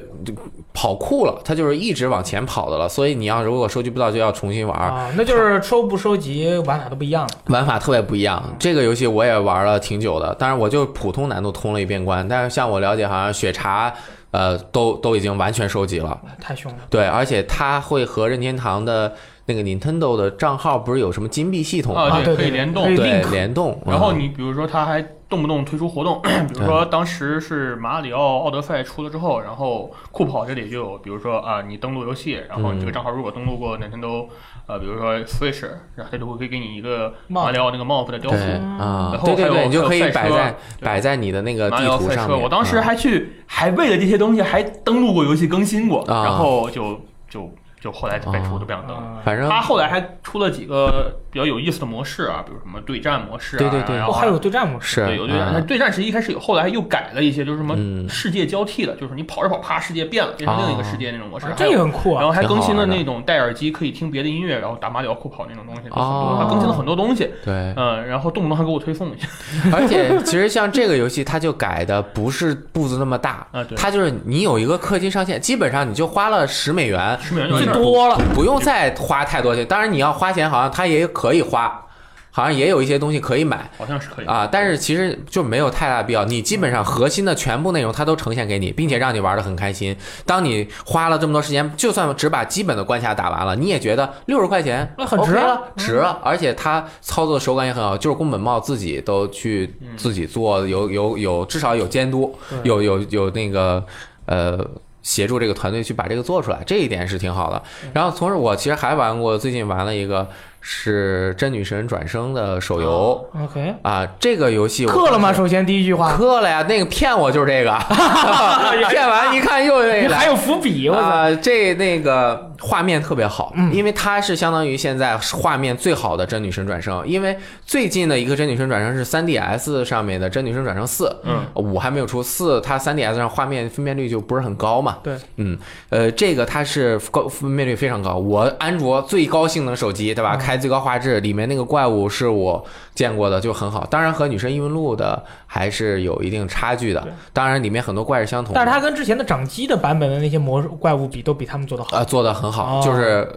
[SPEAKER 2] 跑酷了，它就是一直往前跑的了，所以你要如果收集不到就要重新玩。
[SPEAKER 4] 啊，那就是收不收集玩法都不一样了。
[SPEAKER 2] 玩法特别不一样。这个游戏我也玩了挺久的，但是我就普通难度通了一遍关，但是像我了解，好像雪茶呃都都已经完全收集了。
[SPEAKER 4] 太凶了。
[SPEAKER 2] 对，而且它会和任天堂的那个 Nintendo 的账号不是有什么金币系统
[SPEAKER 3] 啊
[SPEAKER 2] 吗？
[SPEAKER 4] 对，
[SPEAKER 3] 可
[SPEAKER 4] 对
[SPEAKER 3] 以联动
[SPEAKER 4] 可以
[SPEAKER 2] 对，
[SPEAKER 4] link
[SPEAKER 2] 联动。
[SPEAKER 3] 然后
[SPEAKER 2] 嗯
[SPEAKER 3] 你比如说，他还动不动推出活动， 比如说当时是马里奥奥德赛出了之后，然后酷跑这里就有，比如说啊，你登录游戏，然后你这
[SPEAKER 2] 嗯
[SPEAKER 3] 个账号如果登录过 Nintendo，呃，比如说 Switch，然后它就会给你一个马里奥那个 MOP 的雕
[SPEAKER 2] 对
[SPEAKER 3] 塑，
[SPEAKER 2] 啊对
[SPEAKER 3] 然，后还
[SPEAKER 2] 对
[SPEAKER 3] 有
[SPEAKER 2] 对，你就可以
[SPEAKER 3] 还有赛
[SPEAKER 2] 摆
[SPEAKER 3] 车
[SPEAKER 2] 在
[SPEAKER 3] 对
[SPEAKER 2] 摆在你的那个
[SPEAKER 3] 马
[SPEAKER 2] 地
[SPEAKER 3] 里奥
[SPEAKER 2] 图
[SPEAKER 3] 赛
[SPEAKER 2] 上
[SPEAKER 3] 车。
[SPEAKER 2] 面。嗯
[SPEAKER 3] 我当时还去，还为了这些东西还登录过游戏更新过，
[SPEAKER 2] 啊
[SPEAKER 3] 然后就就就后来再出就不想登了。
[SPEAKER 2] 嗯
[SPEAKER 4] 啊，
[SPEAKER 2] 反正
[SPEAKER 3] 他后来还出了几个比较有意思的模式啊，比如什么对战模式啊，
[SPEAKER 2] 对对对
[SPEAKER 3] 然
[SPEAKER 4] 哦，
[SPEAKER 3] 后
[SPEAKER 4] 还有对战模式。
[SPEAKER 2] 是
[SPEAKER 3] 对，有对战，但
[SPEAKER 2] 嗯
[SPEAKER 3] 对战其实一开始有，后来又改了一些，就是什
[SPEAKER 2] 嗯
[SPEAKER 3] 么世界交替的，就是你跑着跑，啪，世界变了，变成另一个世界那种模式
[SPEAKER 4] 啊。
[SPEAKER 3] 还
[SPEAKER 4] 这个
[SPEAKER 3] 有，
[SPEAKER 4] 很酷
[SPEAKER 3] 然
[SPEAKER 4] 啊！
[SPEAKER 3] 后还更新
[SPEAKER 2] 挺好
[SPEAKER 3] 了
[SPEAKER 2] 玩的
[SPEAKER 3] 那种戴耳机可以听别的音乐，然后打马里奥酷跑那种东西，就很
[SPEAKER 2] 哦
[SPEAKER 3] 多，它更新了很多东西。
[SPEAKER 2] 对，
[SPEAKER 3] 嗯，然后动不动还给我推送一下。
[SPEAKER 2] 而且其实像这个游戏，它就改的不是步子那么大
[SPEAKER 3] 啊，对
[SPEAKER 2] 它就是你有一个氪金上限，基本上你就花了十美元，
[SPEAKER 3] 十美元就
[SPEAKER 2] 你
[SPEAKER 3] 完事
[SPEAKER 2] 就
[SPEAKER 3] 儿
[SPEAKER 2] 多了，不用再花太多钱。当然你要花钱，好像它也可以花，好像也有一些东西可以买。
[SPEAKER 3] 好像是可以
[SPEAKER 2] 啊，但是其实就没有太大必要。你基本上
[SPEAKER 4] 嗯
[SPEAKER 2] 核心的全部内容它都呈现给你，并且让你玩的很开心。当你花了这么多时间，就算只把基本的关卡打完了，你也觉得六十块钱
[SPEAKER 4] 那很值
[SPEAKER 2] OK
[SPEAKER 4] 啊
[SPEAKER 2] 了，值了。而且它操作手感也很好，就是宫本茂自己都去自己做，有有有，至少有监督，
[SPEAKER 4] 嗯对
[SPEAKER 2] 有有有那个呃。协助这个团队去把这个做出来，这一点是挺好的。
[SPEAKER 4] 嗯
[SPEAKER 2] 然后，同时我其实还玩过，最近玩了一个是《真女神转生》的手游，
[SPEAKER 4] 哦 OK，
[SPEAKER 2] 啊，这个游戏我
[SPEAKER 4] 氪了吗？？首先第一句话，
[SPEAKER 2] 氪了呀，那个骗我就 是这个，骗完一看又那
[SPEAKER 4] 你
[SPEAKER 2] 个啊
[SPEAKER 4] 还有伏笔，我操！嗯
[SPEAKER 2] 啊，这那个画面特别好，因为它是相当于现在画面最好的《真女神转生》，因为最近的一个《真女神转生》是 3DS 上面的《真女神转生四》，
[SPEAKER 3] 嗯，
[SPEAKER 2] 五呃还没有出，四它 3DS 上画面分辨率就不是很高嘛，
[SPEAKER 4] 对，
[SPEAKER 2] 嗯，呃，这个它是高分辨率非常高，我安卓最高性能手机对吧？
[SPEAKER 4] 嗯
[SPEAKER 2] 开最高画质，里面那个怪物是我见过的就很好，当然和《女神异闻录》的还是有一定差距的
[SPEAKER 4] 对，
[SPEAKER 2] 当然里面很多怪是相同的，
[SPEAKER 4] 但是它跟之前的掌机的版本的那些魔兽怪物比，都比他们做的好。
[SPEAKER 2] 啊，做的很好，
[SPEAKER 4] 哦
[SPEAKER 2] 就是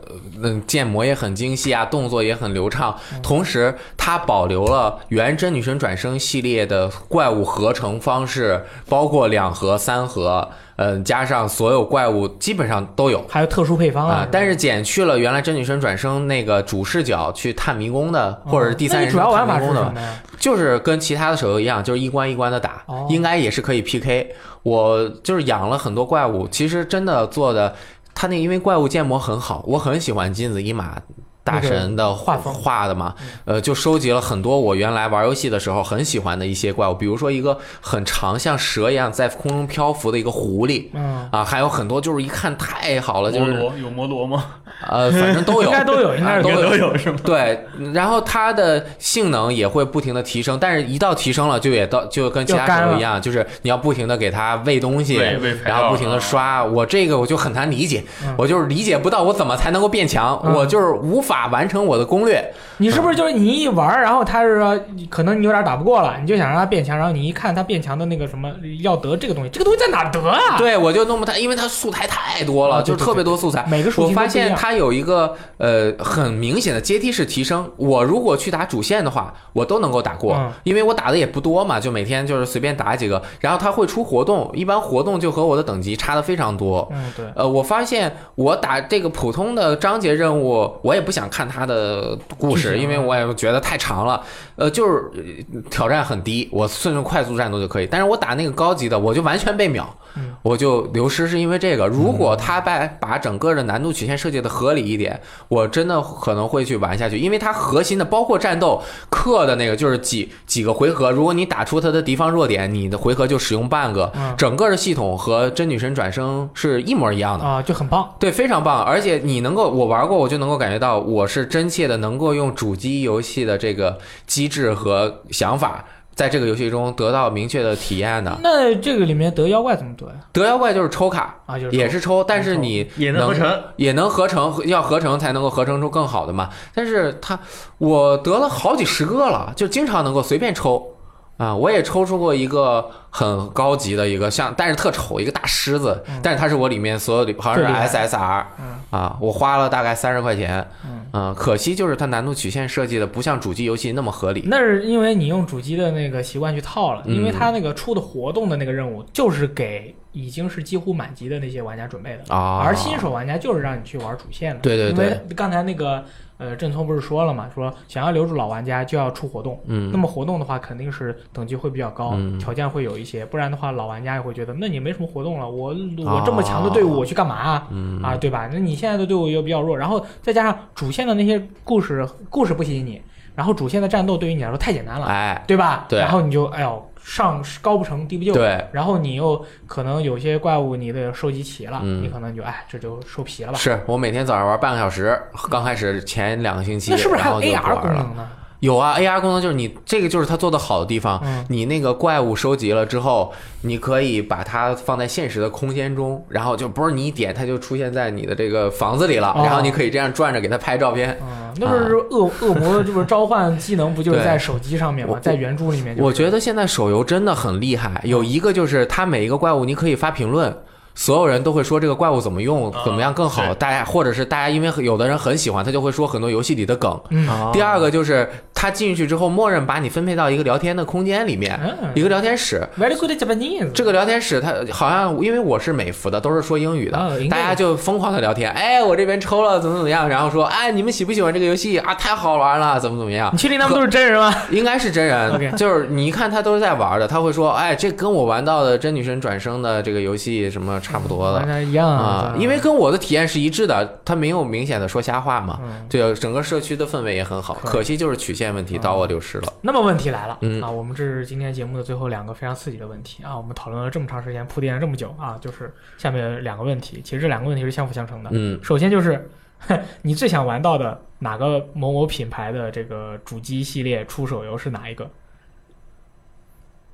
[SPEAKER 2] 呃嗯，建模也很精细啊，动作也很流畅，
[SPEAKER 4] 嗯
[SPEAKER 2] 同时它保留了原真女神转生系列的怪物合成方式，包括两合、三合，嗯，加上所有怪物基本上都有。
[SPEAKER 4] 还有特殊配方
[SPEAKER 2] 啊、但
[SPEAKER 4] 是
[SPEAKER 2] 是减去了原来真女神转生那个主视角去探迷宫的，或者是第三人
[SPEAKER 4] 嗯主
[SPEAKER 2] 称
[SPEAKER 4] 要
[SPEAKER 2] 探
[SPEAKER 4] 玩法
[SPEAKER 2] 迷
[SPEAKER 4] 是
[SPEAKER 2] 宫的
[SPEAKER 4] 什，么呀？
[SPEAKER 2] 就是跟其他的手游一样，就是一关一关的打，
[SPEAKER 4] 哦
[SPEAKER 2] 应该也是可以 PK。我就是养了很多怪物，其实真的做的，他那因为怪物建模很好，我很喜欢金子一马。大神的
[SPEAKER 4] 画风嗯
[SPEAKER 2] 画的嘛，呃，就收集了很多我原来玩游戏的时候很喜欢的一些怪物，比如说一个很长像蛇一样在空中漂浮的一个狐狸
[SPEAKER 4] 嗯，
[SPEAKER 2] 啊，还有很多就是一看太好了，就
[SPEAKER 3] 摩
[SPEAKER 2] 是
[SPEAKER 3] 罗有摩罗吗？
[SPEAKER 2] 呃，反正都 有，
[SPEAKER 4] 应该都有，应该
[SPEAKER 2] 啊
[SPEAKER 4] 是
[SPEAKER 2] 都有
[SPEAKER 3] 都有是吗？
[SPEAKER 2] 对，然后它的性能也会不停的提升，但是一到提升了，就也到就跟其
[SPEAKER 4] 就
[SPEAKER 2] 他
[SPEAKER 4] 干
[SPEAKER 2] 手游
[SPEAKER 4] 了
[SPEAKER 2] 一样，就是你要不停的给它喂东西
[SPEAKER 3] 喂喂，肥
[SPEAKER 2] 然
[SPEAKER 3] 料
[SPEAKER 2] 后不停的刷。我这个我就很难理解
[SPEAKER 4] 嗯，
[SPEAKER 2] 我就是理解不到我怎么才能够变强，
[SPEAKER 4] 嗯
[SPEAKER 2] 我就是无法完成我的攻略。
[SPEAKER 4] 你是不是就是你一玩儿，然后他是说可能你有点打不过了，你就想让他变强，然后你一看他变强的那个什么要得这个东西，这个东西在哪儿得啊？，
[SPEAKER 2] 对，我就弄不太，因为它素材太多了，
[SPEAKER 4] 啊对
[SPEAKER 2] 就
[SPEAKER 4] 对
[SPEAKER 2] 特别多素材。
[SPEAKER 4] 每个属
[SPEAKER 2] 我
[SPEAKER 4] 性都
[SPEAKER 2] 发
[SPEAKER 4] 不一
[SPEAKER 2] 现
[SPEAKER 4] 样。
[SPEAKER 2] 它有一个呃很明显的阶梯式提升。我如果去打主线的话，我都能够打过，
[SPEAKER 4] 嗯
[SPEAKER 2] 因为我打的也不多嘛，就每天就是随便打几个。然后它会出活动，一般活动就和我的等级差的非常多。
[SPEAKER 4] 嗯，对，
[SPEAKER 2] 呃，我发现我打这个普通的章节任务，我也不想看它的故
[SPEAKER 4] 剧
[SPEAKER 2] 事，
[SPEAKER 4] 情啊
[SPEAKER 2] 因为我也觉得太长了。呃，就是呃挑战很低，我顺着快速战斗就可以。但是我打那个高级的，我就完全被秒。我就流失是因为这个。如果他把把整个的难度曲线设计的合理一点，我真的可能会去玩下去，因为它核心的包括战斗克的那个就是几几个回合，如果你打出它的敌方弱点，你的回合就使用半个
[SPEAKER 4] 嗯，
[SPEAKER 2] 整个的系统和真女神转生是一模一样的。
[SPEAKER 4] 啊，就很棒。
[SPEAKER 2] 对，非常棒，而且你能够，我玩过，我就能够感觉到，我是真切的能够用主机游戏的这个机制和想法，在这个游戏中得到明确的体验的。
[SPEAKER 4] 那这个里面得妖怪怎么得呀？
[SPEAKER 2] 得妖怪就是抽卡，
[SPEAKER 4] 啊，就是
[SPEAKER 2] 也是抽，但是你
[SPEAKER 5] 也能合成，
[SPEAKER 2] 也能合成，要合成才能够合成出更好的嘛。但是它，我得了好几十个了，就经常能够随便抽啊。我也抽出过一个很高级的一个像，但是特丑一个大狮子
[SPEAKER 4] 嗯，
[SPEAKER 2] 但是它是我里面所有的好像
[SPEAKER 4] 最厉害
[SPEAKER 2] 是 SSR
[SPEAKER 4] 嗯
[SPEAKER 2] 啊，我花了大概三十块钱，
[SPEAKER 4] 嗯
[SPEAKER 2] 嗯，可惜就是它难度曲线设计的不像主机游戏那么合理。
[SPEAKER 4] 那是因为你用主机的那个习惯去套了，
[SPEAKER 2] 嗯
[SPEAKER 4] 因为它那个出的活动的那个任务就是给已经是几乎满级的那些玩家准备的，
[SPEAKER 2] 啊，
[SPEAKER 4] 而新手玩家就是让你去玩主线的。
[SPEAKER 2] 对对对
[SPEAKER 4] 因为刚才那个呃郑聪不是说了嘛，说想要留住老玩家就要出活动。
[SPEAKER 2] 嗯
[SPEAKER 4] 那么活动的话，肯定是等级会比较高，
[SPEAKER 2] 嗯
[SPEAKER 4] 条件会有一些，不然的话，老玩家也会觉得，那你没什么活动了，我我这么强的队伍，
[SPEAKER 2] 哦
[SPEAKER 4] 我去干嘛啊？
[SPEAKER 2] 嗯
[SPEAKER 4] 啊，对吧？那你现在的队伍又比较弱，然后再加上主线的那些故事，故事不吸引你，然后主线的战斗对于你来说太简单了，
[SPEAKER 2] 哎，
[SPEAKER 4] 对吧？
[SPEAKER 2] 对
[SPEAKER 4] 然后你就哎呦，上高不成低不就，
[SPEAKER 2] 对，
[SPEAKER 4] 然后你又可能有些怪物你的收集齐了，
[SPEAKER 2] 嗯
[SPEAKER 4] 你可能就哎这就收皮了吧？
[SPEAKER 2] 是我每天早上玩半个小时，刚开始前两个星期，
[SPEAKER 4] 那是不是还
[SPEAKER 2] 然
[SPEAKER 4] 有
[SPEAKER 2] 后
[SPEAKER 4] AR
[SPEAKER 2] 就不玩
[SPEAKER 4] 功
[SPEAKER 2] 了。
[SPEAKER 4] 能呢？
[SPEAKER 2] 有啊，AR 功能就是你这个就是它做的好的地方。
[SPEAKER 4] 嗯
[SPEAKER 2] 你那个怪物收集了之后，你可以把它放在现实的空间中，然后就不是你一点它就出现在你的这个房子里了，
[SPEAKER 4] 哦
[SPEAKER 2] 然后你可以这样转着给它拍照片。
[SPEAKER 4] 嗯，那不
[SPEAKER 2] 啊
[SPEAKER 4] 是恶、恶魔这不是召唤技能不就是在手机上面吗？
[SPEAKER 2] 对
[SPEAKER 4] 在原著里面、就是，嗯
[SPEAKER 2] 我觉得现在手游真的很厉害，有一个就是它每一个怪物你可以发评论。所有人都会说这个怪物怎么用，
[SPEAKER 4] 啊
[SPEAKER 2] 怎么样更好。
[SPEAKER 5] 对
[SPEAKER 2] 大家或者是大家，因为有的人很喜欢，他就会说很多游戏里的梗。
[SPEAKER 4] 嗯
[SPEAKER 2] 第二个就是他进去之后，默认把你分配到一个聊天的空间里面，
[SPEAKER 4] 嗯
[SPEAKER 2] 一个聊天室。
[SPEAKER 4] very good Japanese
[SPEAKER 2] 这个聊天室，它好像因为我是美服的，都是说英语的，
[SPEAKER 4] 哦应该
[SPEAKER 2] 大家就疯狂的聊天。哎，我这边抽了，怎么怎么样，然后说，哎，你们喜不喜欢这个游戏啊？太好玩了，怎么怎么样
[SPEAKER 4] 你？确定他们都是真人吗？
[SPEAKER 2] 应该是真
[SPEAKER 4] OK
[SPEAKER 2] 人，就是你一看他都是在玩的，他会说，哎，这跟我玩到的《真女神转生》的这个游戏什么差不 多的
[SPEAKER 4] 好像一样
[SPEAKER 2] 啊，因
[SPEAKER 4] 为
[SPEAKER 2] 为跟我的体验是一致的，他没有明显的说瞎话嘛。
[SPEAKER 4] 嗯
[SPEAKER 2] 对，整个社区的氛围也很好，
[SPEAKER 4] 可以
[SPEAKER 2] 可惜就是曲线线问题到我流失了。
[SPEAKER 4] 那么问题来了，
[SPEAKER 2] 嗯
[SPEAKER 4] 啊，我们这是今天节目的最后两个非常刺激的问题啊，我们讨论了这么长时间，铺垫了这么久啊，就是下面两个问题，其实这两个问题是相辅相成的。
[SPEAKER 2] 嗯
[SPEAKER 4] 首先就是， 哼你最想玩到的哪个某某品牌的这个主机系列出手游是哪一个？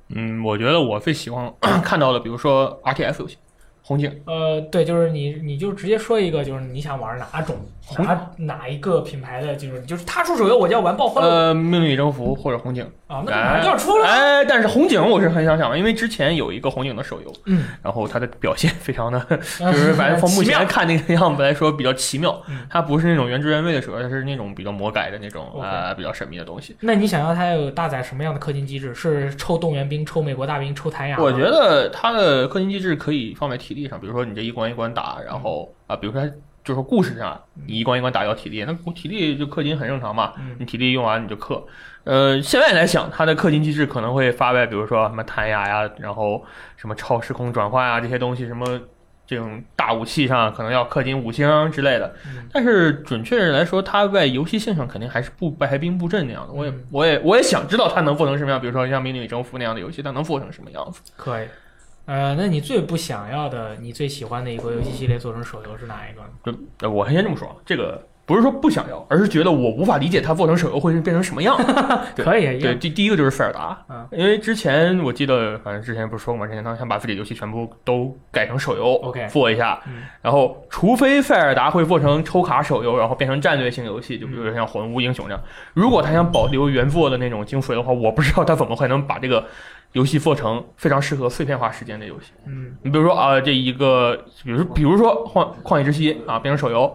[SPEAKER 3] 嗯，我觉得我最喜欢 看到的，比如说 RTS 游戏，红警，
[SPEAKER 4] 呃，对，就是你，你就直接说一个，就是你想玩哪种
[SPEAKER 3] 红
[SPEAKER 4] 哪哪一个品牌的，就是就是他出手游，我就要玩爆欢乐谷
[SPEAKER 3] 呃，命运与征服或者红警。
[SPEAKER 4] 啊，那马上就要出了，
[SPEAKER 3] 哎，但是红警我是很想想，因为之前有一个红警的手游，
[SPEAKER 4] 嗯，
[SPEAKER 3] 然后它的表现非常 的， 就是反正从目
[SPEAKER 4] 奇妙
[SPEAKER 3] 前看那个样子来说比较奇妙
[SPEAKER 4] 嗯，
[SPEAKER 3] 它不是那种原汁原味的手游，它是那种比较魔改的那种
[SPEAKER 4] OK
[SPEAKER 3] 呃比较神秘的东西。
[SPEAKER 4] 那你想要它有搭载什么样的氪金机制？是抽动员兵、抽美国大兵、抽弹雅吗？
[SPEAKER 3] 我觉得它的氪金机制可以放在体力上，比如说你这一关一关打，然
[SPEAKER 4] 嗯
[SPEAKER 3] 后啊，比如说它就是说故事上你一关一关打要体力，那体力就氪金很正常嘛
[SPEAKER 4] 嗯，
[SPEAKER 3] 你体力用完你就氪。呃，现在来想，它的氪金机制可能会发在比如说什么弹牙呀，然后什么超时空转换啊这些东西，什么这种大武器上可能要氪金五星之类的。
[SPEAKER 4] 嗯
[SPEAKER 3] 但是准确地来说，它在游戏性上肯定还是不败兵布阵那样的。我也
[SPEAKER 4] 嗯
[SPEAKER 3] 我也我也想知道它能做成什么样，比如说像《命令与征服》那样的游戏，它能做成什么样子。
[SPEAKER 4] 可以。
[SPEAKER 3] 嗯
[SPEAKER 4] 呃，那你最不想要的、你最喜欢的一个游戏系列做成手游是哪一个呢？
[SPEAKER 3] 就呃我先这么说，这个不是说不想要，而是觉得我无法理解它做成手游会变成什么样。对
[SPEAKER 4] 可以，一
[SPEAKER 3] 对，
[SPEAKER 4] 样
[SPEAKER 3] 第第一个就是塞尔达，
[SPEAKER 4] 嗯
[SPEAKER 3] 因为之前我记得，反正之前不是说过嘛，之前他想把自己的游戏全部都改成手游
[SPEAKER 4] 哦 OK
[SPEAKER 3] 做一下，
[SPEAKER 4] 嗯
[SPEAKER 3] 然后除非塞尔达会做成抽卡手游，然后变成战略性游戏，
[SPEAKER 4] 嗯
[SPEAKER 3] 就比如说像《魂屋英雄》这样。如果他想保留原作的那种精髓的话，我不知道他怎么会能把这个游戏做成非常适合碎片化时间的游戏。
[SPEAKER 4] 嗯，
[SPEAKER 3] 你比如说啊、这一个，比如比如说《旷旷野之息》啊，变成手游，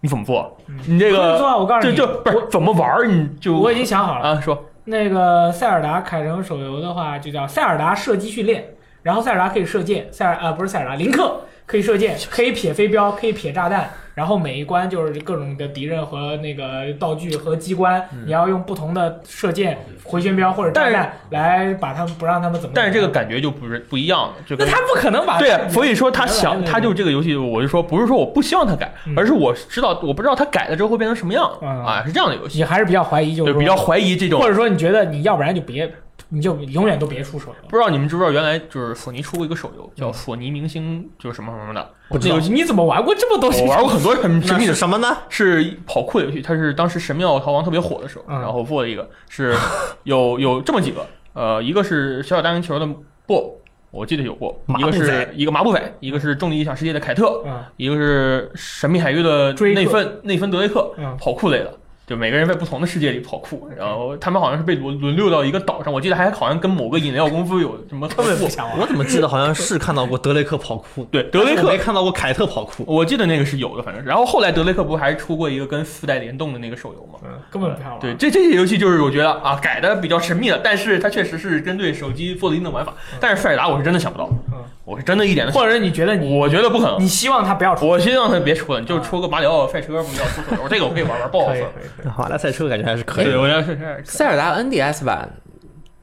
[SPEAKER 3] 你怎么做？
[SPEAKER 4] 嗯
[SPEAKER 3] 你这
[SPEAKER 4] 可以做
[SPEAKER 3] 个
[SPEAKER 4] 啊我告诉
[SPEAKER 3] 这
[SPEAKER 4] 你，
[SPEAKER 3] 这不是怎么玩儿？你就
[SPEAKER 4] 我已经想好了，
[SPEAKER 3] 啊说
[SPEAKER 4] 那个塞尔达改成手游的话，就叫塞尔达射击训练。然后塞尔达可以射箭，塞尔啊、不是塞尔达，林克 可以射箭， 可以撇飞镖，可以撇炸弹。然后每一关就是各种的敌人和那个道具和机关，
[SPEAKER 3] 嗯
[SPEAKER 4] 你要用不同的射箭、回旋镖或者炸弹来把他们不让他们怎么。
[SPEAKER 3] 但是这个，感觉就不是不一样了，就
[SPEAKER 4] 那
[SPEAKER 3] 跟
[SPEAKER 4] 他不可能把
[SPEAKER 3] 对啊，所以说他
[SPEAKER 4] 原
[SPEAKER 3] 想，
[SPEAKER 4] 来的
[SPEAKER 3] 他就这个游戏，我就说不是说我不希望他改
[SPEAKER 4] 嗯，
[SPEAKER 3] 而是我知道我不知道他改了之后会变成什么样
[SPEAKER 4] 嗯
[SPEAKER 3] 啊，是这样的游戏，
[SPEAKER 4] 你还是比较怀疑，就是
[SPEAKER 3] 对，
[SPEAKER 4] 说
[SPEAKER 3] 比较，怀疑这种
[SPEAKER 4] 或。者说你觉得你要不然就别，你就永远都别出手游。
[SPEAKER 3] 不知道你们知不知道，原来就是索尼出过一个手游
[SPEAKER 4] 嗯
[SPEAKER 3] 叫
[SPEAKER 4] 哦
[SPEAKER 3] 《索尼明星》，就是什么什 么的。
[SPEAKER 4] 不知道你怎么玩过这么多
[SPEAKER 3] 我玩过 很多很神
[SPEAKER 5] 那
[SPEAKER 3] 秘的
[SPEAKER 5] 是什么呢？
[SPEAKER 3] 是跑酷的游戏，它是当时《神庙逃亡》特别火的时候，
[SPEAKER 4] 嗯
[SPEAKER 3] 然后做了一个，是有有这么几个，呃，一个是小小大圆球的布偶，我记得有过，
[SPEAKER 5] 麻
[SPEAKER 3] 一个
[SPEAKER 5] 布
[SPEAKER 3] 是
[SPEAKER 5] 仔
[SPEAKER 3] 一个麻布仔，一个是重力异想世界的凯特，
[SPEAKER 4] 嗯
[SPEAKER 3] 一个是神秘海域的
[SPEAKER 4] 追客
[SPEAKER 3] 内芬内芬德雷克，
[SPEAKER 4] 嗯
[SPEAKER 3] 跑酷类的。就每个人在不同的世界里跑酷，然后他们好像是被轮轮流到一个岛上，我记得还好像跟某个饮料公司有什么合
[SPEAKER 4] 根本
[SPEAKER 3] 作
[SPEAKER 4] 不。想玩。
[SPEAKER 5] 我怎么记得好像是看到过德雷克跑酷，
[SPEAKER 3] 对，德雷
[SPEAKER 5] 但是我
[SPEAKER 3] 克
[SPEAKER 5] 没看到过凯特跑酷。
[SPEAKER 3] 我记得那个是有的，反正。然后后来德雷克不还出过一个跟四代联动的那个手游吗？
[SPEAKER 4] 嗯，根本不想玩。
[SPEAKER 3] 对，，这这些游戏就是我觉得啊，改的比较神秘了，但是它确实是针对手机做了一定的玩法。但是塞尔达我是真的想不到，
[SPEAKER 4] 嗯
[SPEAKER 3] 我是真的一点都想
[SPEAKER 4] 或者你觉得你
[SPEAKER 3] 我觉得不可能。
[SPEAKER 4] 你希望他不要出，
[SPEAKER 3] 我希望他别出了，你就出个马里奥赛车，不要出手游，这个我可以玩玩
[SPEAKER 4] 可以
[SPEAKER 3] BOSS。
[SPEAKER 4] 可以可以。
[SPEAKER 5] 马拉赛车感觉还是可以
[SPEAKER 3] 对，
[SPEAKER 5] 的。
[SPEAKER 3] 我觉得是是
[SPEAKER 2] 塞尔达 NDS 版，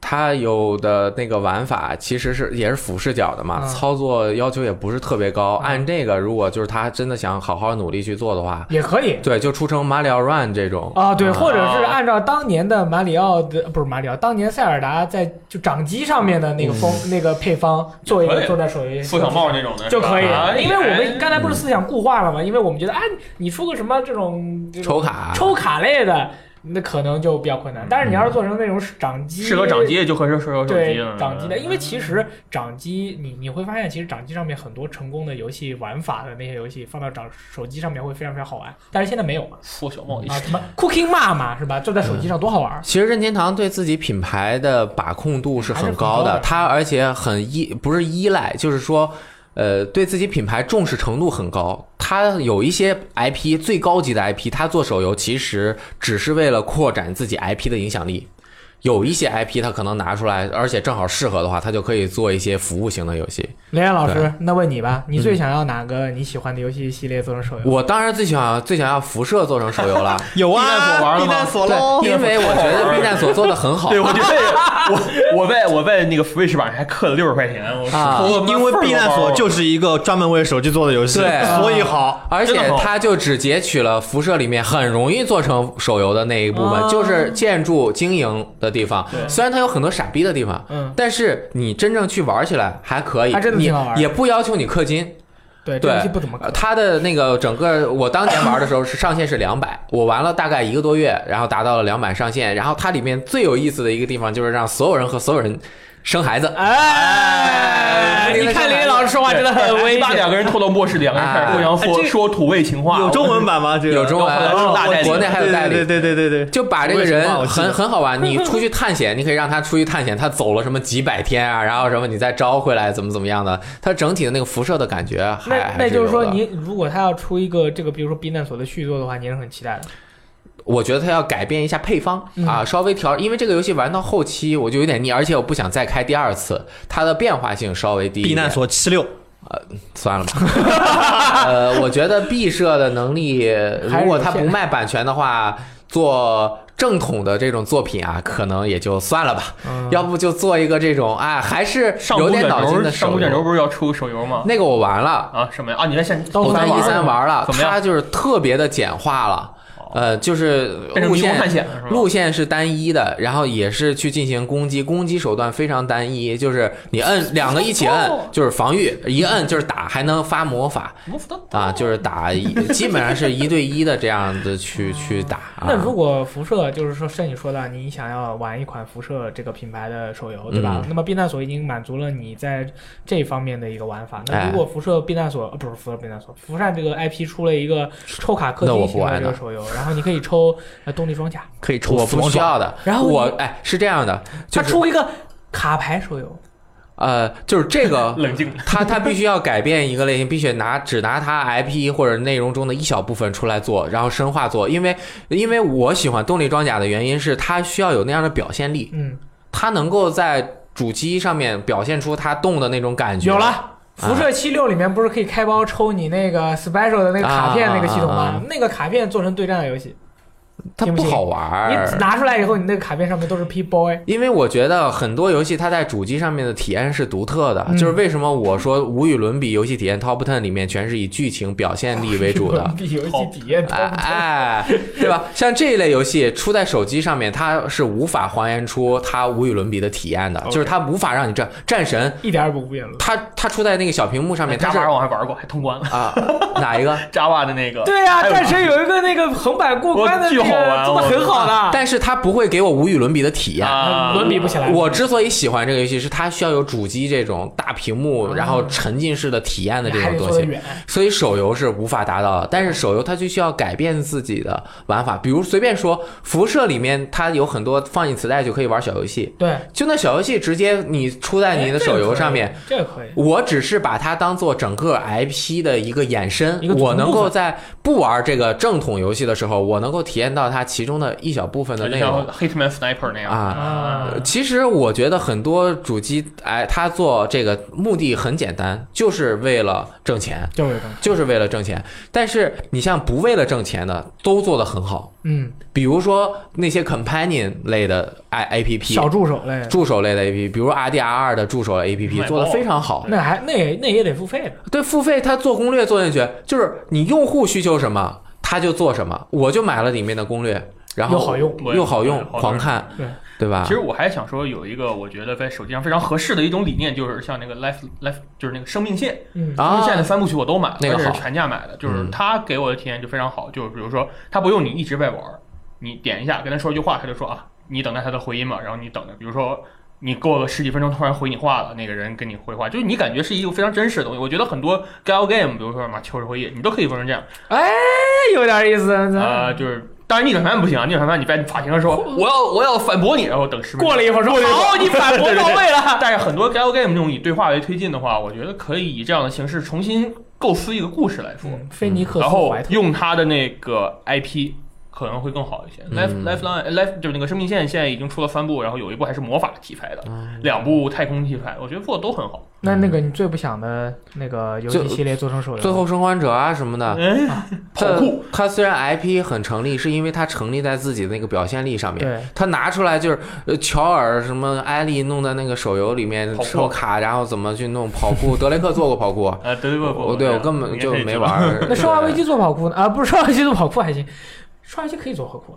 [SPEAKER 2] 它有的那个玩法其实是也是俯视角的嘛，
[SPEAKER 4] 嗯
[SPEAKER 2] 操作要求也不是特别高。
[SPEAKER 4] 嗯
[SPEAKER 2] 按这个，如果就是他真的想好好努力去做的话，
[SPEAKER 4] 也可以
[SPEAKER 2] 对，就出成马里奥 Run 这种
[SPEAKER 4] 啊，对，或者是
[SPEAKER 3] 啊
[SPEAKER 4] 按照当年的马里奥的，不是马里奥，当年塞尔达在就掌机上面的那个风、那个配方做一
[SPEAKER 3] 嗯也可
[SPEAKER 4] 个
[SPEAKER 3] 以
[SPEAKER 4] 做在手游
[SPEAKER 3] 缩小帽那种的
[SPEAKER 4] 就可以
[SPEAKER 3] 是吧啊
[SPEAKER 4] 了，因为我们
[SPEAKER 3] 哎
[SPEAKER 4] 刚才不是思想固化了吗？因为我们觉得，哎，你出个什么这种这种
[SPEAKER 2] 抽卡。
[SPEAKER 4] 抽卡类的，那可能就比较困难。但是你要是做成那种掌机，
[SPEAKER 3] 适合掌机就合适适合手
[SPEAKER 4] 对
[SPEAKER 3] 机了，
[SPEAKER 4] 掌机啊嗯的，因为其实掌机你你会发现，其实掌机上面很多成功的游戏玩法的那些游戏放到掌手机上面会非常非常好玩，但是现在没有嘛
[SPEAKER 3] 缩小帽一哎
[SPEAKER 4] 啊，什么 Cooking Mama 是吧？就在手机上多好玩儿，
[SPEAKER 2] 其实任天堂对自己品牌的把控度是很高
[SPEAKER 4] 还是很高的
[SPEAKER 2] 的，它而且很依不是依赖，就是说，呃，对自己品牌重视程度很高。它有一些 IP 最高级的 IP，它做手游其实只是为了扩展自己 IP 的影响力。有一些 IP 它可能拿出来，而且正好适合的话，它就可以做一些服务型的游戏。
[SPEAKER 4] 雷岩老师
[SPEAKER 2] 对，
[SPEAKER 4] 那问你吧，你最想要哪个你喜欢的游戏系列做成手游？
[SPEAKER 2] 我当然最想最想要辐射做成手游 了，
[SPEAKER 3] 有
[SPEAKER 5] 啊避难所玩了吗？所喽
[SPEAKER 2] 对，因为我觉得避难所做的很好
[SPEAKER 3] 对，我觉得我我被我被那个 Switch 版还氪了六十块钱，我
[SPEAKER 2] 啊
[SPEAKER 3] 我
[SPEAKER 5] 因为避难所就是一个专门为手机做的游戏，
[SPEAKER 2] 对
[SPEAKER 5] 所以好。
[SPEAKER 2] 而
[SPEAKER 3] 真
[SPEAKER 2] 且
[SPEAKER 3] 的好
[SPEAKER 2] 它就只截取了辐射里面很容易做成手游的那一部
[SPEAKER 4] 啊
[SPEAKER 2] 分，就是建筑经营的地方。
[SPEAKER 3] 对
[SPEAKER 2] 虽然它有很多傻逼的地方，
[SPEAKER 4] 嗯，
[SPEAKER 2] 但是你真正去玩起来还可以
[SPEAKER 4] 还真，的
[SPEAKER 2] 你
[SPEAKER 4] 挺好玩
[SPEAKER 2] 也不要求你氪金。
[SPEAKER 4] 对，这
[SPEAKER 2] 对
[SPEAKER 4] 游戏不怎么
[SPEAKER 2] 呃
[SPEAKER 4] 可。
[SPEAKER 2] 它的那个整个，我当年玩的时候是上限是 两百，我玩了大概一个多月，然后达到了两百上限。然后它里面最有意思的一个地方就是让所有人和所有人生孩子。
[SPEAKER 4] 哎，你看雷岩老师说话真的很危
[SPEAKER 3] 把哎两
[SPEAKER 4] 险。
[SPEAKER 3] 个人拖到末世，两个人开始互相
[SPEAKER 5] 哎
[SPEAKER 3] 说
[SPEAKER 5] 这
[SPEAKER 3] 说土味情话，
[SPEAKER 5] 有中文版吗？这个
[SPEAKER 2] 有中文
[SPEAKER 5] 哦
[SPEAKER 3] 有大代理
[SPEAKER 2] 国内还有代理
[SPEAKER 5] 对对对对对对。
[SPEAKER 2] 就把这个人
[SPEAKER 5] 我也是我记得
[SPEAKER 2] 很很好玩，你出去探险，你可以让他出去探险，他走了什么几百天啊，然后什么你再招回来，怎么怎么样的，他整体的那个辐射的感觉还，
[SPEAKER 4] 那
[SPEAKER 2] 还
[SPEAKER 4] 那就是说，
[SPEAKER 2] 有的
[SPEAKER 4] 您如果他要出一个这个，比如说避难所的续作的话，您是很期待的。
[SPEAKER 2] 我觉得他要改变一下配方
[SPEAKER 4] 嗯
[SPEAKER 2] 啊，稍微调，因为这个游戏玩到后期我就有点腻，而且我不想再开第二次，它的变化性稍微低一
[SPEAKER 5] 避
[SPEAKER 2] 点。
[SPEAKER 5] 难所七六，
[SPEAKER 2] 算了吧， 呃，我觉得毕设的能力，如果他不卖版权的话，做正统的这种作品啊，可能也就算了吧。
[SPEAKER 4] 嗯，
[SPEAKER 2] 要不就做一个这种，哎，还是
[SPEAKER 3] 上
[SPEAKER 2] 有
[SPEAKER 3] 古
[SPEAKER 2] 点
[SPEAKER 3] 卷
[SPEAKER 2] 脑筋
[SPEAKER 3] 轴，
[SPEAKER 2] 的
[SPEAKER 3] 上古
[SPEAKER 2] 手
[SPEAKER 3] 卷轴
[SPEAKER 2] 游。
[SPEAKER 3] 不是要出手游吗？
[SPEAKER 2] 那个我玩了，
[SPEAKER 3] 啊什么呀？啊你在线
[SPEAKER 4] 哦
[SPEAKER 2] 我
[SPEAKER 4] 三玩
[SPEAKER 2] 在一
[SPEAKER 4] 了
[SPEAKER 2] 三玩了，
[SPEAKER 3] 怎么样哦
[SPEAKER 2] 它就是特别的简化了，呃，就是
[SPEAKER 3] 变成
[SPEAKER 2] 路
[SPEAKER 3] 迷宫
[SPEAKER 2] 线
[SPEAKER 3] 探险了是吗？
[SPEAKER 2] 路线是单一的，然后也是去进行攻击，攻击手段非常单一，就是你摁两个一起摁就是防御，一摁就是打，还能发魔法啊，就是打一，基本上是一对一的这样子去去打。啊
[SPEAKER 4] 那如果辐射就是说，像你说的，你想要玩一款辐射这个品牌的手游，对吧？
[SPEAKER 2] 嗯
[SPEAKER 4] 那么避难所已经满足了你在这方面的一个玩法。那
[SPEAKER 2] 哎
[SPEAKER 4] 如果辐射避难所，呃，不是辐射避难所，辐射这个 IP 出了一个抽卡氪
[SPEAKER 2] 那我
[SPEAKER 4] 金
[SPEAKER 2] 不
[SPEAKER 4] 型的
[SPEAKER 2] 玩
[SPEAKER 4] 这个
[SPEAKER 2] 了
[SPEAKER 4] 手游，然后你可以抽呃动力装甲，
[SPEAKER 5] 可以抽
[SPEAKER 2] 我不需
[SPEAKER 3] 啊
[SPEAKER 2] 要的，
[SPEAKER 4] 然后
[SPEAKER 2] 我
[SPEAKER 4] 你
[SPEAKER 2] 哎是这样的，
[SPEAKER 4] 它
[SPEAKER 2] 就是
[SPEAKER 4] 出一个卡牌手游，
[SPEAKER 2] 呃就是这个
[SPEAKER 3] 冷静，
[SPEAKER 2] 他他必须要改变一个类型，必须拿只拿他 IP 或者内容中的一小部分出来做，然后深化做。因为因为我喜欢动力装甲的原因是它需要有那样的表现力，
[SPEAKER 4] 嗯，
[SPEAKER 2] 它能够在主机上面表现出它动的那种感觉。
[SPEAKER 4] 有了。辐射七六里面不是可以开包抽你那个 special 的那个卡片那个系统
[SPEAKER 2] 啊啊
[SPEAKER 4] 吗
[SPEAKER 2] 啊？
[SPEAKER 4] 那个卡片做成对战的游戏，
[SPEAKER 2] 它
[SPEAKER 4] 行不
[SPEAKER 2] 不
[SPEAKER 4] 行
[SPEAKER 2] 好玩
[SPEAKER 4] 你
[SPEAKER 2] 儿。
[SPEAKER 4] 拿出来以后，你那个卡片上面都是 P boy，
[SPEAKER 2] 因为我觉得很多游戏它在主机上面的体验是独特的，
[SPEAKER 4] 嗯
[SPEAKER 2] 就是为什么我说无与伦比游戏体验 Top Ten 里面全是以剧情表现力为主的，
[SPEAKER 4] 游戏体验
[SPEAKER 2] 哎 哎，对吧？像这一类游戏出在手机上面，它是无法还原出它无与伦比的体验的，就是它无法让你战战神，
[SPEAKER 4] 一点儿也不无言论。
[SPEAKER 2] 它它出在那个小屏幕上面，它
[SPEAKER 3] 扎
[SPEAKER 2] 是
[SPEAKER 4] 啊
[SPEAKER 3] 巴我还玩过，还通关了
[SPEAKER 2] 啊哪一个？
[SPEAKER 3] 扎巴的那个。
[SPEAKER 4] 对呀、
[SPEAKER 2] 哎
[SPEAKER 3] 还有
[SPEAKER 4] 战神有一个那个横版过关的那
[SPEAKER 3] 我巨好
[SPEAKER 4] 个，
[SPEAKER 3] 玩
[SPEAKER 4] 做的很好
[SPEAKER 2] 啊
[SPEAKER 4] 的，
[SPEAKER 2] 但是它不会给我无与伦比的体验。
[SPEAKER 3] 啊，
[SPEAKER 4] 伦比不起来。
[SPEAKER 2] 嗯我之所以喜欢这个游戏，是它需要有主机这种大屏幕，然后沉浸式的体验的这
[SPEAKER 4] 还
[SPEAKER 2] 种
[SPEAKER 4] 得
[SPEAKER 2] 东
[SPEAKER 4] 做的
[SPEAKER 2] 西。
[SPEAKER 4] 远，
[SPEAKER 2] 所以手游是无法达到的，但是手游它就需要改变自己的玩法，比如随便说，辐射里面它有很多放进磁带就可以玩小游戏，
[SPEAKER 4] 对，
[SPEAKER 2] 就那小游戏直接你出在你的手游上面，
[SPEAKER 4] 这个哎可以，
[SPEAKER 2] 我只是把它当做整个 IP 的一个衍生
[SPEAKER 4] 一个，组成
[SPEAKER 2] 我能
[SPEAKER 4] 部
[SPEAKER 2] 够
[SPEAKER 4] 分
[SPEAKER 2] 在不玩这个正统游戏的时候，我能够体验到它其中的一小部分的
[SPEAKER 3] 就
[SPEAKER 2] 内容
[SPEAKER 3] 像 Hitman Sniper 那样
[SPEAKER 2] 啊。
[SPEAKER 4] 啊
[SPEAKER 2] 呃其实我觉得很多主机，哎，它做这个目的很简单，就是为了挣钱，
[SPEAKER 4] 这我有感觉。
[SPEAKER 2] 就是为了挣钱。但是你像不为了挣钱的，都做得很好，
[SPEAKER 4] 嗯，
[SPEAKER 2] 比如说那些 companion 类的 i A P P，
[SPEAKER 4] 小助手类的，
[SPEAKER 2] 助手类的 APP，比如 RDR 二的助手 APP
[SPEAKER 3] 买
[SPEAKER 2] 做的
[SPEAKER 3] 包啊
[SPEAKER 2] 非常好。
[SPEAKER 4] 那还那也那也得付费的。
[SPEAKER 2] 对，付费它做攻略做进去，就是你用户需求什么，它就做什么。我就买了里面的攻略，然后
[SPEAKER 4] 又好用
[SPEAKER 3] 我
[SPEAKER 2] 又好用，
[SPEAKER 3] 好多
[SPEAKER 2] 狂
[SPEAKER 3] 人
[SPEAKER 2] 看，
[SPEAKER 4] 对
[SPEAKER 2] 对吧
[SPEAKER 3] 其？实我还想说，有一个我觉得在手机上非常合适的一种理念，就是像那个 Life Life，就是那个生命线，
[SPEAKER 4] 嗯，
[SPEAKER 3] 生命
[SPEAKER 2] 啊
[SPEAKER 3] 线的三部曲我都买了，
[SPEAKER 2] 那个
[SPEAKER 3] 而且是
[SPEAKER 2] 好
[SPEAKER 3] 全价买的。就是
[SPEAKER 2] 嗯
[SPEAKER 3] 它给我的体验就非常好，就是比如说它不用你一直在玩儿，你点一下跟他说一句话，他就说啊，你等待他的回音吧，然后你等着，比如说。你过个十几分钟，突然回你话了，那个人跟你回话，就是你感觉是一个非常真实的东西。我觉得很多 gal game，比如说什么《秋日回忆》，你都可以玩成这样。
[SPEAKER 4] 哎，有点意思。嗯
[SPEAKER 2] 嗯
[SPEAKER 3] 啊，就是当然逆转裁判不行啊，逆转裁判你在法庭上说我要我要反驳你，然后等十分钟
[SPEAKER 4] 过了一会儿说好，你反驳到位了。
[SPEAKER 3] 但是很多 gal game 这种以对话为推进的话，我觉得可以以这样的形式重新构思一个故事来说，
[SPEAKER 4] 嗯，菲尼克
[SPEAKER 3] 然
[SPEAKER 4] 斯
[SPEAKER 3] 后
[SPEAKER 4] 怀特，
[SPEAKER 3] 用他的那个 IP 可能会更好一些。
[SPEAKER 2] 嗯
[SPEAKER 3] Life Lifeline Life 就是那个生命线，现在已经出了三部，然后有一部还是魔法题材的，
[SPEAKER 4] 嗯
[SPEAKER 3] 两部太空题材，我觉得做的都很好。
[SPEAKER 4] 那那个你最不想的那个游戏
[SPEAKER 2] 最
[SPEAKER 4] 系列做成手游，
[SPEAKER 2] 最后生还者啊什么的，
[SPEAKER 3] 哎，
[SPEAKER 2] 它
[SPEAKER 3] 好酷！
[SPEAKER 2] 它虽然 IP 很成立，是因为它成立在自己的那个表现力上面。
[SPEAKER 4] 对
[SPEAKER 2] 他拿出来就是，呃，乔尔什么艾利弄在那个手游里面
[SPEAKER 3] 跑酷
[SPEAKER 2] 抽卡，然后怎么去弄跑酷。德雷克做过 跑酷，
[SPEAKER 3] 呃，对对
[SPEAKER 4] 哦
[SPEAKER 2] 我对我根本就没。 玩儿。
[SPEAKER 4] 那《生化危机》做跑酷呢？啊，不是《生化 危机》做跑酷还行，《生化危机》可以做跑酷，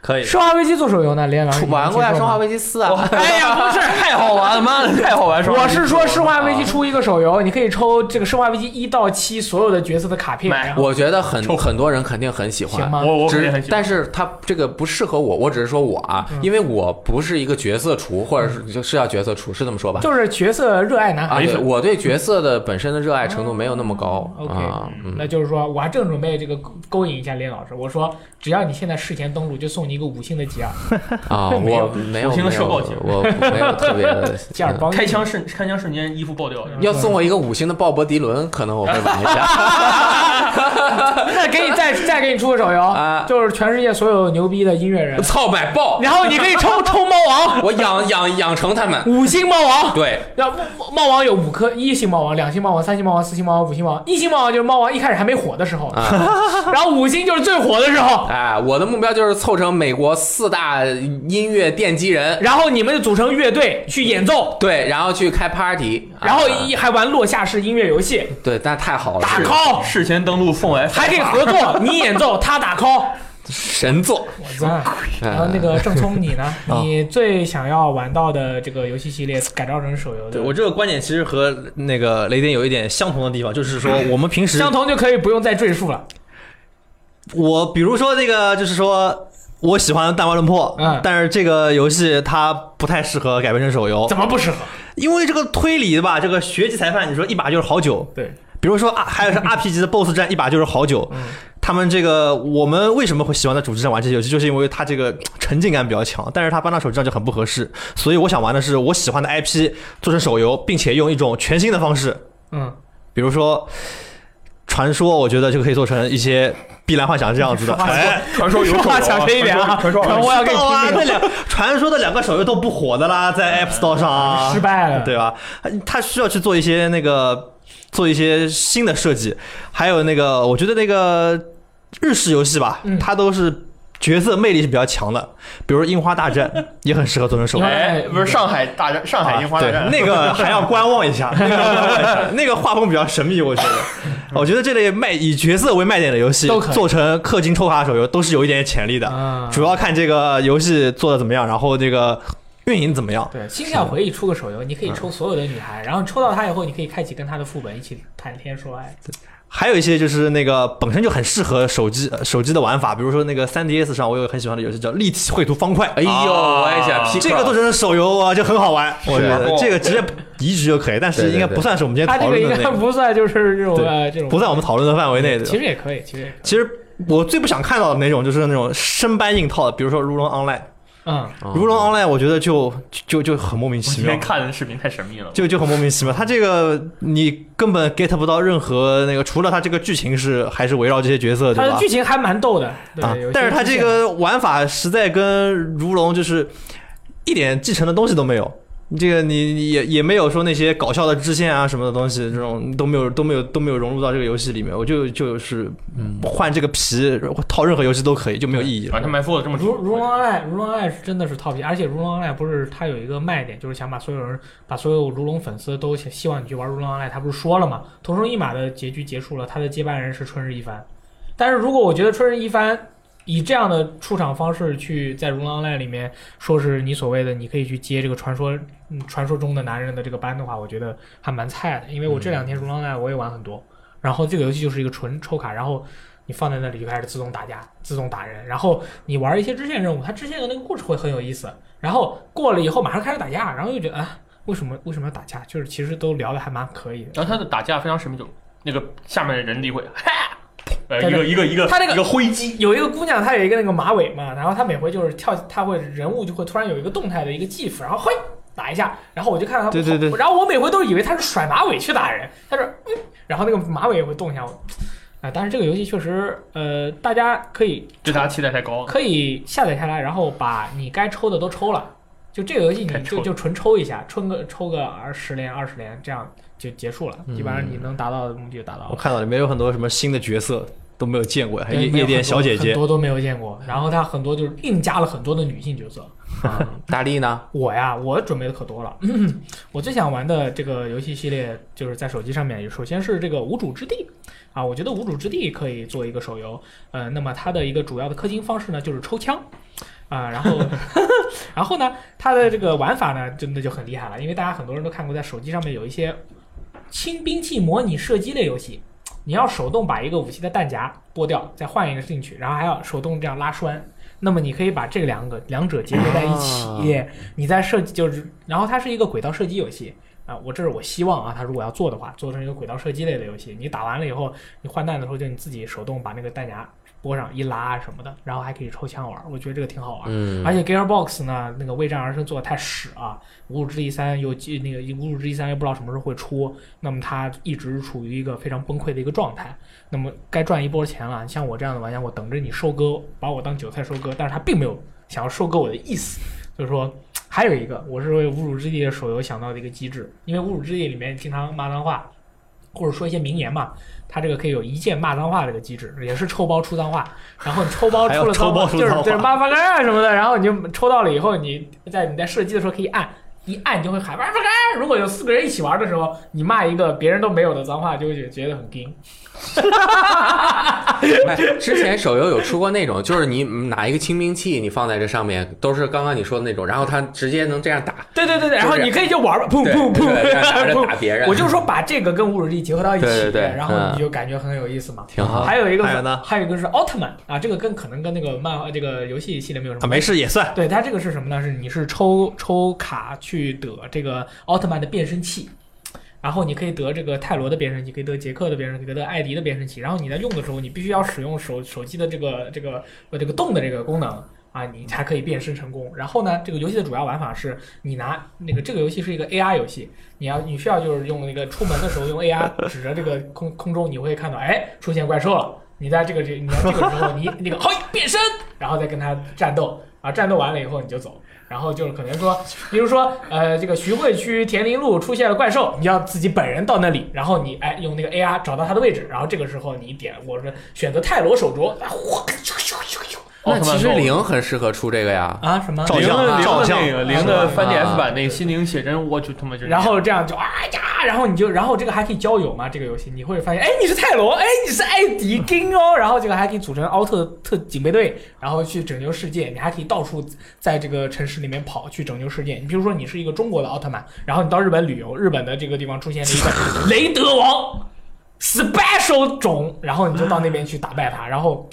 [SPEAKER 5] 可
[SPEAKER 4] 《生化危机》做手游呢？连
[SPEAKER 2] 出
[SPEAKER 4] 狼
[SPEAKER 2] 玩过呀，《生化
[SPEAKER 4] 危
[SPEAKER 2] 危机 四》啊，
[SPEAKER 3] 哎呀，不是，太好玩了，妈的，太好玩！
[SPEAKER 4] 我是说，《生化
[SPEAKER 2] 啊
[SPEAKER 4] 危机》出一个手游，你可以抽这个《生化危机》一到七所有的角色的卡片，
[SPEAKER 3] 买
[SPEAKER 4] 然后
[SPEAKER 2] 我觉得很
[SPEAKER 3] 抽
[SPEAKER 2] 很多人肯定很喜
[SPEAKER 4] 行
[SPEAKER 2] 欢。
[SPEAKER 4] 吗？
[SPEAKER 3] 我我肯定
[SPEAKER 2] 只
[SPEAKER 3] 很喜欢。
[SPEAKER 2] 但是它这个不适合我，我只是说我啊，因为我不是一个角色厨，或者是就是要角色厨，是这么说吧？
[SPEAKER 4] 就是角色热爱男
[SPEAKER 2] 啊，
[SPEAKER 4] 孩。
[SPEAKER 2] 对，我对角色的本身的热爱程度没有那么高
[SPEAKER 4] 哦，OK
[SPEAKER 2] 啊，
[SPEAKER 4] 那
[SPEAKER 2] 嗯，
[SPEAKER 4] 就是说，我还正准备这个勾勾引一下连老师，我说只要你现在事前登录，就送你一个五星的 吉尔，
[SPEAKER 2] 啊，
[SPEAKER 3] 没有
[SPEAKER 2] 我没有，
[SPEAKER 3] 我听了
[SPEAKER 2] 没有
[SPEAKER 3] 社报节目
[SPEAKER 2] 我没有特别的嗯
[SPEAKER 4] 吉尔邦。
[SPEAKER 3] 开枪瞬开枪瞬间衣服爆掉
[SPEAKER 4] 嗯
[SPEAKER 3] 了，
[SPEAKER 2] 要送我一个五星的鲍勃迪伦，可能我会玩一 下。
[SPEAKER 4] 那给你再 再给你出个手游，
[SPEAKER 2] 啊
[SPEAKER 4] 就是全世界所有牛逼的音乐 人，
[SPEAKER 2] 操，买爆！
[SPEAKER 4] 然后你可以抽抽猫王，
[SPEAKER 2] 我养养养成他们。
[SPEAKER 4] 五星猫王。
[SPEAKER 2] 对，
[SPEAKER 4] 要猫猫王有五颗，一星猫王、两星猫王、三星猫王、四星猫王、五星猫王。一星猫王就是猫王一开始还没火的时候，
[SPEAKER 5] 啊
[SPEAKER 4] 然后五星就是最火的时候，
[SPEAKER 2] 哎，我的目标就是凑成美国四大音乐奠基人，
[SPEAKER 4] 然后你们就组成乐队去演奏，
[SPEAKER 2] 对，然后去开 party，
[SPEAKER 4] 然后
[SPEAKER 2] 啊
[SPEAKER 4] 一还玩落下式音乐游戏，
[SPEAKER 2] 对，那太好了，
[SPEAKER 4] 打
[SPEAKER 2] 是
[SPEAKER 4] call，
[SPEAKER 3] 事前登录送 F，
[SPEAKER 4] 还可以合作，你演奏，他打 call。
[SPEAKER 2] 神作。哎
[SPEAKER 4] 我操！然后那个郑聪，你呢？
[SPEAKER 5] 啊
[SPEAKER 4] 你最想要玩到的这个游戏系列改造成手游的，
[SPEAKER 5] 对我这个观点其实和那个雷电有一点相同的地方，就是说我们平时
[SPEAKER 4] 相同就可以不用再赘述了。
[SPEAKER 5] 我比如说那个，就是说我喜欢《大乱论破》，
[SPEAKER 4] 嗯
[SPEAKER 5] 但是这个游戏它不太适合改编成手游，
[SPEAKER 4] 怎么不适合？
[SPEAKER 5] 因为这个推理吧，这个学级裁判，你说一把就是好久。
[SPEAKER 4] 对，
[SPEAKER 5] 比如说啊，还有是 RPG 的 BOSS 战，一把就是好久。他们这个，我们为什么会喜欢在主机上玩这些游戏，就是因为它这个沉浸感比较强，但是它搬到手机上就很不合适。所以我想玩的是我喜欢的 IP 做成手游，并且用一种全新的方式，
[SPEAKER 4] 嗯，
[SPEAKER 5] 比如说传说，我觉得就可以做成一些《碧蓝幻想》这 样子的。哎，
[SPEAKER 3] 传说有手游
[SPEAKER 4] 话
[SPEAKER 3] 啊
[SPEAKER 4] 讲深一点啊，
[SPEAKER 3] 传说
[SPEAKER 4] 传我要跟你
[SPEAKER 5] 知道啊
[SPEAKER 4] 拼
[SPEAKER 5] 那
[SPEAKER 4] 命了，
[SPEAKER 5] 两传说的两个手游都不火的啦，在 App Store 上啊，
[SPEAKER 4] 失败了。
[SPEAKER 5] 对吧？他需要去做一些那个，做一些新的设计，还有那个，我觉得那个日式游戏吧
[SPEAKER 4] 嗯，
[SPEAKER 5] 它都是角色魅力是比较强的，比如《樱花大战》 也很适合做成手游。
[SPEAKER 3] 哎，不是上海大战，上海樱花大
[SPEAKER 5] 啊对
[SPEAKER 3] 战，，
[SPEAKER 5] 那个还要观望一下，那个还要观望一下那个画风比较神秘，我觉
[SPEAKER 3] 嗯
[SPEAKER 5] 得。我觉得这类卖以角色为卖点的游戏
[SPEAKER 4] 都可以，
[SPEAKER 5] 做成氪金抽卡手游都是有一点潜力的，
[SPEAKER 3] 嗯
[SPEAKER 4] 啊，
[SPEAKER 5] 主要看这个游戏做的怎么样，然后这个运营怎么样。
[SPEAKER 4] 对《心跳回忆》出个手游，你可以抽
[SPEAKER 5] 嗯
[SPEAKER 4] 所有的女孩，然后抽到她以后，你可以开启跟她的副本一起谈天说爱。
[SPEAKER 5] 还有一些就是那个本身就很适合手机呃手机的玩法，比如说那个 3DS 上我有个很喜欢的游戏叫《立体绘图方块》，
[SPEAKER 2] 哎呦，
[SPEAKER 3] 啊
[SPEAKER 2] 我也想 P
[SPEAKER 5] 这个做成手游啊就很好玩，
[SPEAKER 2] 是
[SPEAKER 5] 我觉得
[SPEAKER 3] 哦
[SPEAKER 5] 这个直接移植就可以，但
[SPEAKER 2] 对
[SPEAKER 5] 是
[SPEAKER 2] 对
[SPEAKER 5] 应该
[SPEAKER 2] 对
[SPEAKER 5] 不算是我们今天
[SPEAKER 4] 她这个
[SPEAKER 5] 讨论
[SPEAKER 4] 应
[SPEAKER 5] 的那
[SPEAKER 4] 该
[SPEAKER 5] 个，
[SPEAKER 4] 不算就是这种呃这种，
[SPEAKER 5] 不在我们讨论的范围内的。
[SPEAKER 4] 其实也可以，其实也可以。
[SPEAKER 5] 其实我最不想看到的那种就是那种生搬硬套的，比如说《如龙 Online》，
[SPEAKER 2] 哦
[SPEAKER 4] 嗯，
[SPEAKER 5] 《如龙 Online》我觉得就就就很莫名
[SPEAKER 3] 我
[SPEAKER 5] 其
[SPEAKER 3] 今
[SPEAKER 5] 妙
[SPEAKER 3] 天。看的视频太神秘了。
[SPEAKER 5] 就就很莫名其妙，它这个你根本 get 不到任何那个，除了它这个剧情是还是围绕这些角色，对
[SPEAKER 4] 它
[SPEAKER 5] 吧？
[SPEAKER 4] 的剧情还蛮逗的，对
[SPEAKER 5] 啊
[SPEAKER 4] 有一些，
[SPEAKER 5] 但是他这个玩法实在跟如龙就是一点继承的东西都没有。这个你你也也没有说那些搞笑的支线啊什么的东西，这种都没有都没有都没有融入到这个游戏里面。我就就是
[SPEAKER 2] 嗯
[SPEAKER 5] 换这个皮套任何游戏都可以，就没有意义
[SPEAKER 3] 把
[SPEAKER 5] 了
[SPEAKER 3] 他。们做的这么
[SPEAKER 4] 如如龙爱，如龙爱是真的是 top 一，而且如龙爱不是它有一个卖点，就是想把所有人把所有如龙粉丝都想希望你去玩如龙爱，他不是说了吗？同生一马的结局结束了，他的接班人是春日一番，但是如果我觉得春日一番。以这样的出场方式去在《如狼 online》里面说是你所谓的你可以去接这个传说，嗯，传说中的男人的这个班的话，我觉得还蛮菜的。因为我这两天《如狼 online》我也玩很多，然后这个游戏就是一个纯抽卡，然后你放在那里就开始自动打架、自动打人，然后你玩一些支线任务，它支线的那个故事会很有意思。然后过了以后，马上开始打架，然后又觉得啊，为什么为什么要打架？就是其实都聊的还蛮可以的。
[SPEAKER 3] 然后他的打架非常神秘，就那个下面的人例会，哈，呃，
[SPEAKER 4] 对
[SPEAKER 3] 一个一个一个，
[SPEAKER 4] 他那个
[SPEAKER 3] 一个挥击，
[SPEAKER 4] 有一个姑娘，她有一个那个马尾嘛，然后她每回就是跳，她会人物就会突然有一个动态的一个 gif，然后嘿打一下，然后我就看到她，
[SPEAKER 5] 对对对
[SPEAKER 4] 然后我每回都以为她是甩马尾去打人，她说嗯，然后那个马尾也会动一下，我啊，但是这个游戏确实，呃，大家可以
[SPEAKER 3] 对它期待太高了。
[SPEAKER 4] 可以下载下来，然后把你该抽的都抽了。就这个游戏，
[SPEAKER 3] 该
[SPEAKER 4] 你
[SPEAKER 3] 抽
[SPEAKER 4] 就
[SPEAKER 3] 的
[SPEAKER 4] 就纯抽一下，抽个抽个二十连、二十连，这样就结束了。基本上你能达到的目的就达到
[SPEAKER 5] 我
[SPEAKER 4] 了。
[SPEAKER 5] 看到里面有很多什么新的角色都没有见过，还
[SPEAKER 4] 对
[SPEAKER 5] 夜
[SPEAKER 4] 没有
[SPEAKER 5] 夜店
[SPEAKER 4] 很多
[SPEAKER 5] 小姐姐
[SPEAKER 4] 很，多都没有见过，然后它很多就是硬加了很多的女性角色。
[SPEAKER 2] 大力呢？
[SPEAKER 4] 我呀，我准备的可多了。 我最想玩的这个游戏系列，就是在手机上面，首先是这个《无主之地》啊，我觉得《无主之地》可以做一个手游。呃，那么它的一个主要的氪金方式呢，就是抽枪。啊、然后， 然后呢，它的这个玩法呢，真的就很厉害了，因为大家很多人都看过，在手机上面有一些轻兵器模拟射击类游戏，你要手动把一个武器的弹夹剥掉，再换一个进去，然后还要手动这样拉栓。那么你可以把这两个两者结合在一起，你在设计就是，然后它是一个轨道射击游戏啊、我这是我希望啊，它如果要做的话，做成一个轨道射击类的游戏，你打完了以后，你换弹的时候就你自己手动把那个弹夹拨上一拉啊什么的，然后还可以抽枪玩儿，我觉得这个挺好玩儿。
[SPEAKER 2] 嗯，
[SPEAKER 4] 而且 Gearbox 呢，那个为战而生做的太屎啊，《无主之地三》又那个《无主之地三》又不知道什么时候会出，那么它一直处于一个非常崩溃的一个状态。那么该赚一波钱了，像我这样的玩家，我等着你收割，把我当韭菜收割，但是他并没有想要收割我的意思，就是说。还有一个，我是为《无主之地》的手游想到的一个机制，因为《无主之地》里面经常骂脏话，或者说一些名言嘛，它这个可以有一键骂脏话这个机制，也是抽包出脏话，然后你抽包
[SPEAKER 5] 还
[SPEAKER 4] 出
[SPEAKER 5] 要
[SPEAKER 4] 了
[SPEAKER 5] 抽
[SPEAKER 4] 脏话，
[SPEAKER 5] 包出
[SPEAKER 4] 就是
[SPEAKER 5] 脏
[SPEAKER 4] 就是
[SPEAKER 5] 话
[SPEAKER 4] 骂八嘎什么的，然后你就抽到了以后，你在你在射击的时候可以按。一按就会喊哇嘎！如果有四个人一起玩的时候，你骂一个别人都没有的脏话，就会觉觉得很硬。
[SPEAKER 2] 哎之前手游有出过那种，就是你拿一个清兵器，你放在这上面，都是刚刚你说的那种，然后它直接能这样打，
[SPEAKER 4] 对对对对，然后
[SPEAKER 2] 就是
[SPEAKER 4] 你可以就玩吧，砰
[SPEAKER 2] 对，
[SPEAKER 4] 砰砰
[SPEAKER 2] 对这样拿着
[SPEAKER 4] 砰！
[SPEAKER 2] 打别人。
[SPEAKER 4] 我就说把这个跟侮辱力结合到一起，
[SPEAKER 2] 对对对
[SPEAKER 4] 然后
[SPEAKER 2] 嗯
[SPEAKER 4] 你就感觉很有意思嘛。
[SPEAKER 2] 挺好。
[SPEAKER 4] 还有一个
[SPEAKER 5] 啊还有呢
[SPEAKER 4] 还有一个是奥特曼啊，这个跟可能跟那个漫这个游戏系列没有什么
[SPEAKER 5] 啊，没事也算。
[SPEAKER 4] 对，它这个是什么呢？是你是抽抽卡去得这个奥特曼的变身器，然后你可以得这个泰罗的变身器，可以得杰克的变身器，可以得艾迪的变身器。然后你在用的时候，你必须要使用手手机的这个这个呃这个动的这个功能。啊，你才可以变身成功。然后呢，这个游戏的主要玩法是你拿那个这个游戏是一个 AR 游戏，你要你需要就是用那个出门的时候用 AR 指着这个空空中，你会看到哎出现怪兽了。你在这个这你要这个时候你那个 嘿变身，然后再跟他战斗啊，战斗完了以后你就走。然后就是可能说，比如说，呃，这个徐汇区田林路出现了怪兽，你要自己本人到那里，然后你哎用那个 AR 找到它的位置，然后这个时候你点，我说选择泰罗手镯，啊呼咻咻咻咻
[SPEAKER 2] 那其实
[SPEAKER 3] 奥特曼够了
[SPEAKER 2] 零很适合出这个呀，
[SPEAKER 4] 啊什么
[SPEAKER 5] 照
[SPEAKER 3] 零
[SPEAKER 5] 相
[SPEAKER 3] 的
[SPEAKER 5] 啊
[SPEAKER 3] 零
[SPEAKER 5] 照
[SPEAKER 3] 的
[SPEAKER 5] 相
[SPEAKER 3] 那个零
[SPEAKER 4] 是
[SPEAKER 3] 的
[SPEAKER 4] 吧
[SPEAKER 3] 翻 DS 版那
[SPEAKER 4] 啊
[SPEAKER 3] 个心灵写真，我就他妈就
[SPEAKER 4] 然后这样就啊呀，然后你就然后这个还可以交友嘛，这个游戏你会发现，哎，你是泰罗，哎，你是艾迪金哦， 然后这个还可以组成奥特特警备队，然后去拯救世界，你还可以到处在这个城市里面跑去拯救世界。你比如说你是一个中国的奥特曼，然后你到日本旅游，日本的这个地方出现了一个雷德王 special 种，然后你就到那边去打败他，然 后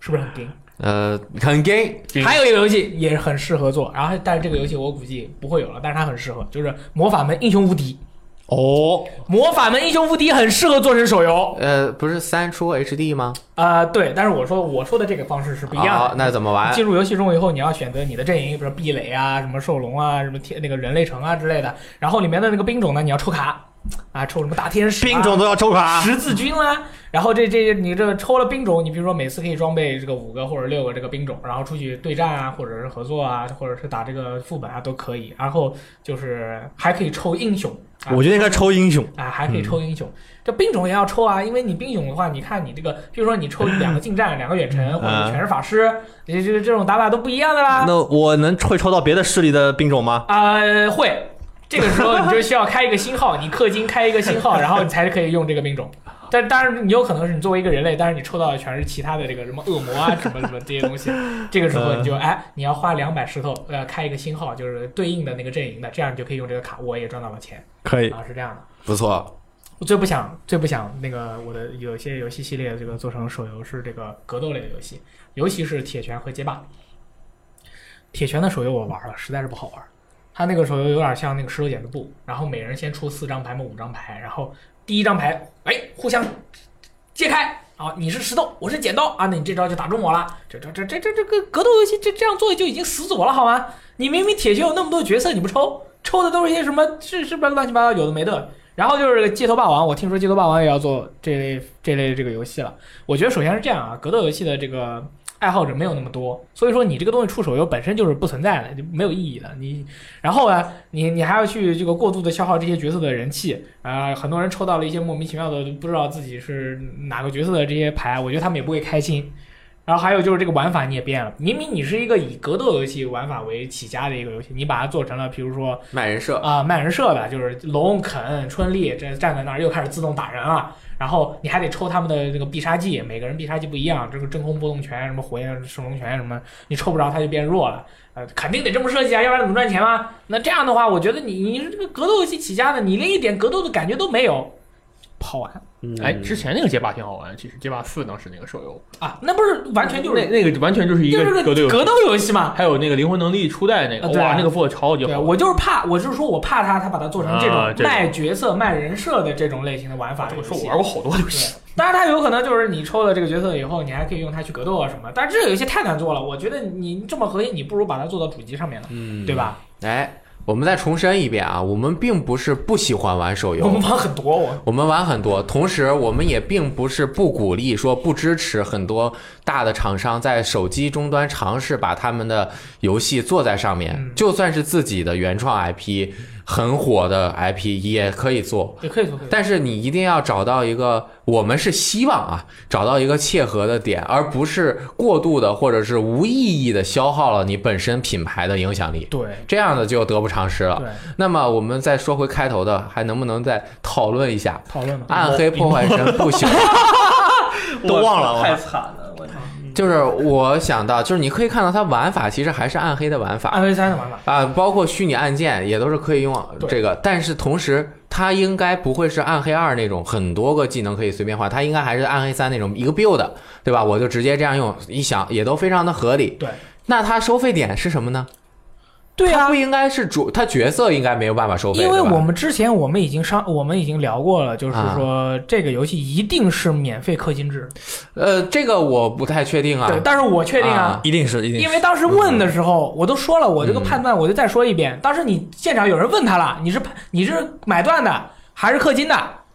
[SPEAKER 4] 是不是很金？
[SPEAKER 2] 呃，很 gay，
[SPEAKER 3] 嗯
[SPEAKER 4] 还有一个游戏也很适合做，然后但是这个游戏我估计不会有了，但是它很适合，就是魔法门英雄无敌。
[SPEAKER 5] 哦，
[SPEAKER 4] 魔法门英雄无敌很适合做成手游，
[SPEAKER 2] 呃，不是三出过 HD 吗？
[SPEAKER 4] 啊，对，但是我说我说的这个方式是不一样
[SPEAKER 2] 啊
[SPEAKER 4] 的。，
[SPEAKER 2] 那怎么玩
[SPEAKER 4] 进？入游戏中以后，你要选择你的阵营，比如说壁垒啊、什么兽龙啊、什么天那个人类城啊之类的。然后里面的那个兵种呢，你要抽卡，啊，抽什么大天使、
[SPEAKER 5] 兵种、都啊要抽卡，
[SPEAKER 4] 十字军啦、然后这这你这抽了兵种，你比如说每次可以装备这个五个或者六个这个兵种，然后出去对战啊，或者是合作啊，或者是打这个副本啊都可以。然后就是还可以抽英雄，啊、
[SPEAKER 5] 我觉得应该抽英雄。
[SPEAKER 4] 啊，还可以抽英雄。这兵种也要抽啊，因为你兵种的话，你看你这个，比如说你抽两个近战、两个远程，或者全是法师，这这这种打法都不一样的啦。
[SPEAKER 5] 那我能会抽到别的势力的兵种吗？
[SPEAKER 4] 啊，会。这个时候你就需要开一个新号，你氪金开一个新号，然后你才可以用这个兵种。但当然，你有可能是你作为一个人类，但是你抽到的全是其他的这个什么恶魔啊，什么什么这些东西。这个时候你就哎，你要花两百石头，呃，开一个新号，就是对应的那个阵营的，这样你就可以用这个卡，我也赚到了钱
[SPEAKER 5] 可以，
[SPEAKER 4] 啊，是这样的。
[SPEAKER 2] 不错，
[SPEAKER 4] 我最不想、最不想那个我的有些游戏系列这个做成手游是这个格斗类的游戏，尤其是铁拳和街霸。铁拳的手游我玩了，实在是不好玩。它那个手游有点像那个石头剪子布，然后每人先出四张牌嘛，五张牌，然后第一张牌哎互相揭开。啊，你是石头，我是剪刀啊，那你这招就打中我了。这这这这这这个格斗游戏这这样做就已经死左了好吗？你明明铁拳有那么多角色，你不抽，抽的都是一些什么是是不是乱七八糟有的没的，然后就是这个街头霸王，我听说街头霸王也要做这类这类这个游戏了。我觉得首先是这样啊，格斗游戏的这个爱好者没有那么多，所以说你这个东西出手游本身就是不存在的，就没有意义的。你然后呢，你你还要去这个过度的消耗这些角色的人气啊、很多人抽到了一些莫名其妙的不知道自己是哪个角色的这些牌，我觉得他们也不会开心。然后还有就是这个玩法你也变了，明明你是一个以格斗游戏玩法为起家的一个游戏，你把它做成了，比如说
[SPEAKER 2] 卖人设，
[SPEAKER 4] 啊、卖人设的，就是龙、肯、春丽这站在那儿又开始自动打人了，然后你还得抽他们的这个必杀技，每个人必杀技不一样，这个真空波动拳、什么火焰升龙拳什么，你抽不着他就变弱了，呃，肯定得这么设计啊，要不然怎么赚钱嘛？那这样的话，我觉得你你是这个格斗游戏起家的，你连一点格斗的感觉都没有，不好玩
[SPEAKER 3] 哎，之前那个街霸挺好玩，其实街霸四当时那个手游，
[SPEAKER 4] 啊，那不是完全就是
[SPEAKER 3] 那那个完全就是一
[SPEAKER 4] 就是
[SPEAKER 3] 个
[SPEAKER 4] 个
[SPEAKER 3] 格斗游戏，
[SPEAKER 4] 格斗游戏嘛。
[SPEAKER 3] 还有那个灵魂能力初代那个，
[SPEAKER 4] 啊对啊
[SPEAKER 3] 哇，那个做的超级
[SPEAKER 4] 对，
[SPEAKER 3] 好。
[SPEAKER 4] 我就是怕，我就是说我怕他，他把它做成这
[SPEAKER 3] 啊这
[SPEAKER 4] 种
[SPEAKER 3] 种
[SPEAKER 4] 卖角色、卖人设的这种类型的玩法的
[SPEAKER 3] 这
[SPEAKER 4] 游
[SPEAKER 3] 么
[SPEAKER 4] 戏。
[SPEAKER 3] 说，我玩过好多游戏
[SPEAKER 4] 对。当然，它有可能就是你抽了这个角色以后，你还可以用它去格斗啊什么。但是这个游戏太难做了，我觉得你这么核心，你不如把它做到主机上面了，
[SPEAKER 2] 嗯
[SPEAKER 4] 对？吧？
[SPEAKER 2] 哎，我们再重申一遍啊，我们并不是不喜欢玩手
[SPEAKER 4] 我们
[SPEAKER 2] 游。
[SPEAKER 4] 玩很多，我
[SPEAKER 2] 我们玩很多，同时我们也并不是不鼓励说不支持很多大的厂商在手机终端尝试把他们的游戏做在上面
[SPEAKER 4] 嗯，
[SPEAKER 2] 就算是自己的原创 IP 很火的 IP 也可以做。
[SPEAKER 4] 也可以做，可以做
[SPEAKER 2] 但是你一定要找到一个，我们是希望啊，找到一个切合的点，而不是过度的或者是无意义的消耗了你本身品牌的影响力，
[SPEAKER 4] 对
[SPEAKER 2] 这样的就得不偿失了。
[SPEAKER 4] 对，
[SPEAKER 2] 那么我们再说回开头的，还能不能再讨论一下
[SPEAKER 4] 讨论嘛
[SPEAKER 2] 《暗黑破坏神不 朽》？
[SPEAKER 5] 都忘了
[SPEAKER 3] 太
[SPEAKER 5] 我。
[SPEAKER 3] 惨了，我操！
[SPEAKER 4] 嗯
[SPEAKER 2] 就是我想到，就是你可以看到它玩法其实还是暗黑的玩法
[SPEAKER 4] 暗黑三的玩法，
[SPEAKER 2] 啊，包括虚拟按键也都是可以用
[SPEAKER 4] 对
[SPEAKER 2] 这个，但是同时它应该不会是暗黑二那种很多个技能可以随便换，它应该还是暗黑三那种一个 build，对吧？我就直接这样用，一想也都非常的合理。
[SPEAKER 4] 对，
[SPEAKER 2] 那它收费点是什么呢？
[SPEAKER 4] 对
[SPEAKER 2] 它
[SPEAKER 4] 啊
[SPEAKER 2] 不。应该是主，它角色应该没有办法收费，
[SPEAKER 4] 因为
[SPEAKER 2] 对吧
[SPEAKER 4] 我们之前我们已经商我们已经聊过了，就是
[SPEAKER 2] 啊
[SPEAKER 4] 说这个游戏一定是免费氪金制，
[SPEAKER 2] 呃，这个我不太确定啊。
[SPEAKER 4] 对。但是我确定啊
[SPEAKER 2] 啊，
[SPEAKER 5] 一定是一定是
[SPEAKER 4] 因为当时问的时候，我都说了我这个
[SPEAKER 2] 嗯
[SPEAKER 4] 判断，我就再说一遍。当时你现场有人问他了，你是你是买断的还是氪金的？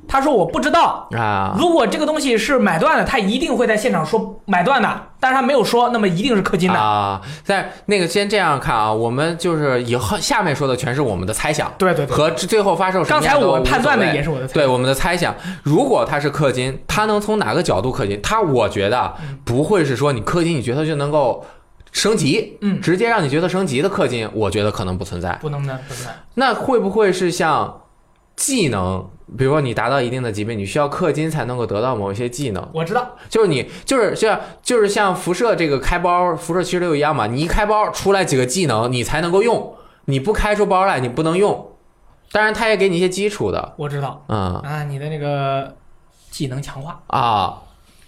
[SPEAKER 4] 他说我不知道。
[SPEAKER 2] 啊，
[SPEAKER 4] 如果这个东西是买断的，他一定会在现场说买断的，但是他没有说，那么一定是氪金的。
[SPEAKER 2] 啊，但那个先这样看啊，我们就是以后下面说的全是我们的猜想
[SPEAKER 4] 对对对，
[SPEAKER 2] 和最后发售什
[SPEAKER 4] 刚
[SPEAKER 2] 么
[SPEAKER 4] 才
[SPEAKER 2] 样都无所
[SPEAKER 4] 我
[SPEAKER 2] 谓。
[SPEAKER 4] 判断的也是我的猜
[SPEAKER 2] 对我们的猜想，如果他是氪金，他能从哪个角度氪金？他我觉得啊
[SPEAKER 4] 嗯
[SPEAKER 2] 不会是说你氪金，你角色就能够升级，
[SPEAKER 4] 嗯
[SPEAKER 2] 直接让你角色升级的氪金，我觉得可能不存在。
[SPEAKER 4] 不能的，不能的。
[SPEAKER 2] 那会不会是像技能？比如说你达到一定的级别，你需要氪金才能够得到某一些技能，
[SPEAKER 4] 我知道，
[SPEAKER 2] 就是你就是像就是像辐射这个开包辐射七十六一样嘛，你一开包出来几个技能你才能够用，你不开出包来你不能用。当然，他也给你一些基础的，
[SPEAKER 4] 我知道
[SPEAKER 2] 嗯
[SPEAKER 4] 啊，你的那个技能强化，
[SPEAKER 2] 啊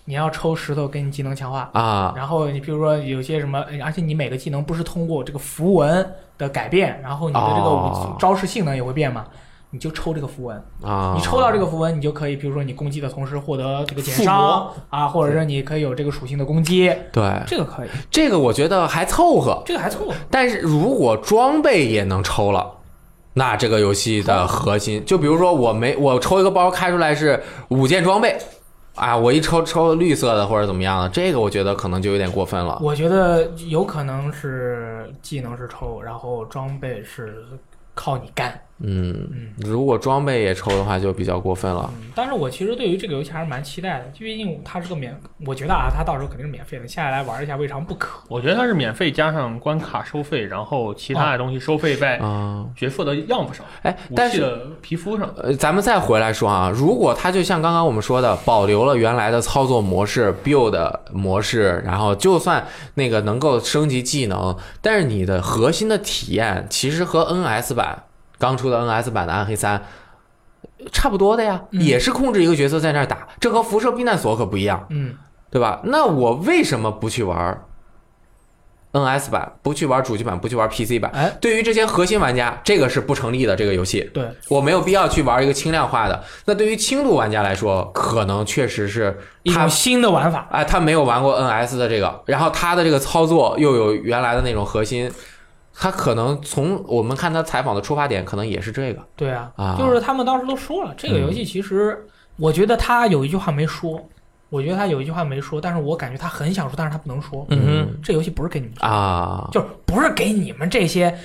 [SPEAKER 4] 你要抽石头给你技能强化，
[SPEAKER 2] 啊，
[SPEAKER 4] 然后你比如说有些什么，呃而且你每个技能不是通过这个符文的改变，然后你的这个武
[SPEAKER 2] 哦
[SPEAKER 4] 招式性能也会变嘛？你就抽这个符文，
[SPEAKER 2] 啊，
[SPEAKER 4] 你抽到这个符文，你就可以，比如说你攻击的同时获得这个减伤啊，或者是你可以有这个属性的攻击，
[SPEAKER 2] 对
[SPEAKER 4] 这个可以，
[SPEAKER 2] 这个我觉得还凑合，
[SPEAKER 4] 这个还凑合。
[SPEAKER 2] 但是如果装备也能抽了。那这个游戏
[SPEAKER 4] 哦
[SPEAKER 2] 的核心，就比如说我没我抽一个包开出来是五件装备，啊，我一抽抽绿色的或者怎么样的，这个我觉得可能就有点过分了。
[SPEAKER 4] 我觉得有可能是技能是抽，然后装备是靠你干。
[SPEAKER 2] 嗯，如果装备也抽的话，就比较过分了。
[SPEAKER 4] 嗯，但是我其实对于这个游戏还是蛮期待的，毕竟它是个免，我觉得啊，它到时候肯定是免费的，下来玩一下未尝不可。
[SPEAKER 3] 我觉得它是免费加上关卡收费，然后其他的东西收费在
[SPEAKER 2] 啊，
[SPEAKER 3] 角色的样子上，
[SPEAKER 2] 哎，
[SPEAKER 3] 嗯武
[SPEAKER 2] 但
[SPEAKER 3] 器
[SPEAKER 2] 是
[SPEAKER 3] 的皮肤上。
[SPEAKER 2] 呃，咱们再回来说啊，如果它就像刚刚我们说的，保留了原来的操作模式、build 模式，然后就算那个能够升级技能，但是你的核心的体验其实和 NS 版刚出的 NS 版的《暗黑三》差不多的呀，
[SPEAKER 4] 嗯
[SPEAKER 2] 也是控制一个角色在那儿打，这和辐射避难所可不一样，
[SPEAKER 4] 嗯，
[SPEAKER 2] 对吧？那我为什么不去玩 NS 版，不去玩主机版，不去玩 PC 版？
[SPEAKER 4] 哎，
[SPEAKER 2] 对于这些核心玩家，这个是不成立的。这个游戏，
[SPEAKER 4] 对，
[SPEAKER 2] 我没有必要去玩一个轻量化的。那对于轻度玩家来说，可能确实是
[SPEAKER 4] 一
[SPEAKER 2] 他
[SPEAKER 4] 种新的玩法。
[SPEAKER 2] 哎，他没有玩过 NS 的这个，然后他的这个操作又有原来的那种核心，他可能从我们看他采访的出发点，可能也是这个
[SPEAKER 4] 对啊，
[SPEAKER 2] 啊嗯
[SPEAKER 4] 就是他们当时都说了，这个游戏其实我觉得他有一句话没说，我觉得他有一句话没说，但是我感觉他很想说，但是他不能说。
[SPEAKER 5] 嗯哼，
[SPEAKER 4] 这游戏不是给你们做的，
[SPEAKER 2] 啊，
[SPEAKER 4] 就是不是给你们这些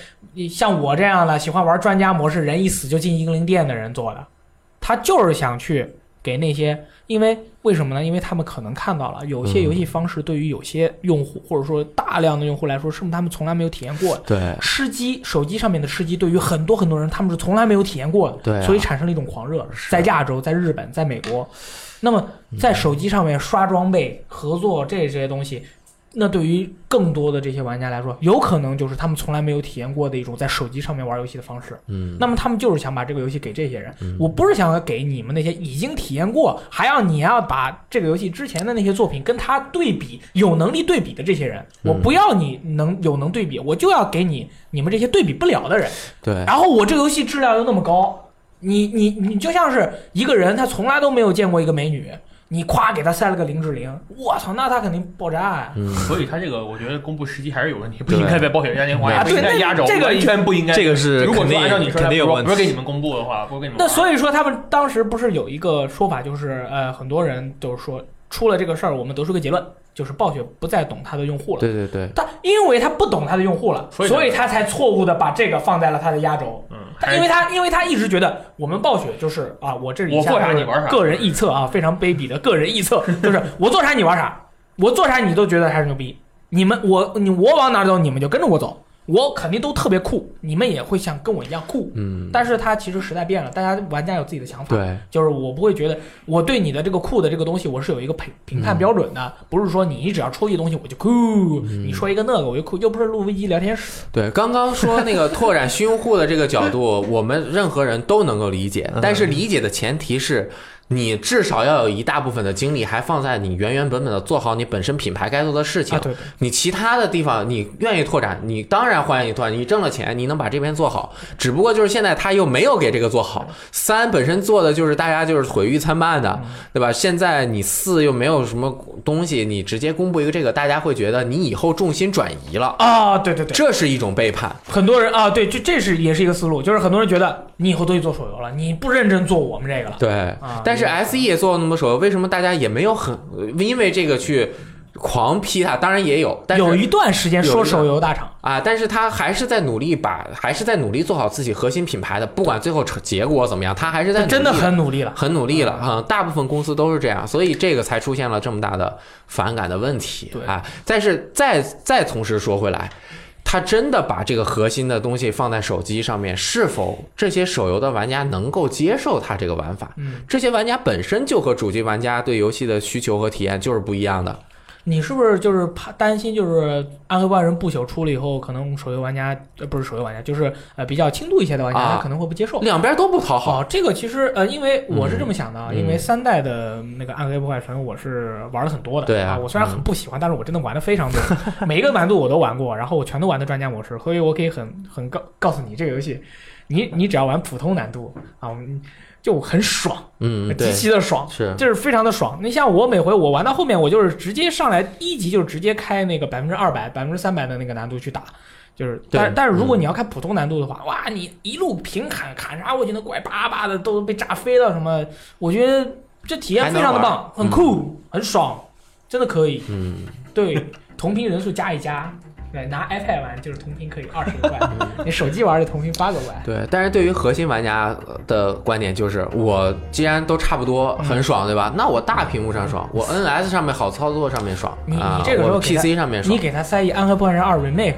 [SPEAKER 4] 像我这样的喜欢玩专家模式，人一死就进英灵殿的人做的。他就是想去给那些，因为为什么呢？因为他们可能看到了有些
[SPEAKER 2] 嗯
[SPEAKER 4] 游戏方式对于有些用户或者说大量的用户来说，是他们从来没有体验过的。
[SPEAKER 2] 对
[SPEAKER 4] 吃鸡手机上面的吃鸡，对于很多很多人，他们是从来没有体验过的，
[SPEAKER 2] 对啊啊
[SPEAKER 4] 所以产生了一种狂热，在亚洲，在日本，在美国，那么
[SPEAKER 2] 嗯
[SPEAKER 4] 在手机上面刷装备、合作这些东西，那对于更多的这些玩家来说，有可能就是他们从来没有体验过的一种在手机上面玩游戏的方式。
[SPEAKER 2] 嗯，
[SPEAKER 4] 那么他们就是想把这个游戏给这些人，我不是想要给你们那些已经体验过，还要你要把这个游戏之前的那些作品跟它对比，有能力对比的这些人，
[SPEAKER 2] 嗯
[SPEAKER 4] 我不要你能有能对比，我就要给你你们这些对比不了的人。
[SPEAKER 2] 对
[SPEAKER 4] 然后我这个游戏质量又那么高，你你你就像是一个人，他从来都没有见过一个美女，你夸给他塞了个林志玲，我操，那他肯定爆炸呀、
[SPEAKER 5] 嗯
[SPEAKER 3] 所以他这个我觉得公布时机还是有问题，不应该在暴雪嘉年华，
[SPEAKER 2] 对
[SPEAKER 3] 也不应该压轴，
[SPEAKER 4] 啊对那这个
[SPEAKER 3] 完全不应该。
[SPEAKER 5] 这个是
[SPEAKER 3] 如果说按照你说，
[SPEAKER 5] 肯定有
[SPEAKER 3] 他不
[SPEAKER 5] 问
[SPEAKER 3] 是不是给你
[SPEAKER 5] 题。
[SPEAKER 3] 们公布的话，不是给你们玩。
[SPEAKER 4] 那所以说，他们当时不是有一个说法，就是呃，很多人都说出了这个事儿，我们得出个结论，就是暴雪不再懂他的用户了。
[SPEAKER 2] 对对对，
[SPEAKER 4] 他因为他不懂他的用户了，
[SPEAKER 3] 所以
[SPEAKER 4] 所以他才错误的把这个放在了他的压轴。
[SPEAKER 3] 嗯，
[SPEAKER 4] 他 因为他因为他一直觉得我们暴雪就是啊，我这里
[SPEAKER 3] 我
[SPEAKER 4] 下
[SPEAKER 3] 做啥
[SPEAKER 4] 就是
[SPEAKER 3] 你玩啥
[SPEAKER 4] 个人臆测啊，非常卑鄙的个人臆测， 就是我做啥你玩啥，我做啥你都觉得还是牛逼。你们我你我往哪儿走你们就跟着我走，我肯定都特别酷，你们也会想跟我一样酷。
[SPEAKER 2] 嗯，
[SPEAKER 4] 但是它其实时代变了，大家玩家有自己的想法。
[SPEAKER 2] 对
[SPEAKER 4] 就是我不会觉得我对你的这个酷的这个东西，我是有一个评评判标准的，
[SPEAKER 2] 嗯
[SPEAKER 4] 不是说你只要出一个东西我就酷，你说一个那个我就酷，又不是录危机聊天室。
[SPEAKER 2] 对，刚刚说那个拓展新用户的这个角度， 我们任何人都能够理解，
[SPEAKER 4] 嗯
[SPEAKER 2] 但是理解的前提是。你至少要有一大部分的精力还放在你原原本本的做好你本身品牌该做的事情
[SPEAKER 4] 啊，，对对
[SPEAKER 2] 你其他的地方你愿意拓展，你当然欢迎你拓展，你挣了钱，你能把这边做好。只不过就是现在他又没有给这个做好，
[SPEAKER 4] 嗯
[SPEAKER 2] 三本身做的就是大家就是毁誉参半的，对吧？现在你四又没有什么东西，你直接公布一个这个，大家会觉得你以后重心转移了，
[SPEAKER 4] 啊，对对对，
[SPEAKER 2] 这是一种背叛。
[SPEAKER 4] 很多人啊，对，这这是也是一个思路，就是很多人觉得你以后都去做手游了，你不认真做我们这个了。
[SPEAKER 2] 对
[SPEAKER 4] 啊，
[SPEAKER 2] 但是 S E 也做了那么多手游，为什么大家也没有很呃因为这个去狂批他？当然也有，但是
[SPEAKER 4] 有一段时间
[SPEAKER 2] 有
[SPEAKER 4] 说
[SPEAKER 2] 一段
[SPEAKER 4] 手游大厂，
[SPEAKER 2] 啊，但是他还是在努力把，还是在努力做好自己核心品牌的，不管最后成结果怎么样，他还是在
[SPEAKER 4] 他
[SPEAKER 2] 努力
[SPEAKER 4] 真的很嗯努力了。
[SPEAKER 2] 很努力了啊、大部分公司都是这样，所以这个才出现了这么大的反感的问题
[SPEAKER 4] 对
[SPEAKER 2] 啊。但是再再同时说回来。他真的把这个核心的东西放在手机上面，是否这些手游的玩家能够接受他这个玩法？
[SPEAKER 4] 嗯，
[SPEAKER 2] 这些玩家本身就和主机玩家对游戏的需求和体验就是不一样的。
[SPEAKER 4] 你是不是就是怕担心，就是《暗黑万人不朽》出了以后，可能手游玩家呃不是手游玩家，就是呃比较轻度一些的玩家，
[SPEAKER 2] 啊
[SPEAKER 4] 他可能会不接受。
[SPEAKER 2] 两边都不讨好，
[SPEAKER 4] 哦，这个其实呃，因为我是这么想的啊，
[SPEAKER 2] 嗯
[SPEAKER 4] 因为三代的那个暗黑破坏神我是玩了很多的，
[SPEAKER 2] 对啊
[SPEAKER 4] 啊，我虽然很不喜欢，但是我真的玩的非常多， 每一个难度我都玩过，然后我全都玩的专家模式，所以我可以很很告告诉你这个游戏，你你只要玩普通难度啊，嗯就很爽，
[SPEAKER 2] 嗯，
[SPEAKER 4] 极
[SPEAKER 2] 对，
[SPEAKER 4] 其的爽。
[SPEAKER 2] 是，
[SPEAKER 4] 就是非常的爽。你像我每回我玩到后面，我就是直接上来一级就直接开那个百分之二百、百分之三百的那个难度去打，就是
[SPEAKER 2] 对
[SPEAKER 4] 但但是如果
[SPEAKER 2] 嗯
[SPEAKER 4] 你要开普通难度的话，哇，你一路平砍砍啥，我觉得怪叭叭的都被炸飞了什么，我觉得这体验非常的棒，
[SPEAKER 2] 还能玩
[SPEAKER 4] 很酷，很爽，真的可以。
[SPEAKER 2] 嗯。
[SPEAKER 4] 对， 同屏人数加一加。对，拿 iPad 玩就是同屏可以二十 个怪，你手机玩就同屏八个怪。
[SPEAKER 2] 对，但是对于核心玩家的观点就是，我既然都差不多，很爽，对吧？
[SPEAKER 4] 嗯
[SPEAKER 2] 那我大屏幕上爽，我 NS 上面好操作上面爽，
[SPEAKER 4] 你
[SPEAKER 2] 啊
[SPEAKER 4] 你这个时候
[SPEAKER 2] 我
[SPEAKER 4] 给他
[SPEAKER 2] PC 上面
[SPEAKER 4] 你
[SPEAKER 2] 爽，
[SPEAKER 4] 给他塞一《暗黑破坏神二 Remake》，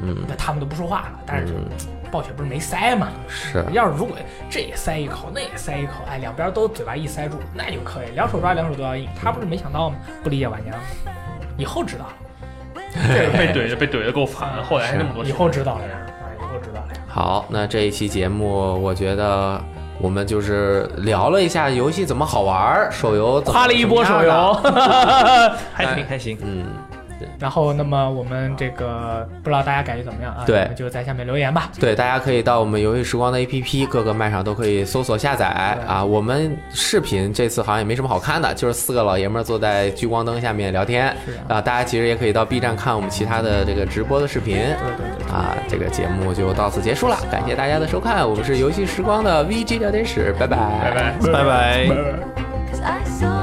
[SPEAKER 2] 嗯，
[SPEAKER 4] 那他们都不说话了。但是就
[SPEAKER 2] 嗯
[SPEAKER 4] 暴雪不是没塞嘛？
[SPEAKER 2] 是
[SPEAKER 4] 要是如果这也塞一口，那也塞一口，哎，两边都嘴巴一塞住，那就可以，两手抓，两手都要硬。他不是没想到吗？不理解玩家吗？以后知道了，
[SPEAKER 3] 这个被怼的被怼的够烦，后来还那么多事
[SPEAKER 4] 以后知道了呀，啊，以后知道了呀。
[SPEAKER 2] 好。那这一期节目，我觉得我们就是聊了一下游戏怎么好玩儿，手游怎么
[SPEAKER 4] 夸了一波手
[SPEAKER 2] 怎么样的
[SPEAKER 4] 游，
[SPEAKER 5] 还挺开心。
[SPEAKER 2] 嗯，
[SPEAKER 4] 然后，那么我们这个不知道大家感觉怎么样啊？
[SPEAKER 2] 对
[SPEAKER 4] 你们就在下面留言吧。
[SPEAKER 2] 对，大家可以到我们游戏时光的 APP 各个卖场都可以搜索下载
[SPEAKER 4] 对
[SPEAKER 2] 啊。我们视频这次好像也没什么好看的，就是四个老爷们儿坐在聚光灯下面聊天
[SPEAKER 4] 是
[SPEAKER 2] 啊。大家其实也可以到 B 站看我们其他的这个直播的视频
[SPEAKER 4] 对对对，
[SPEAKER 2] 啊。这个节目就到此结束了，感谢大家的收看，我们是游戏时光的 VG 聊天室，拜拜
[SPEAKER 5] 拜拜。
[SPEAKER 6] Cause I saw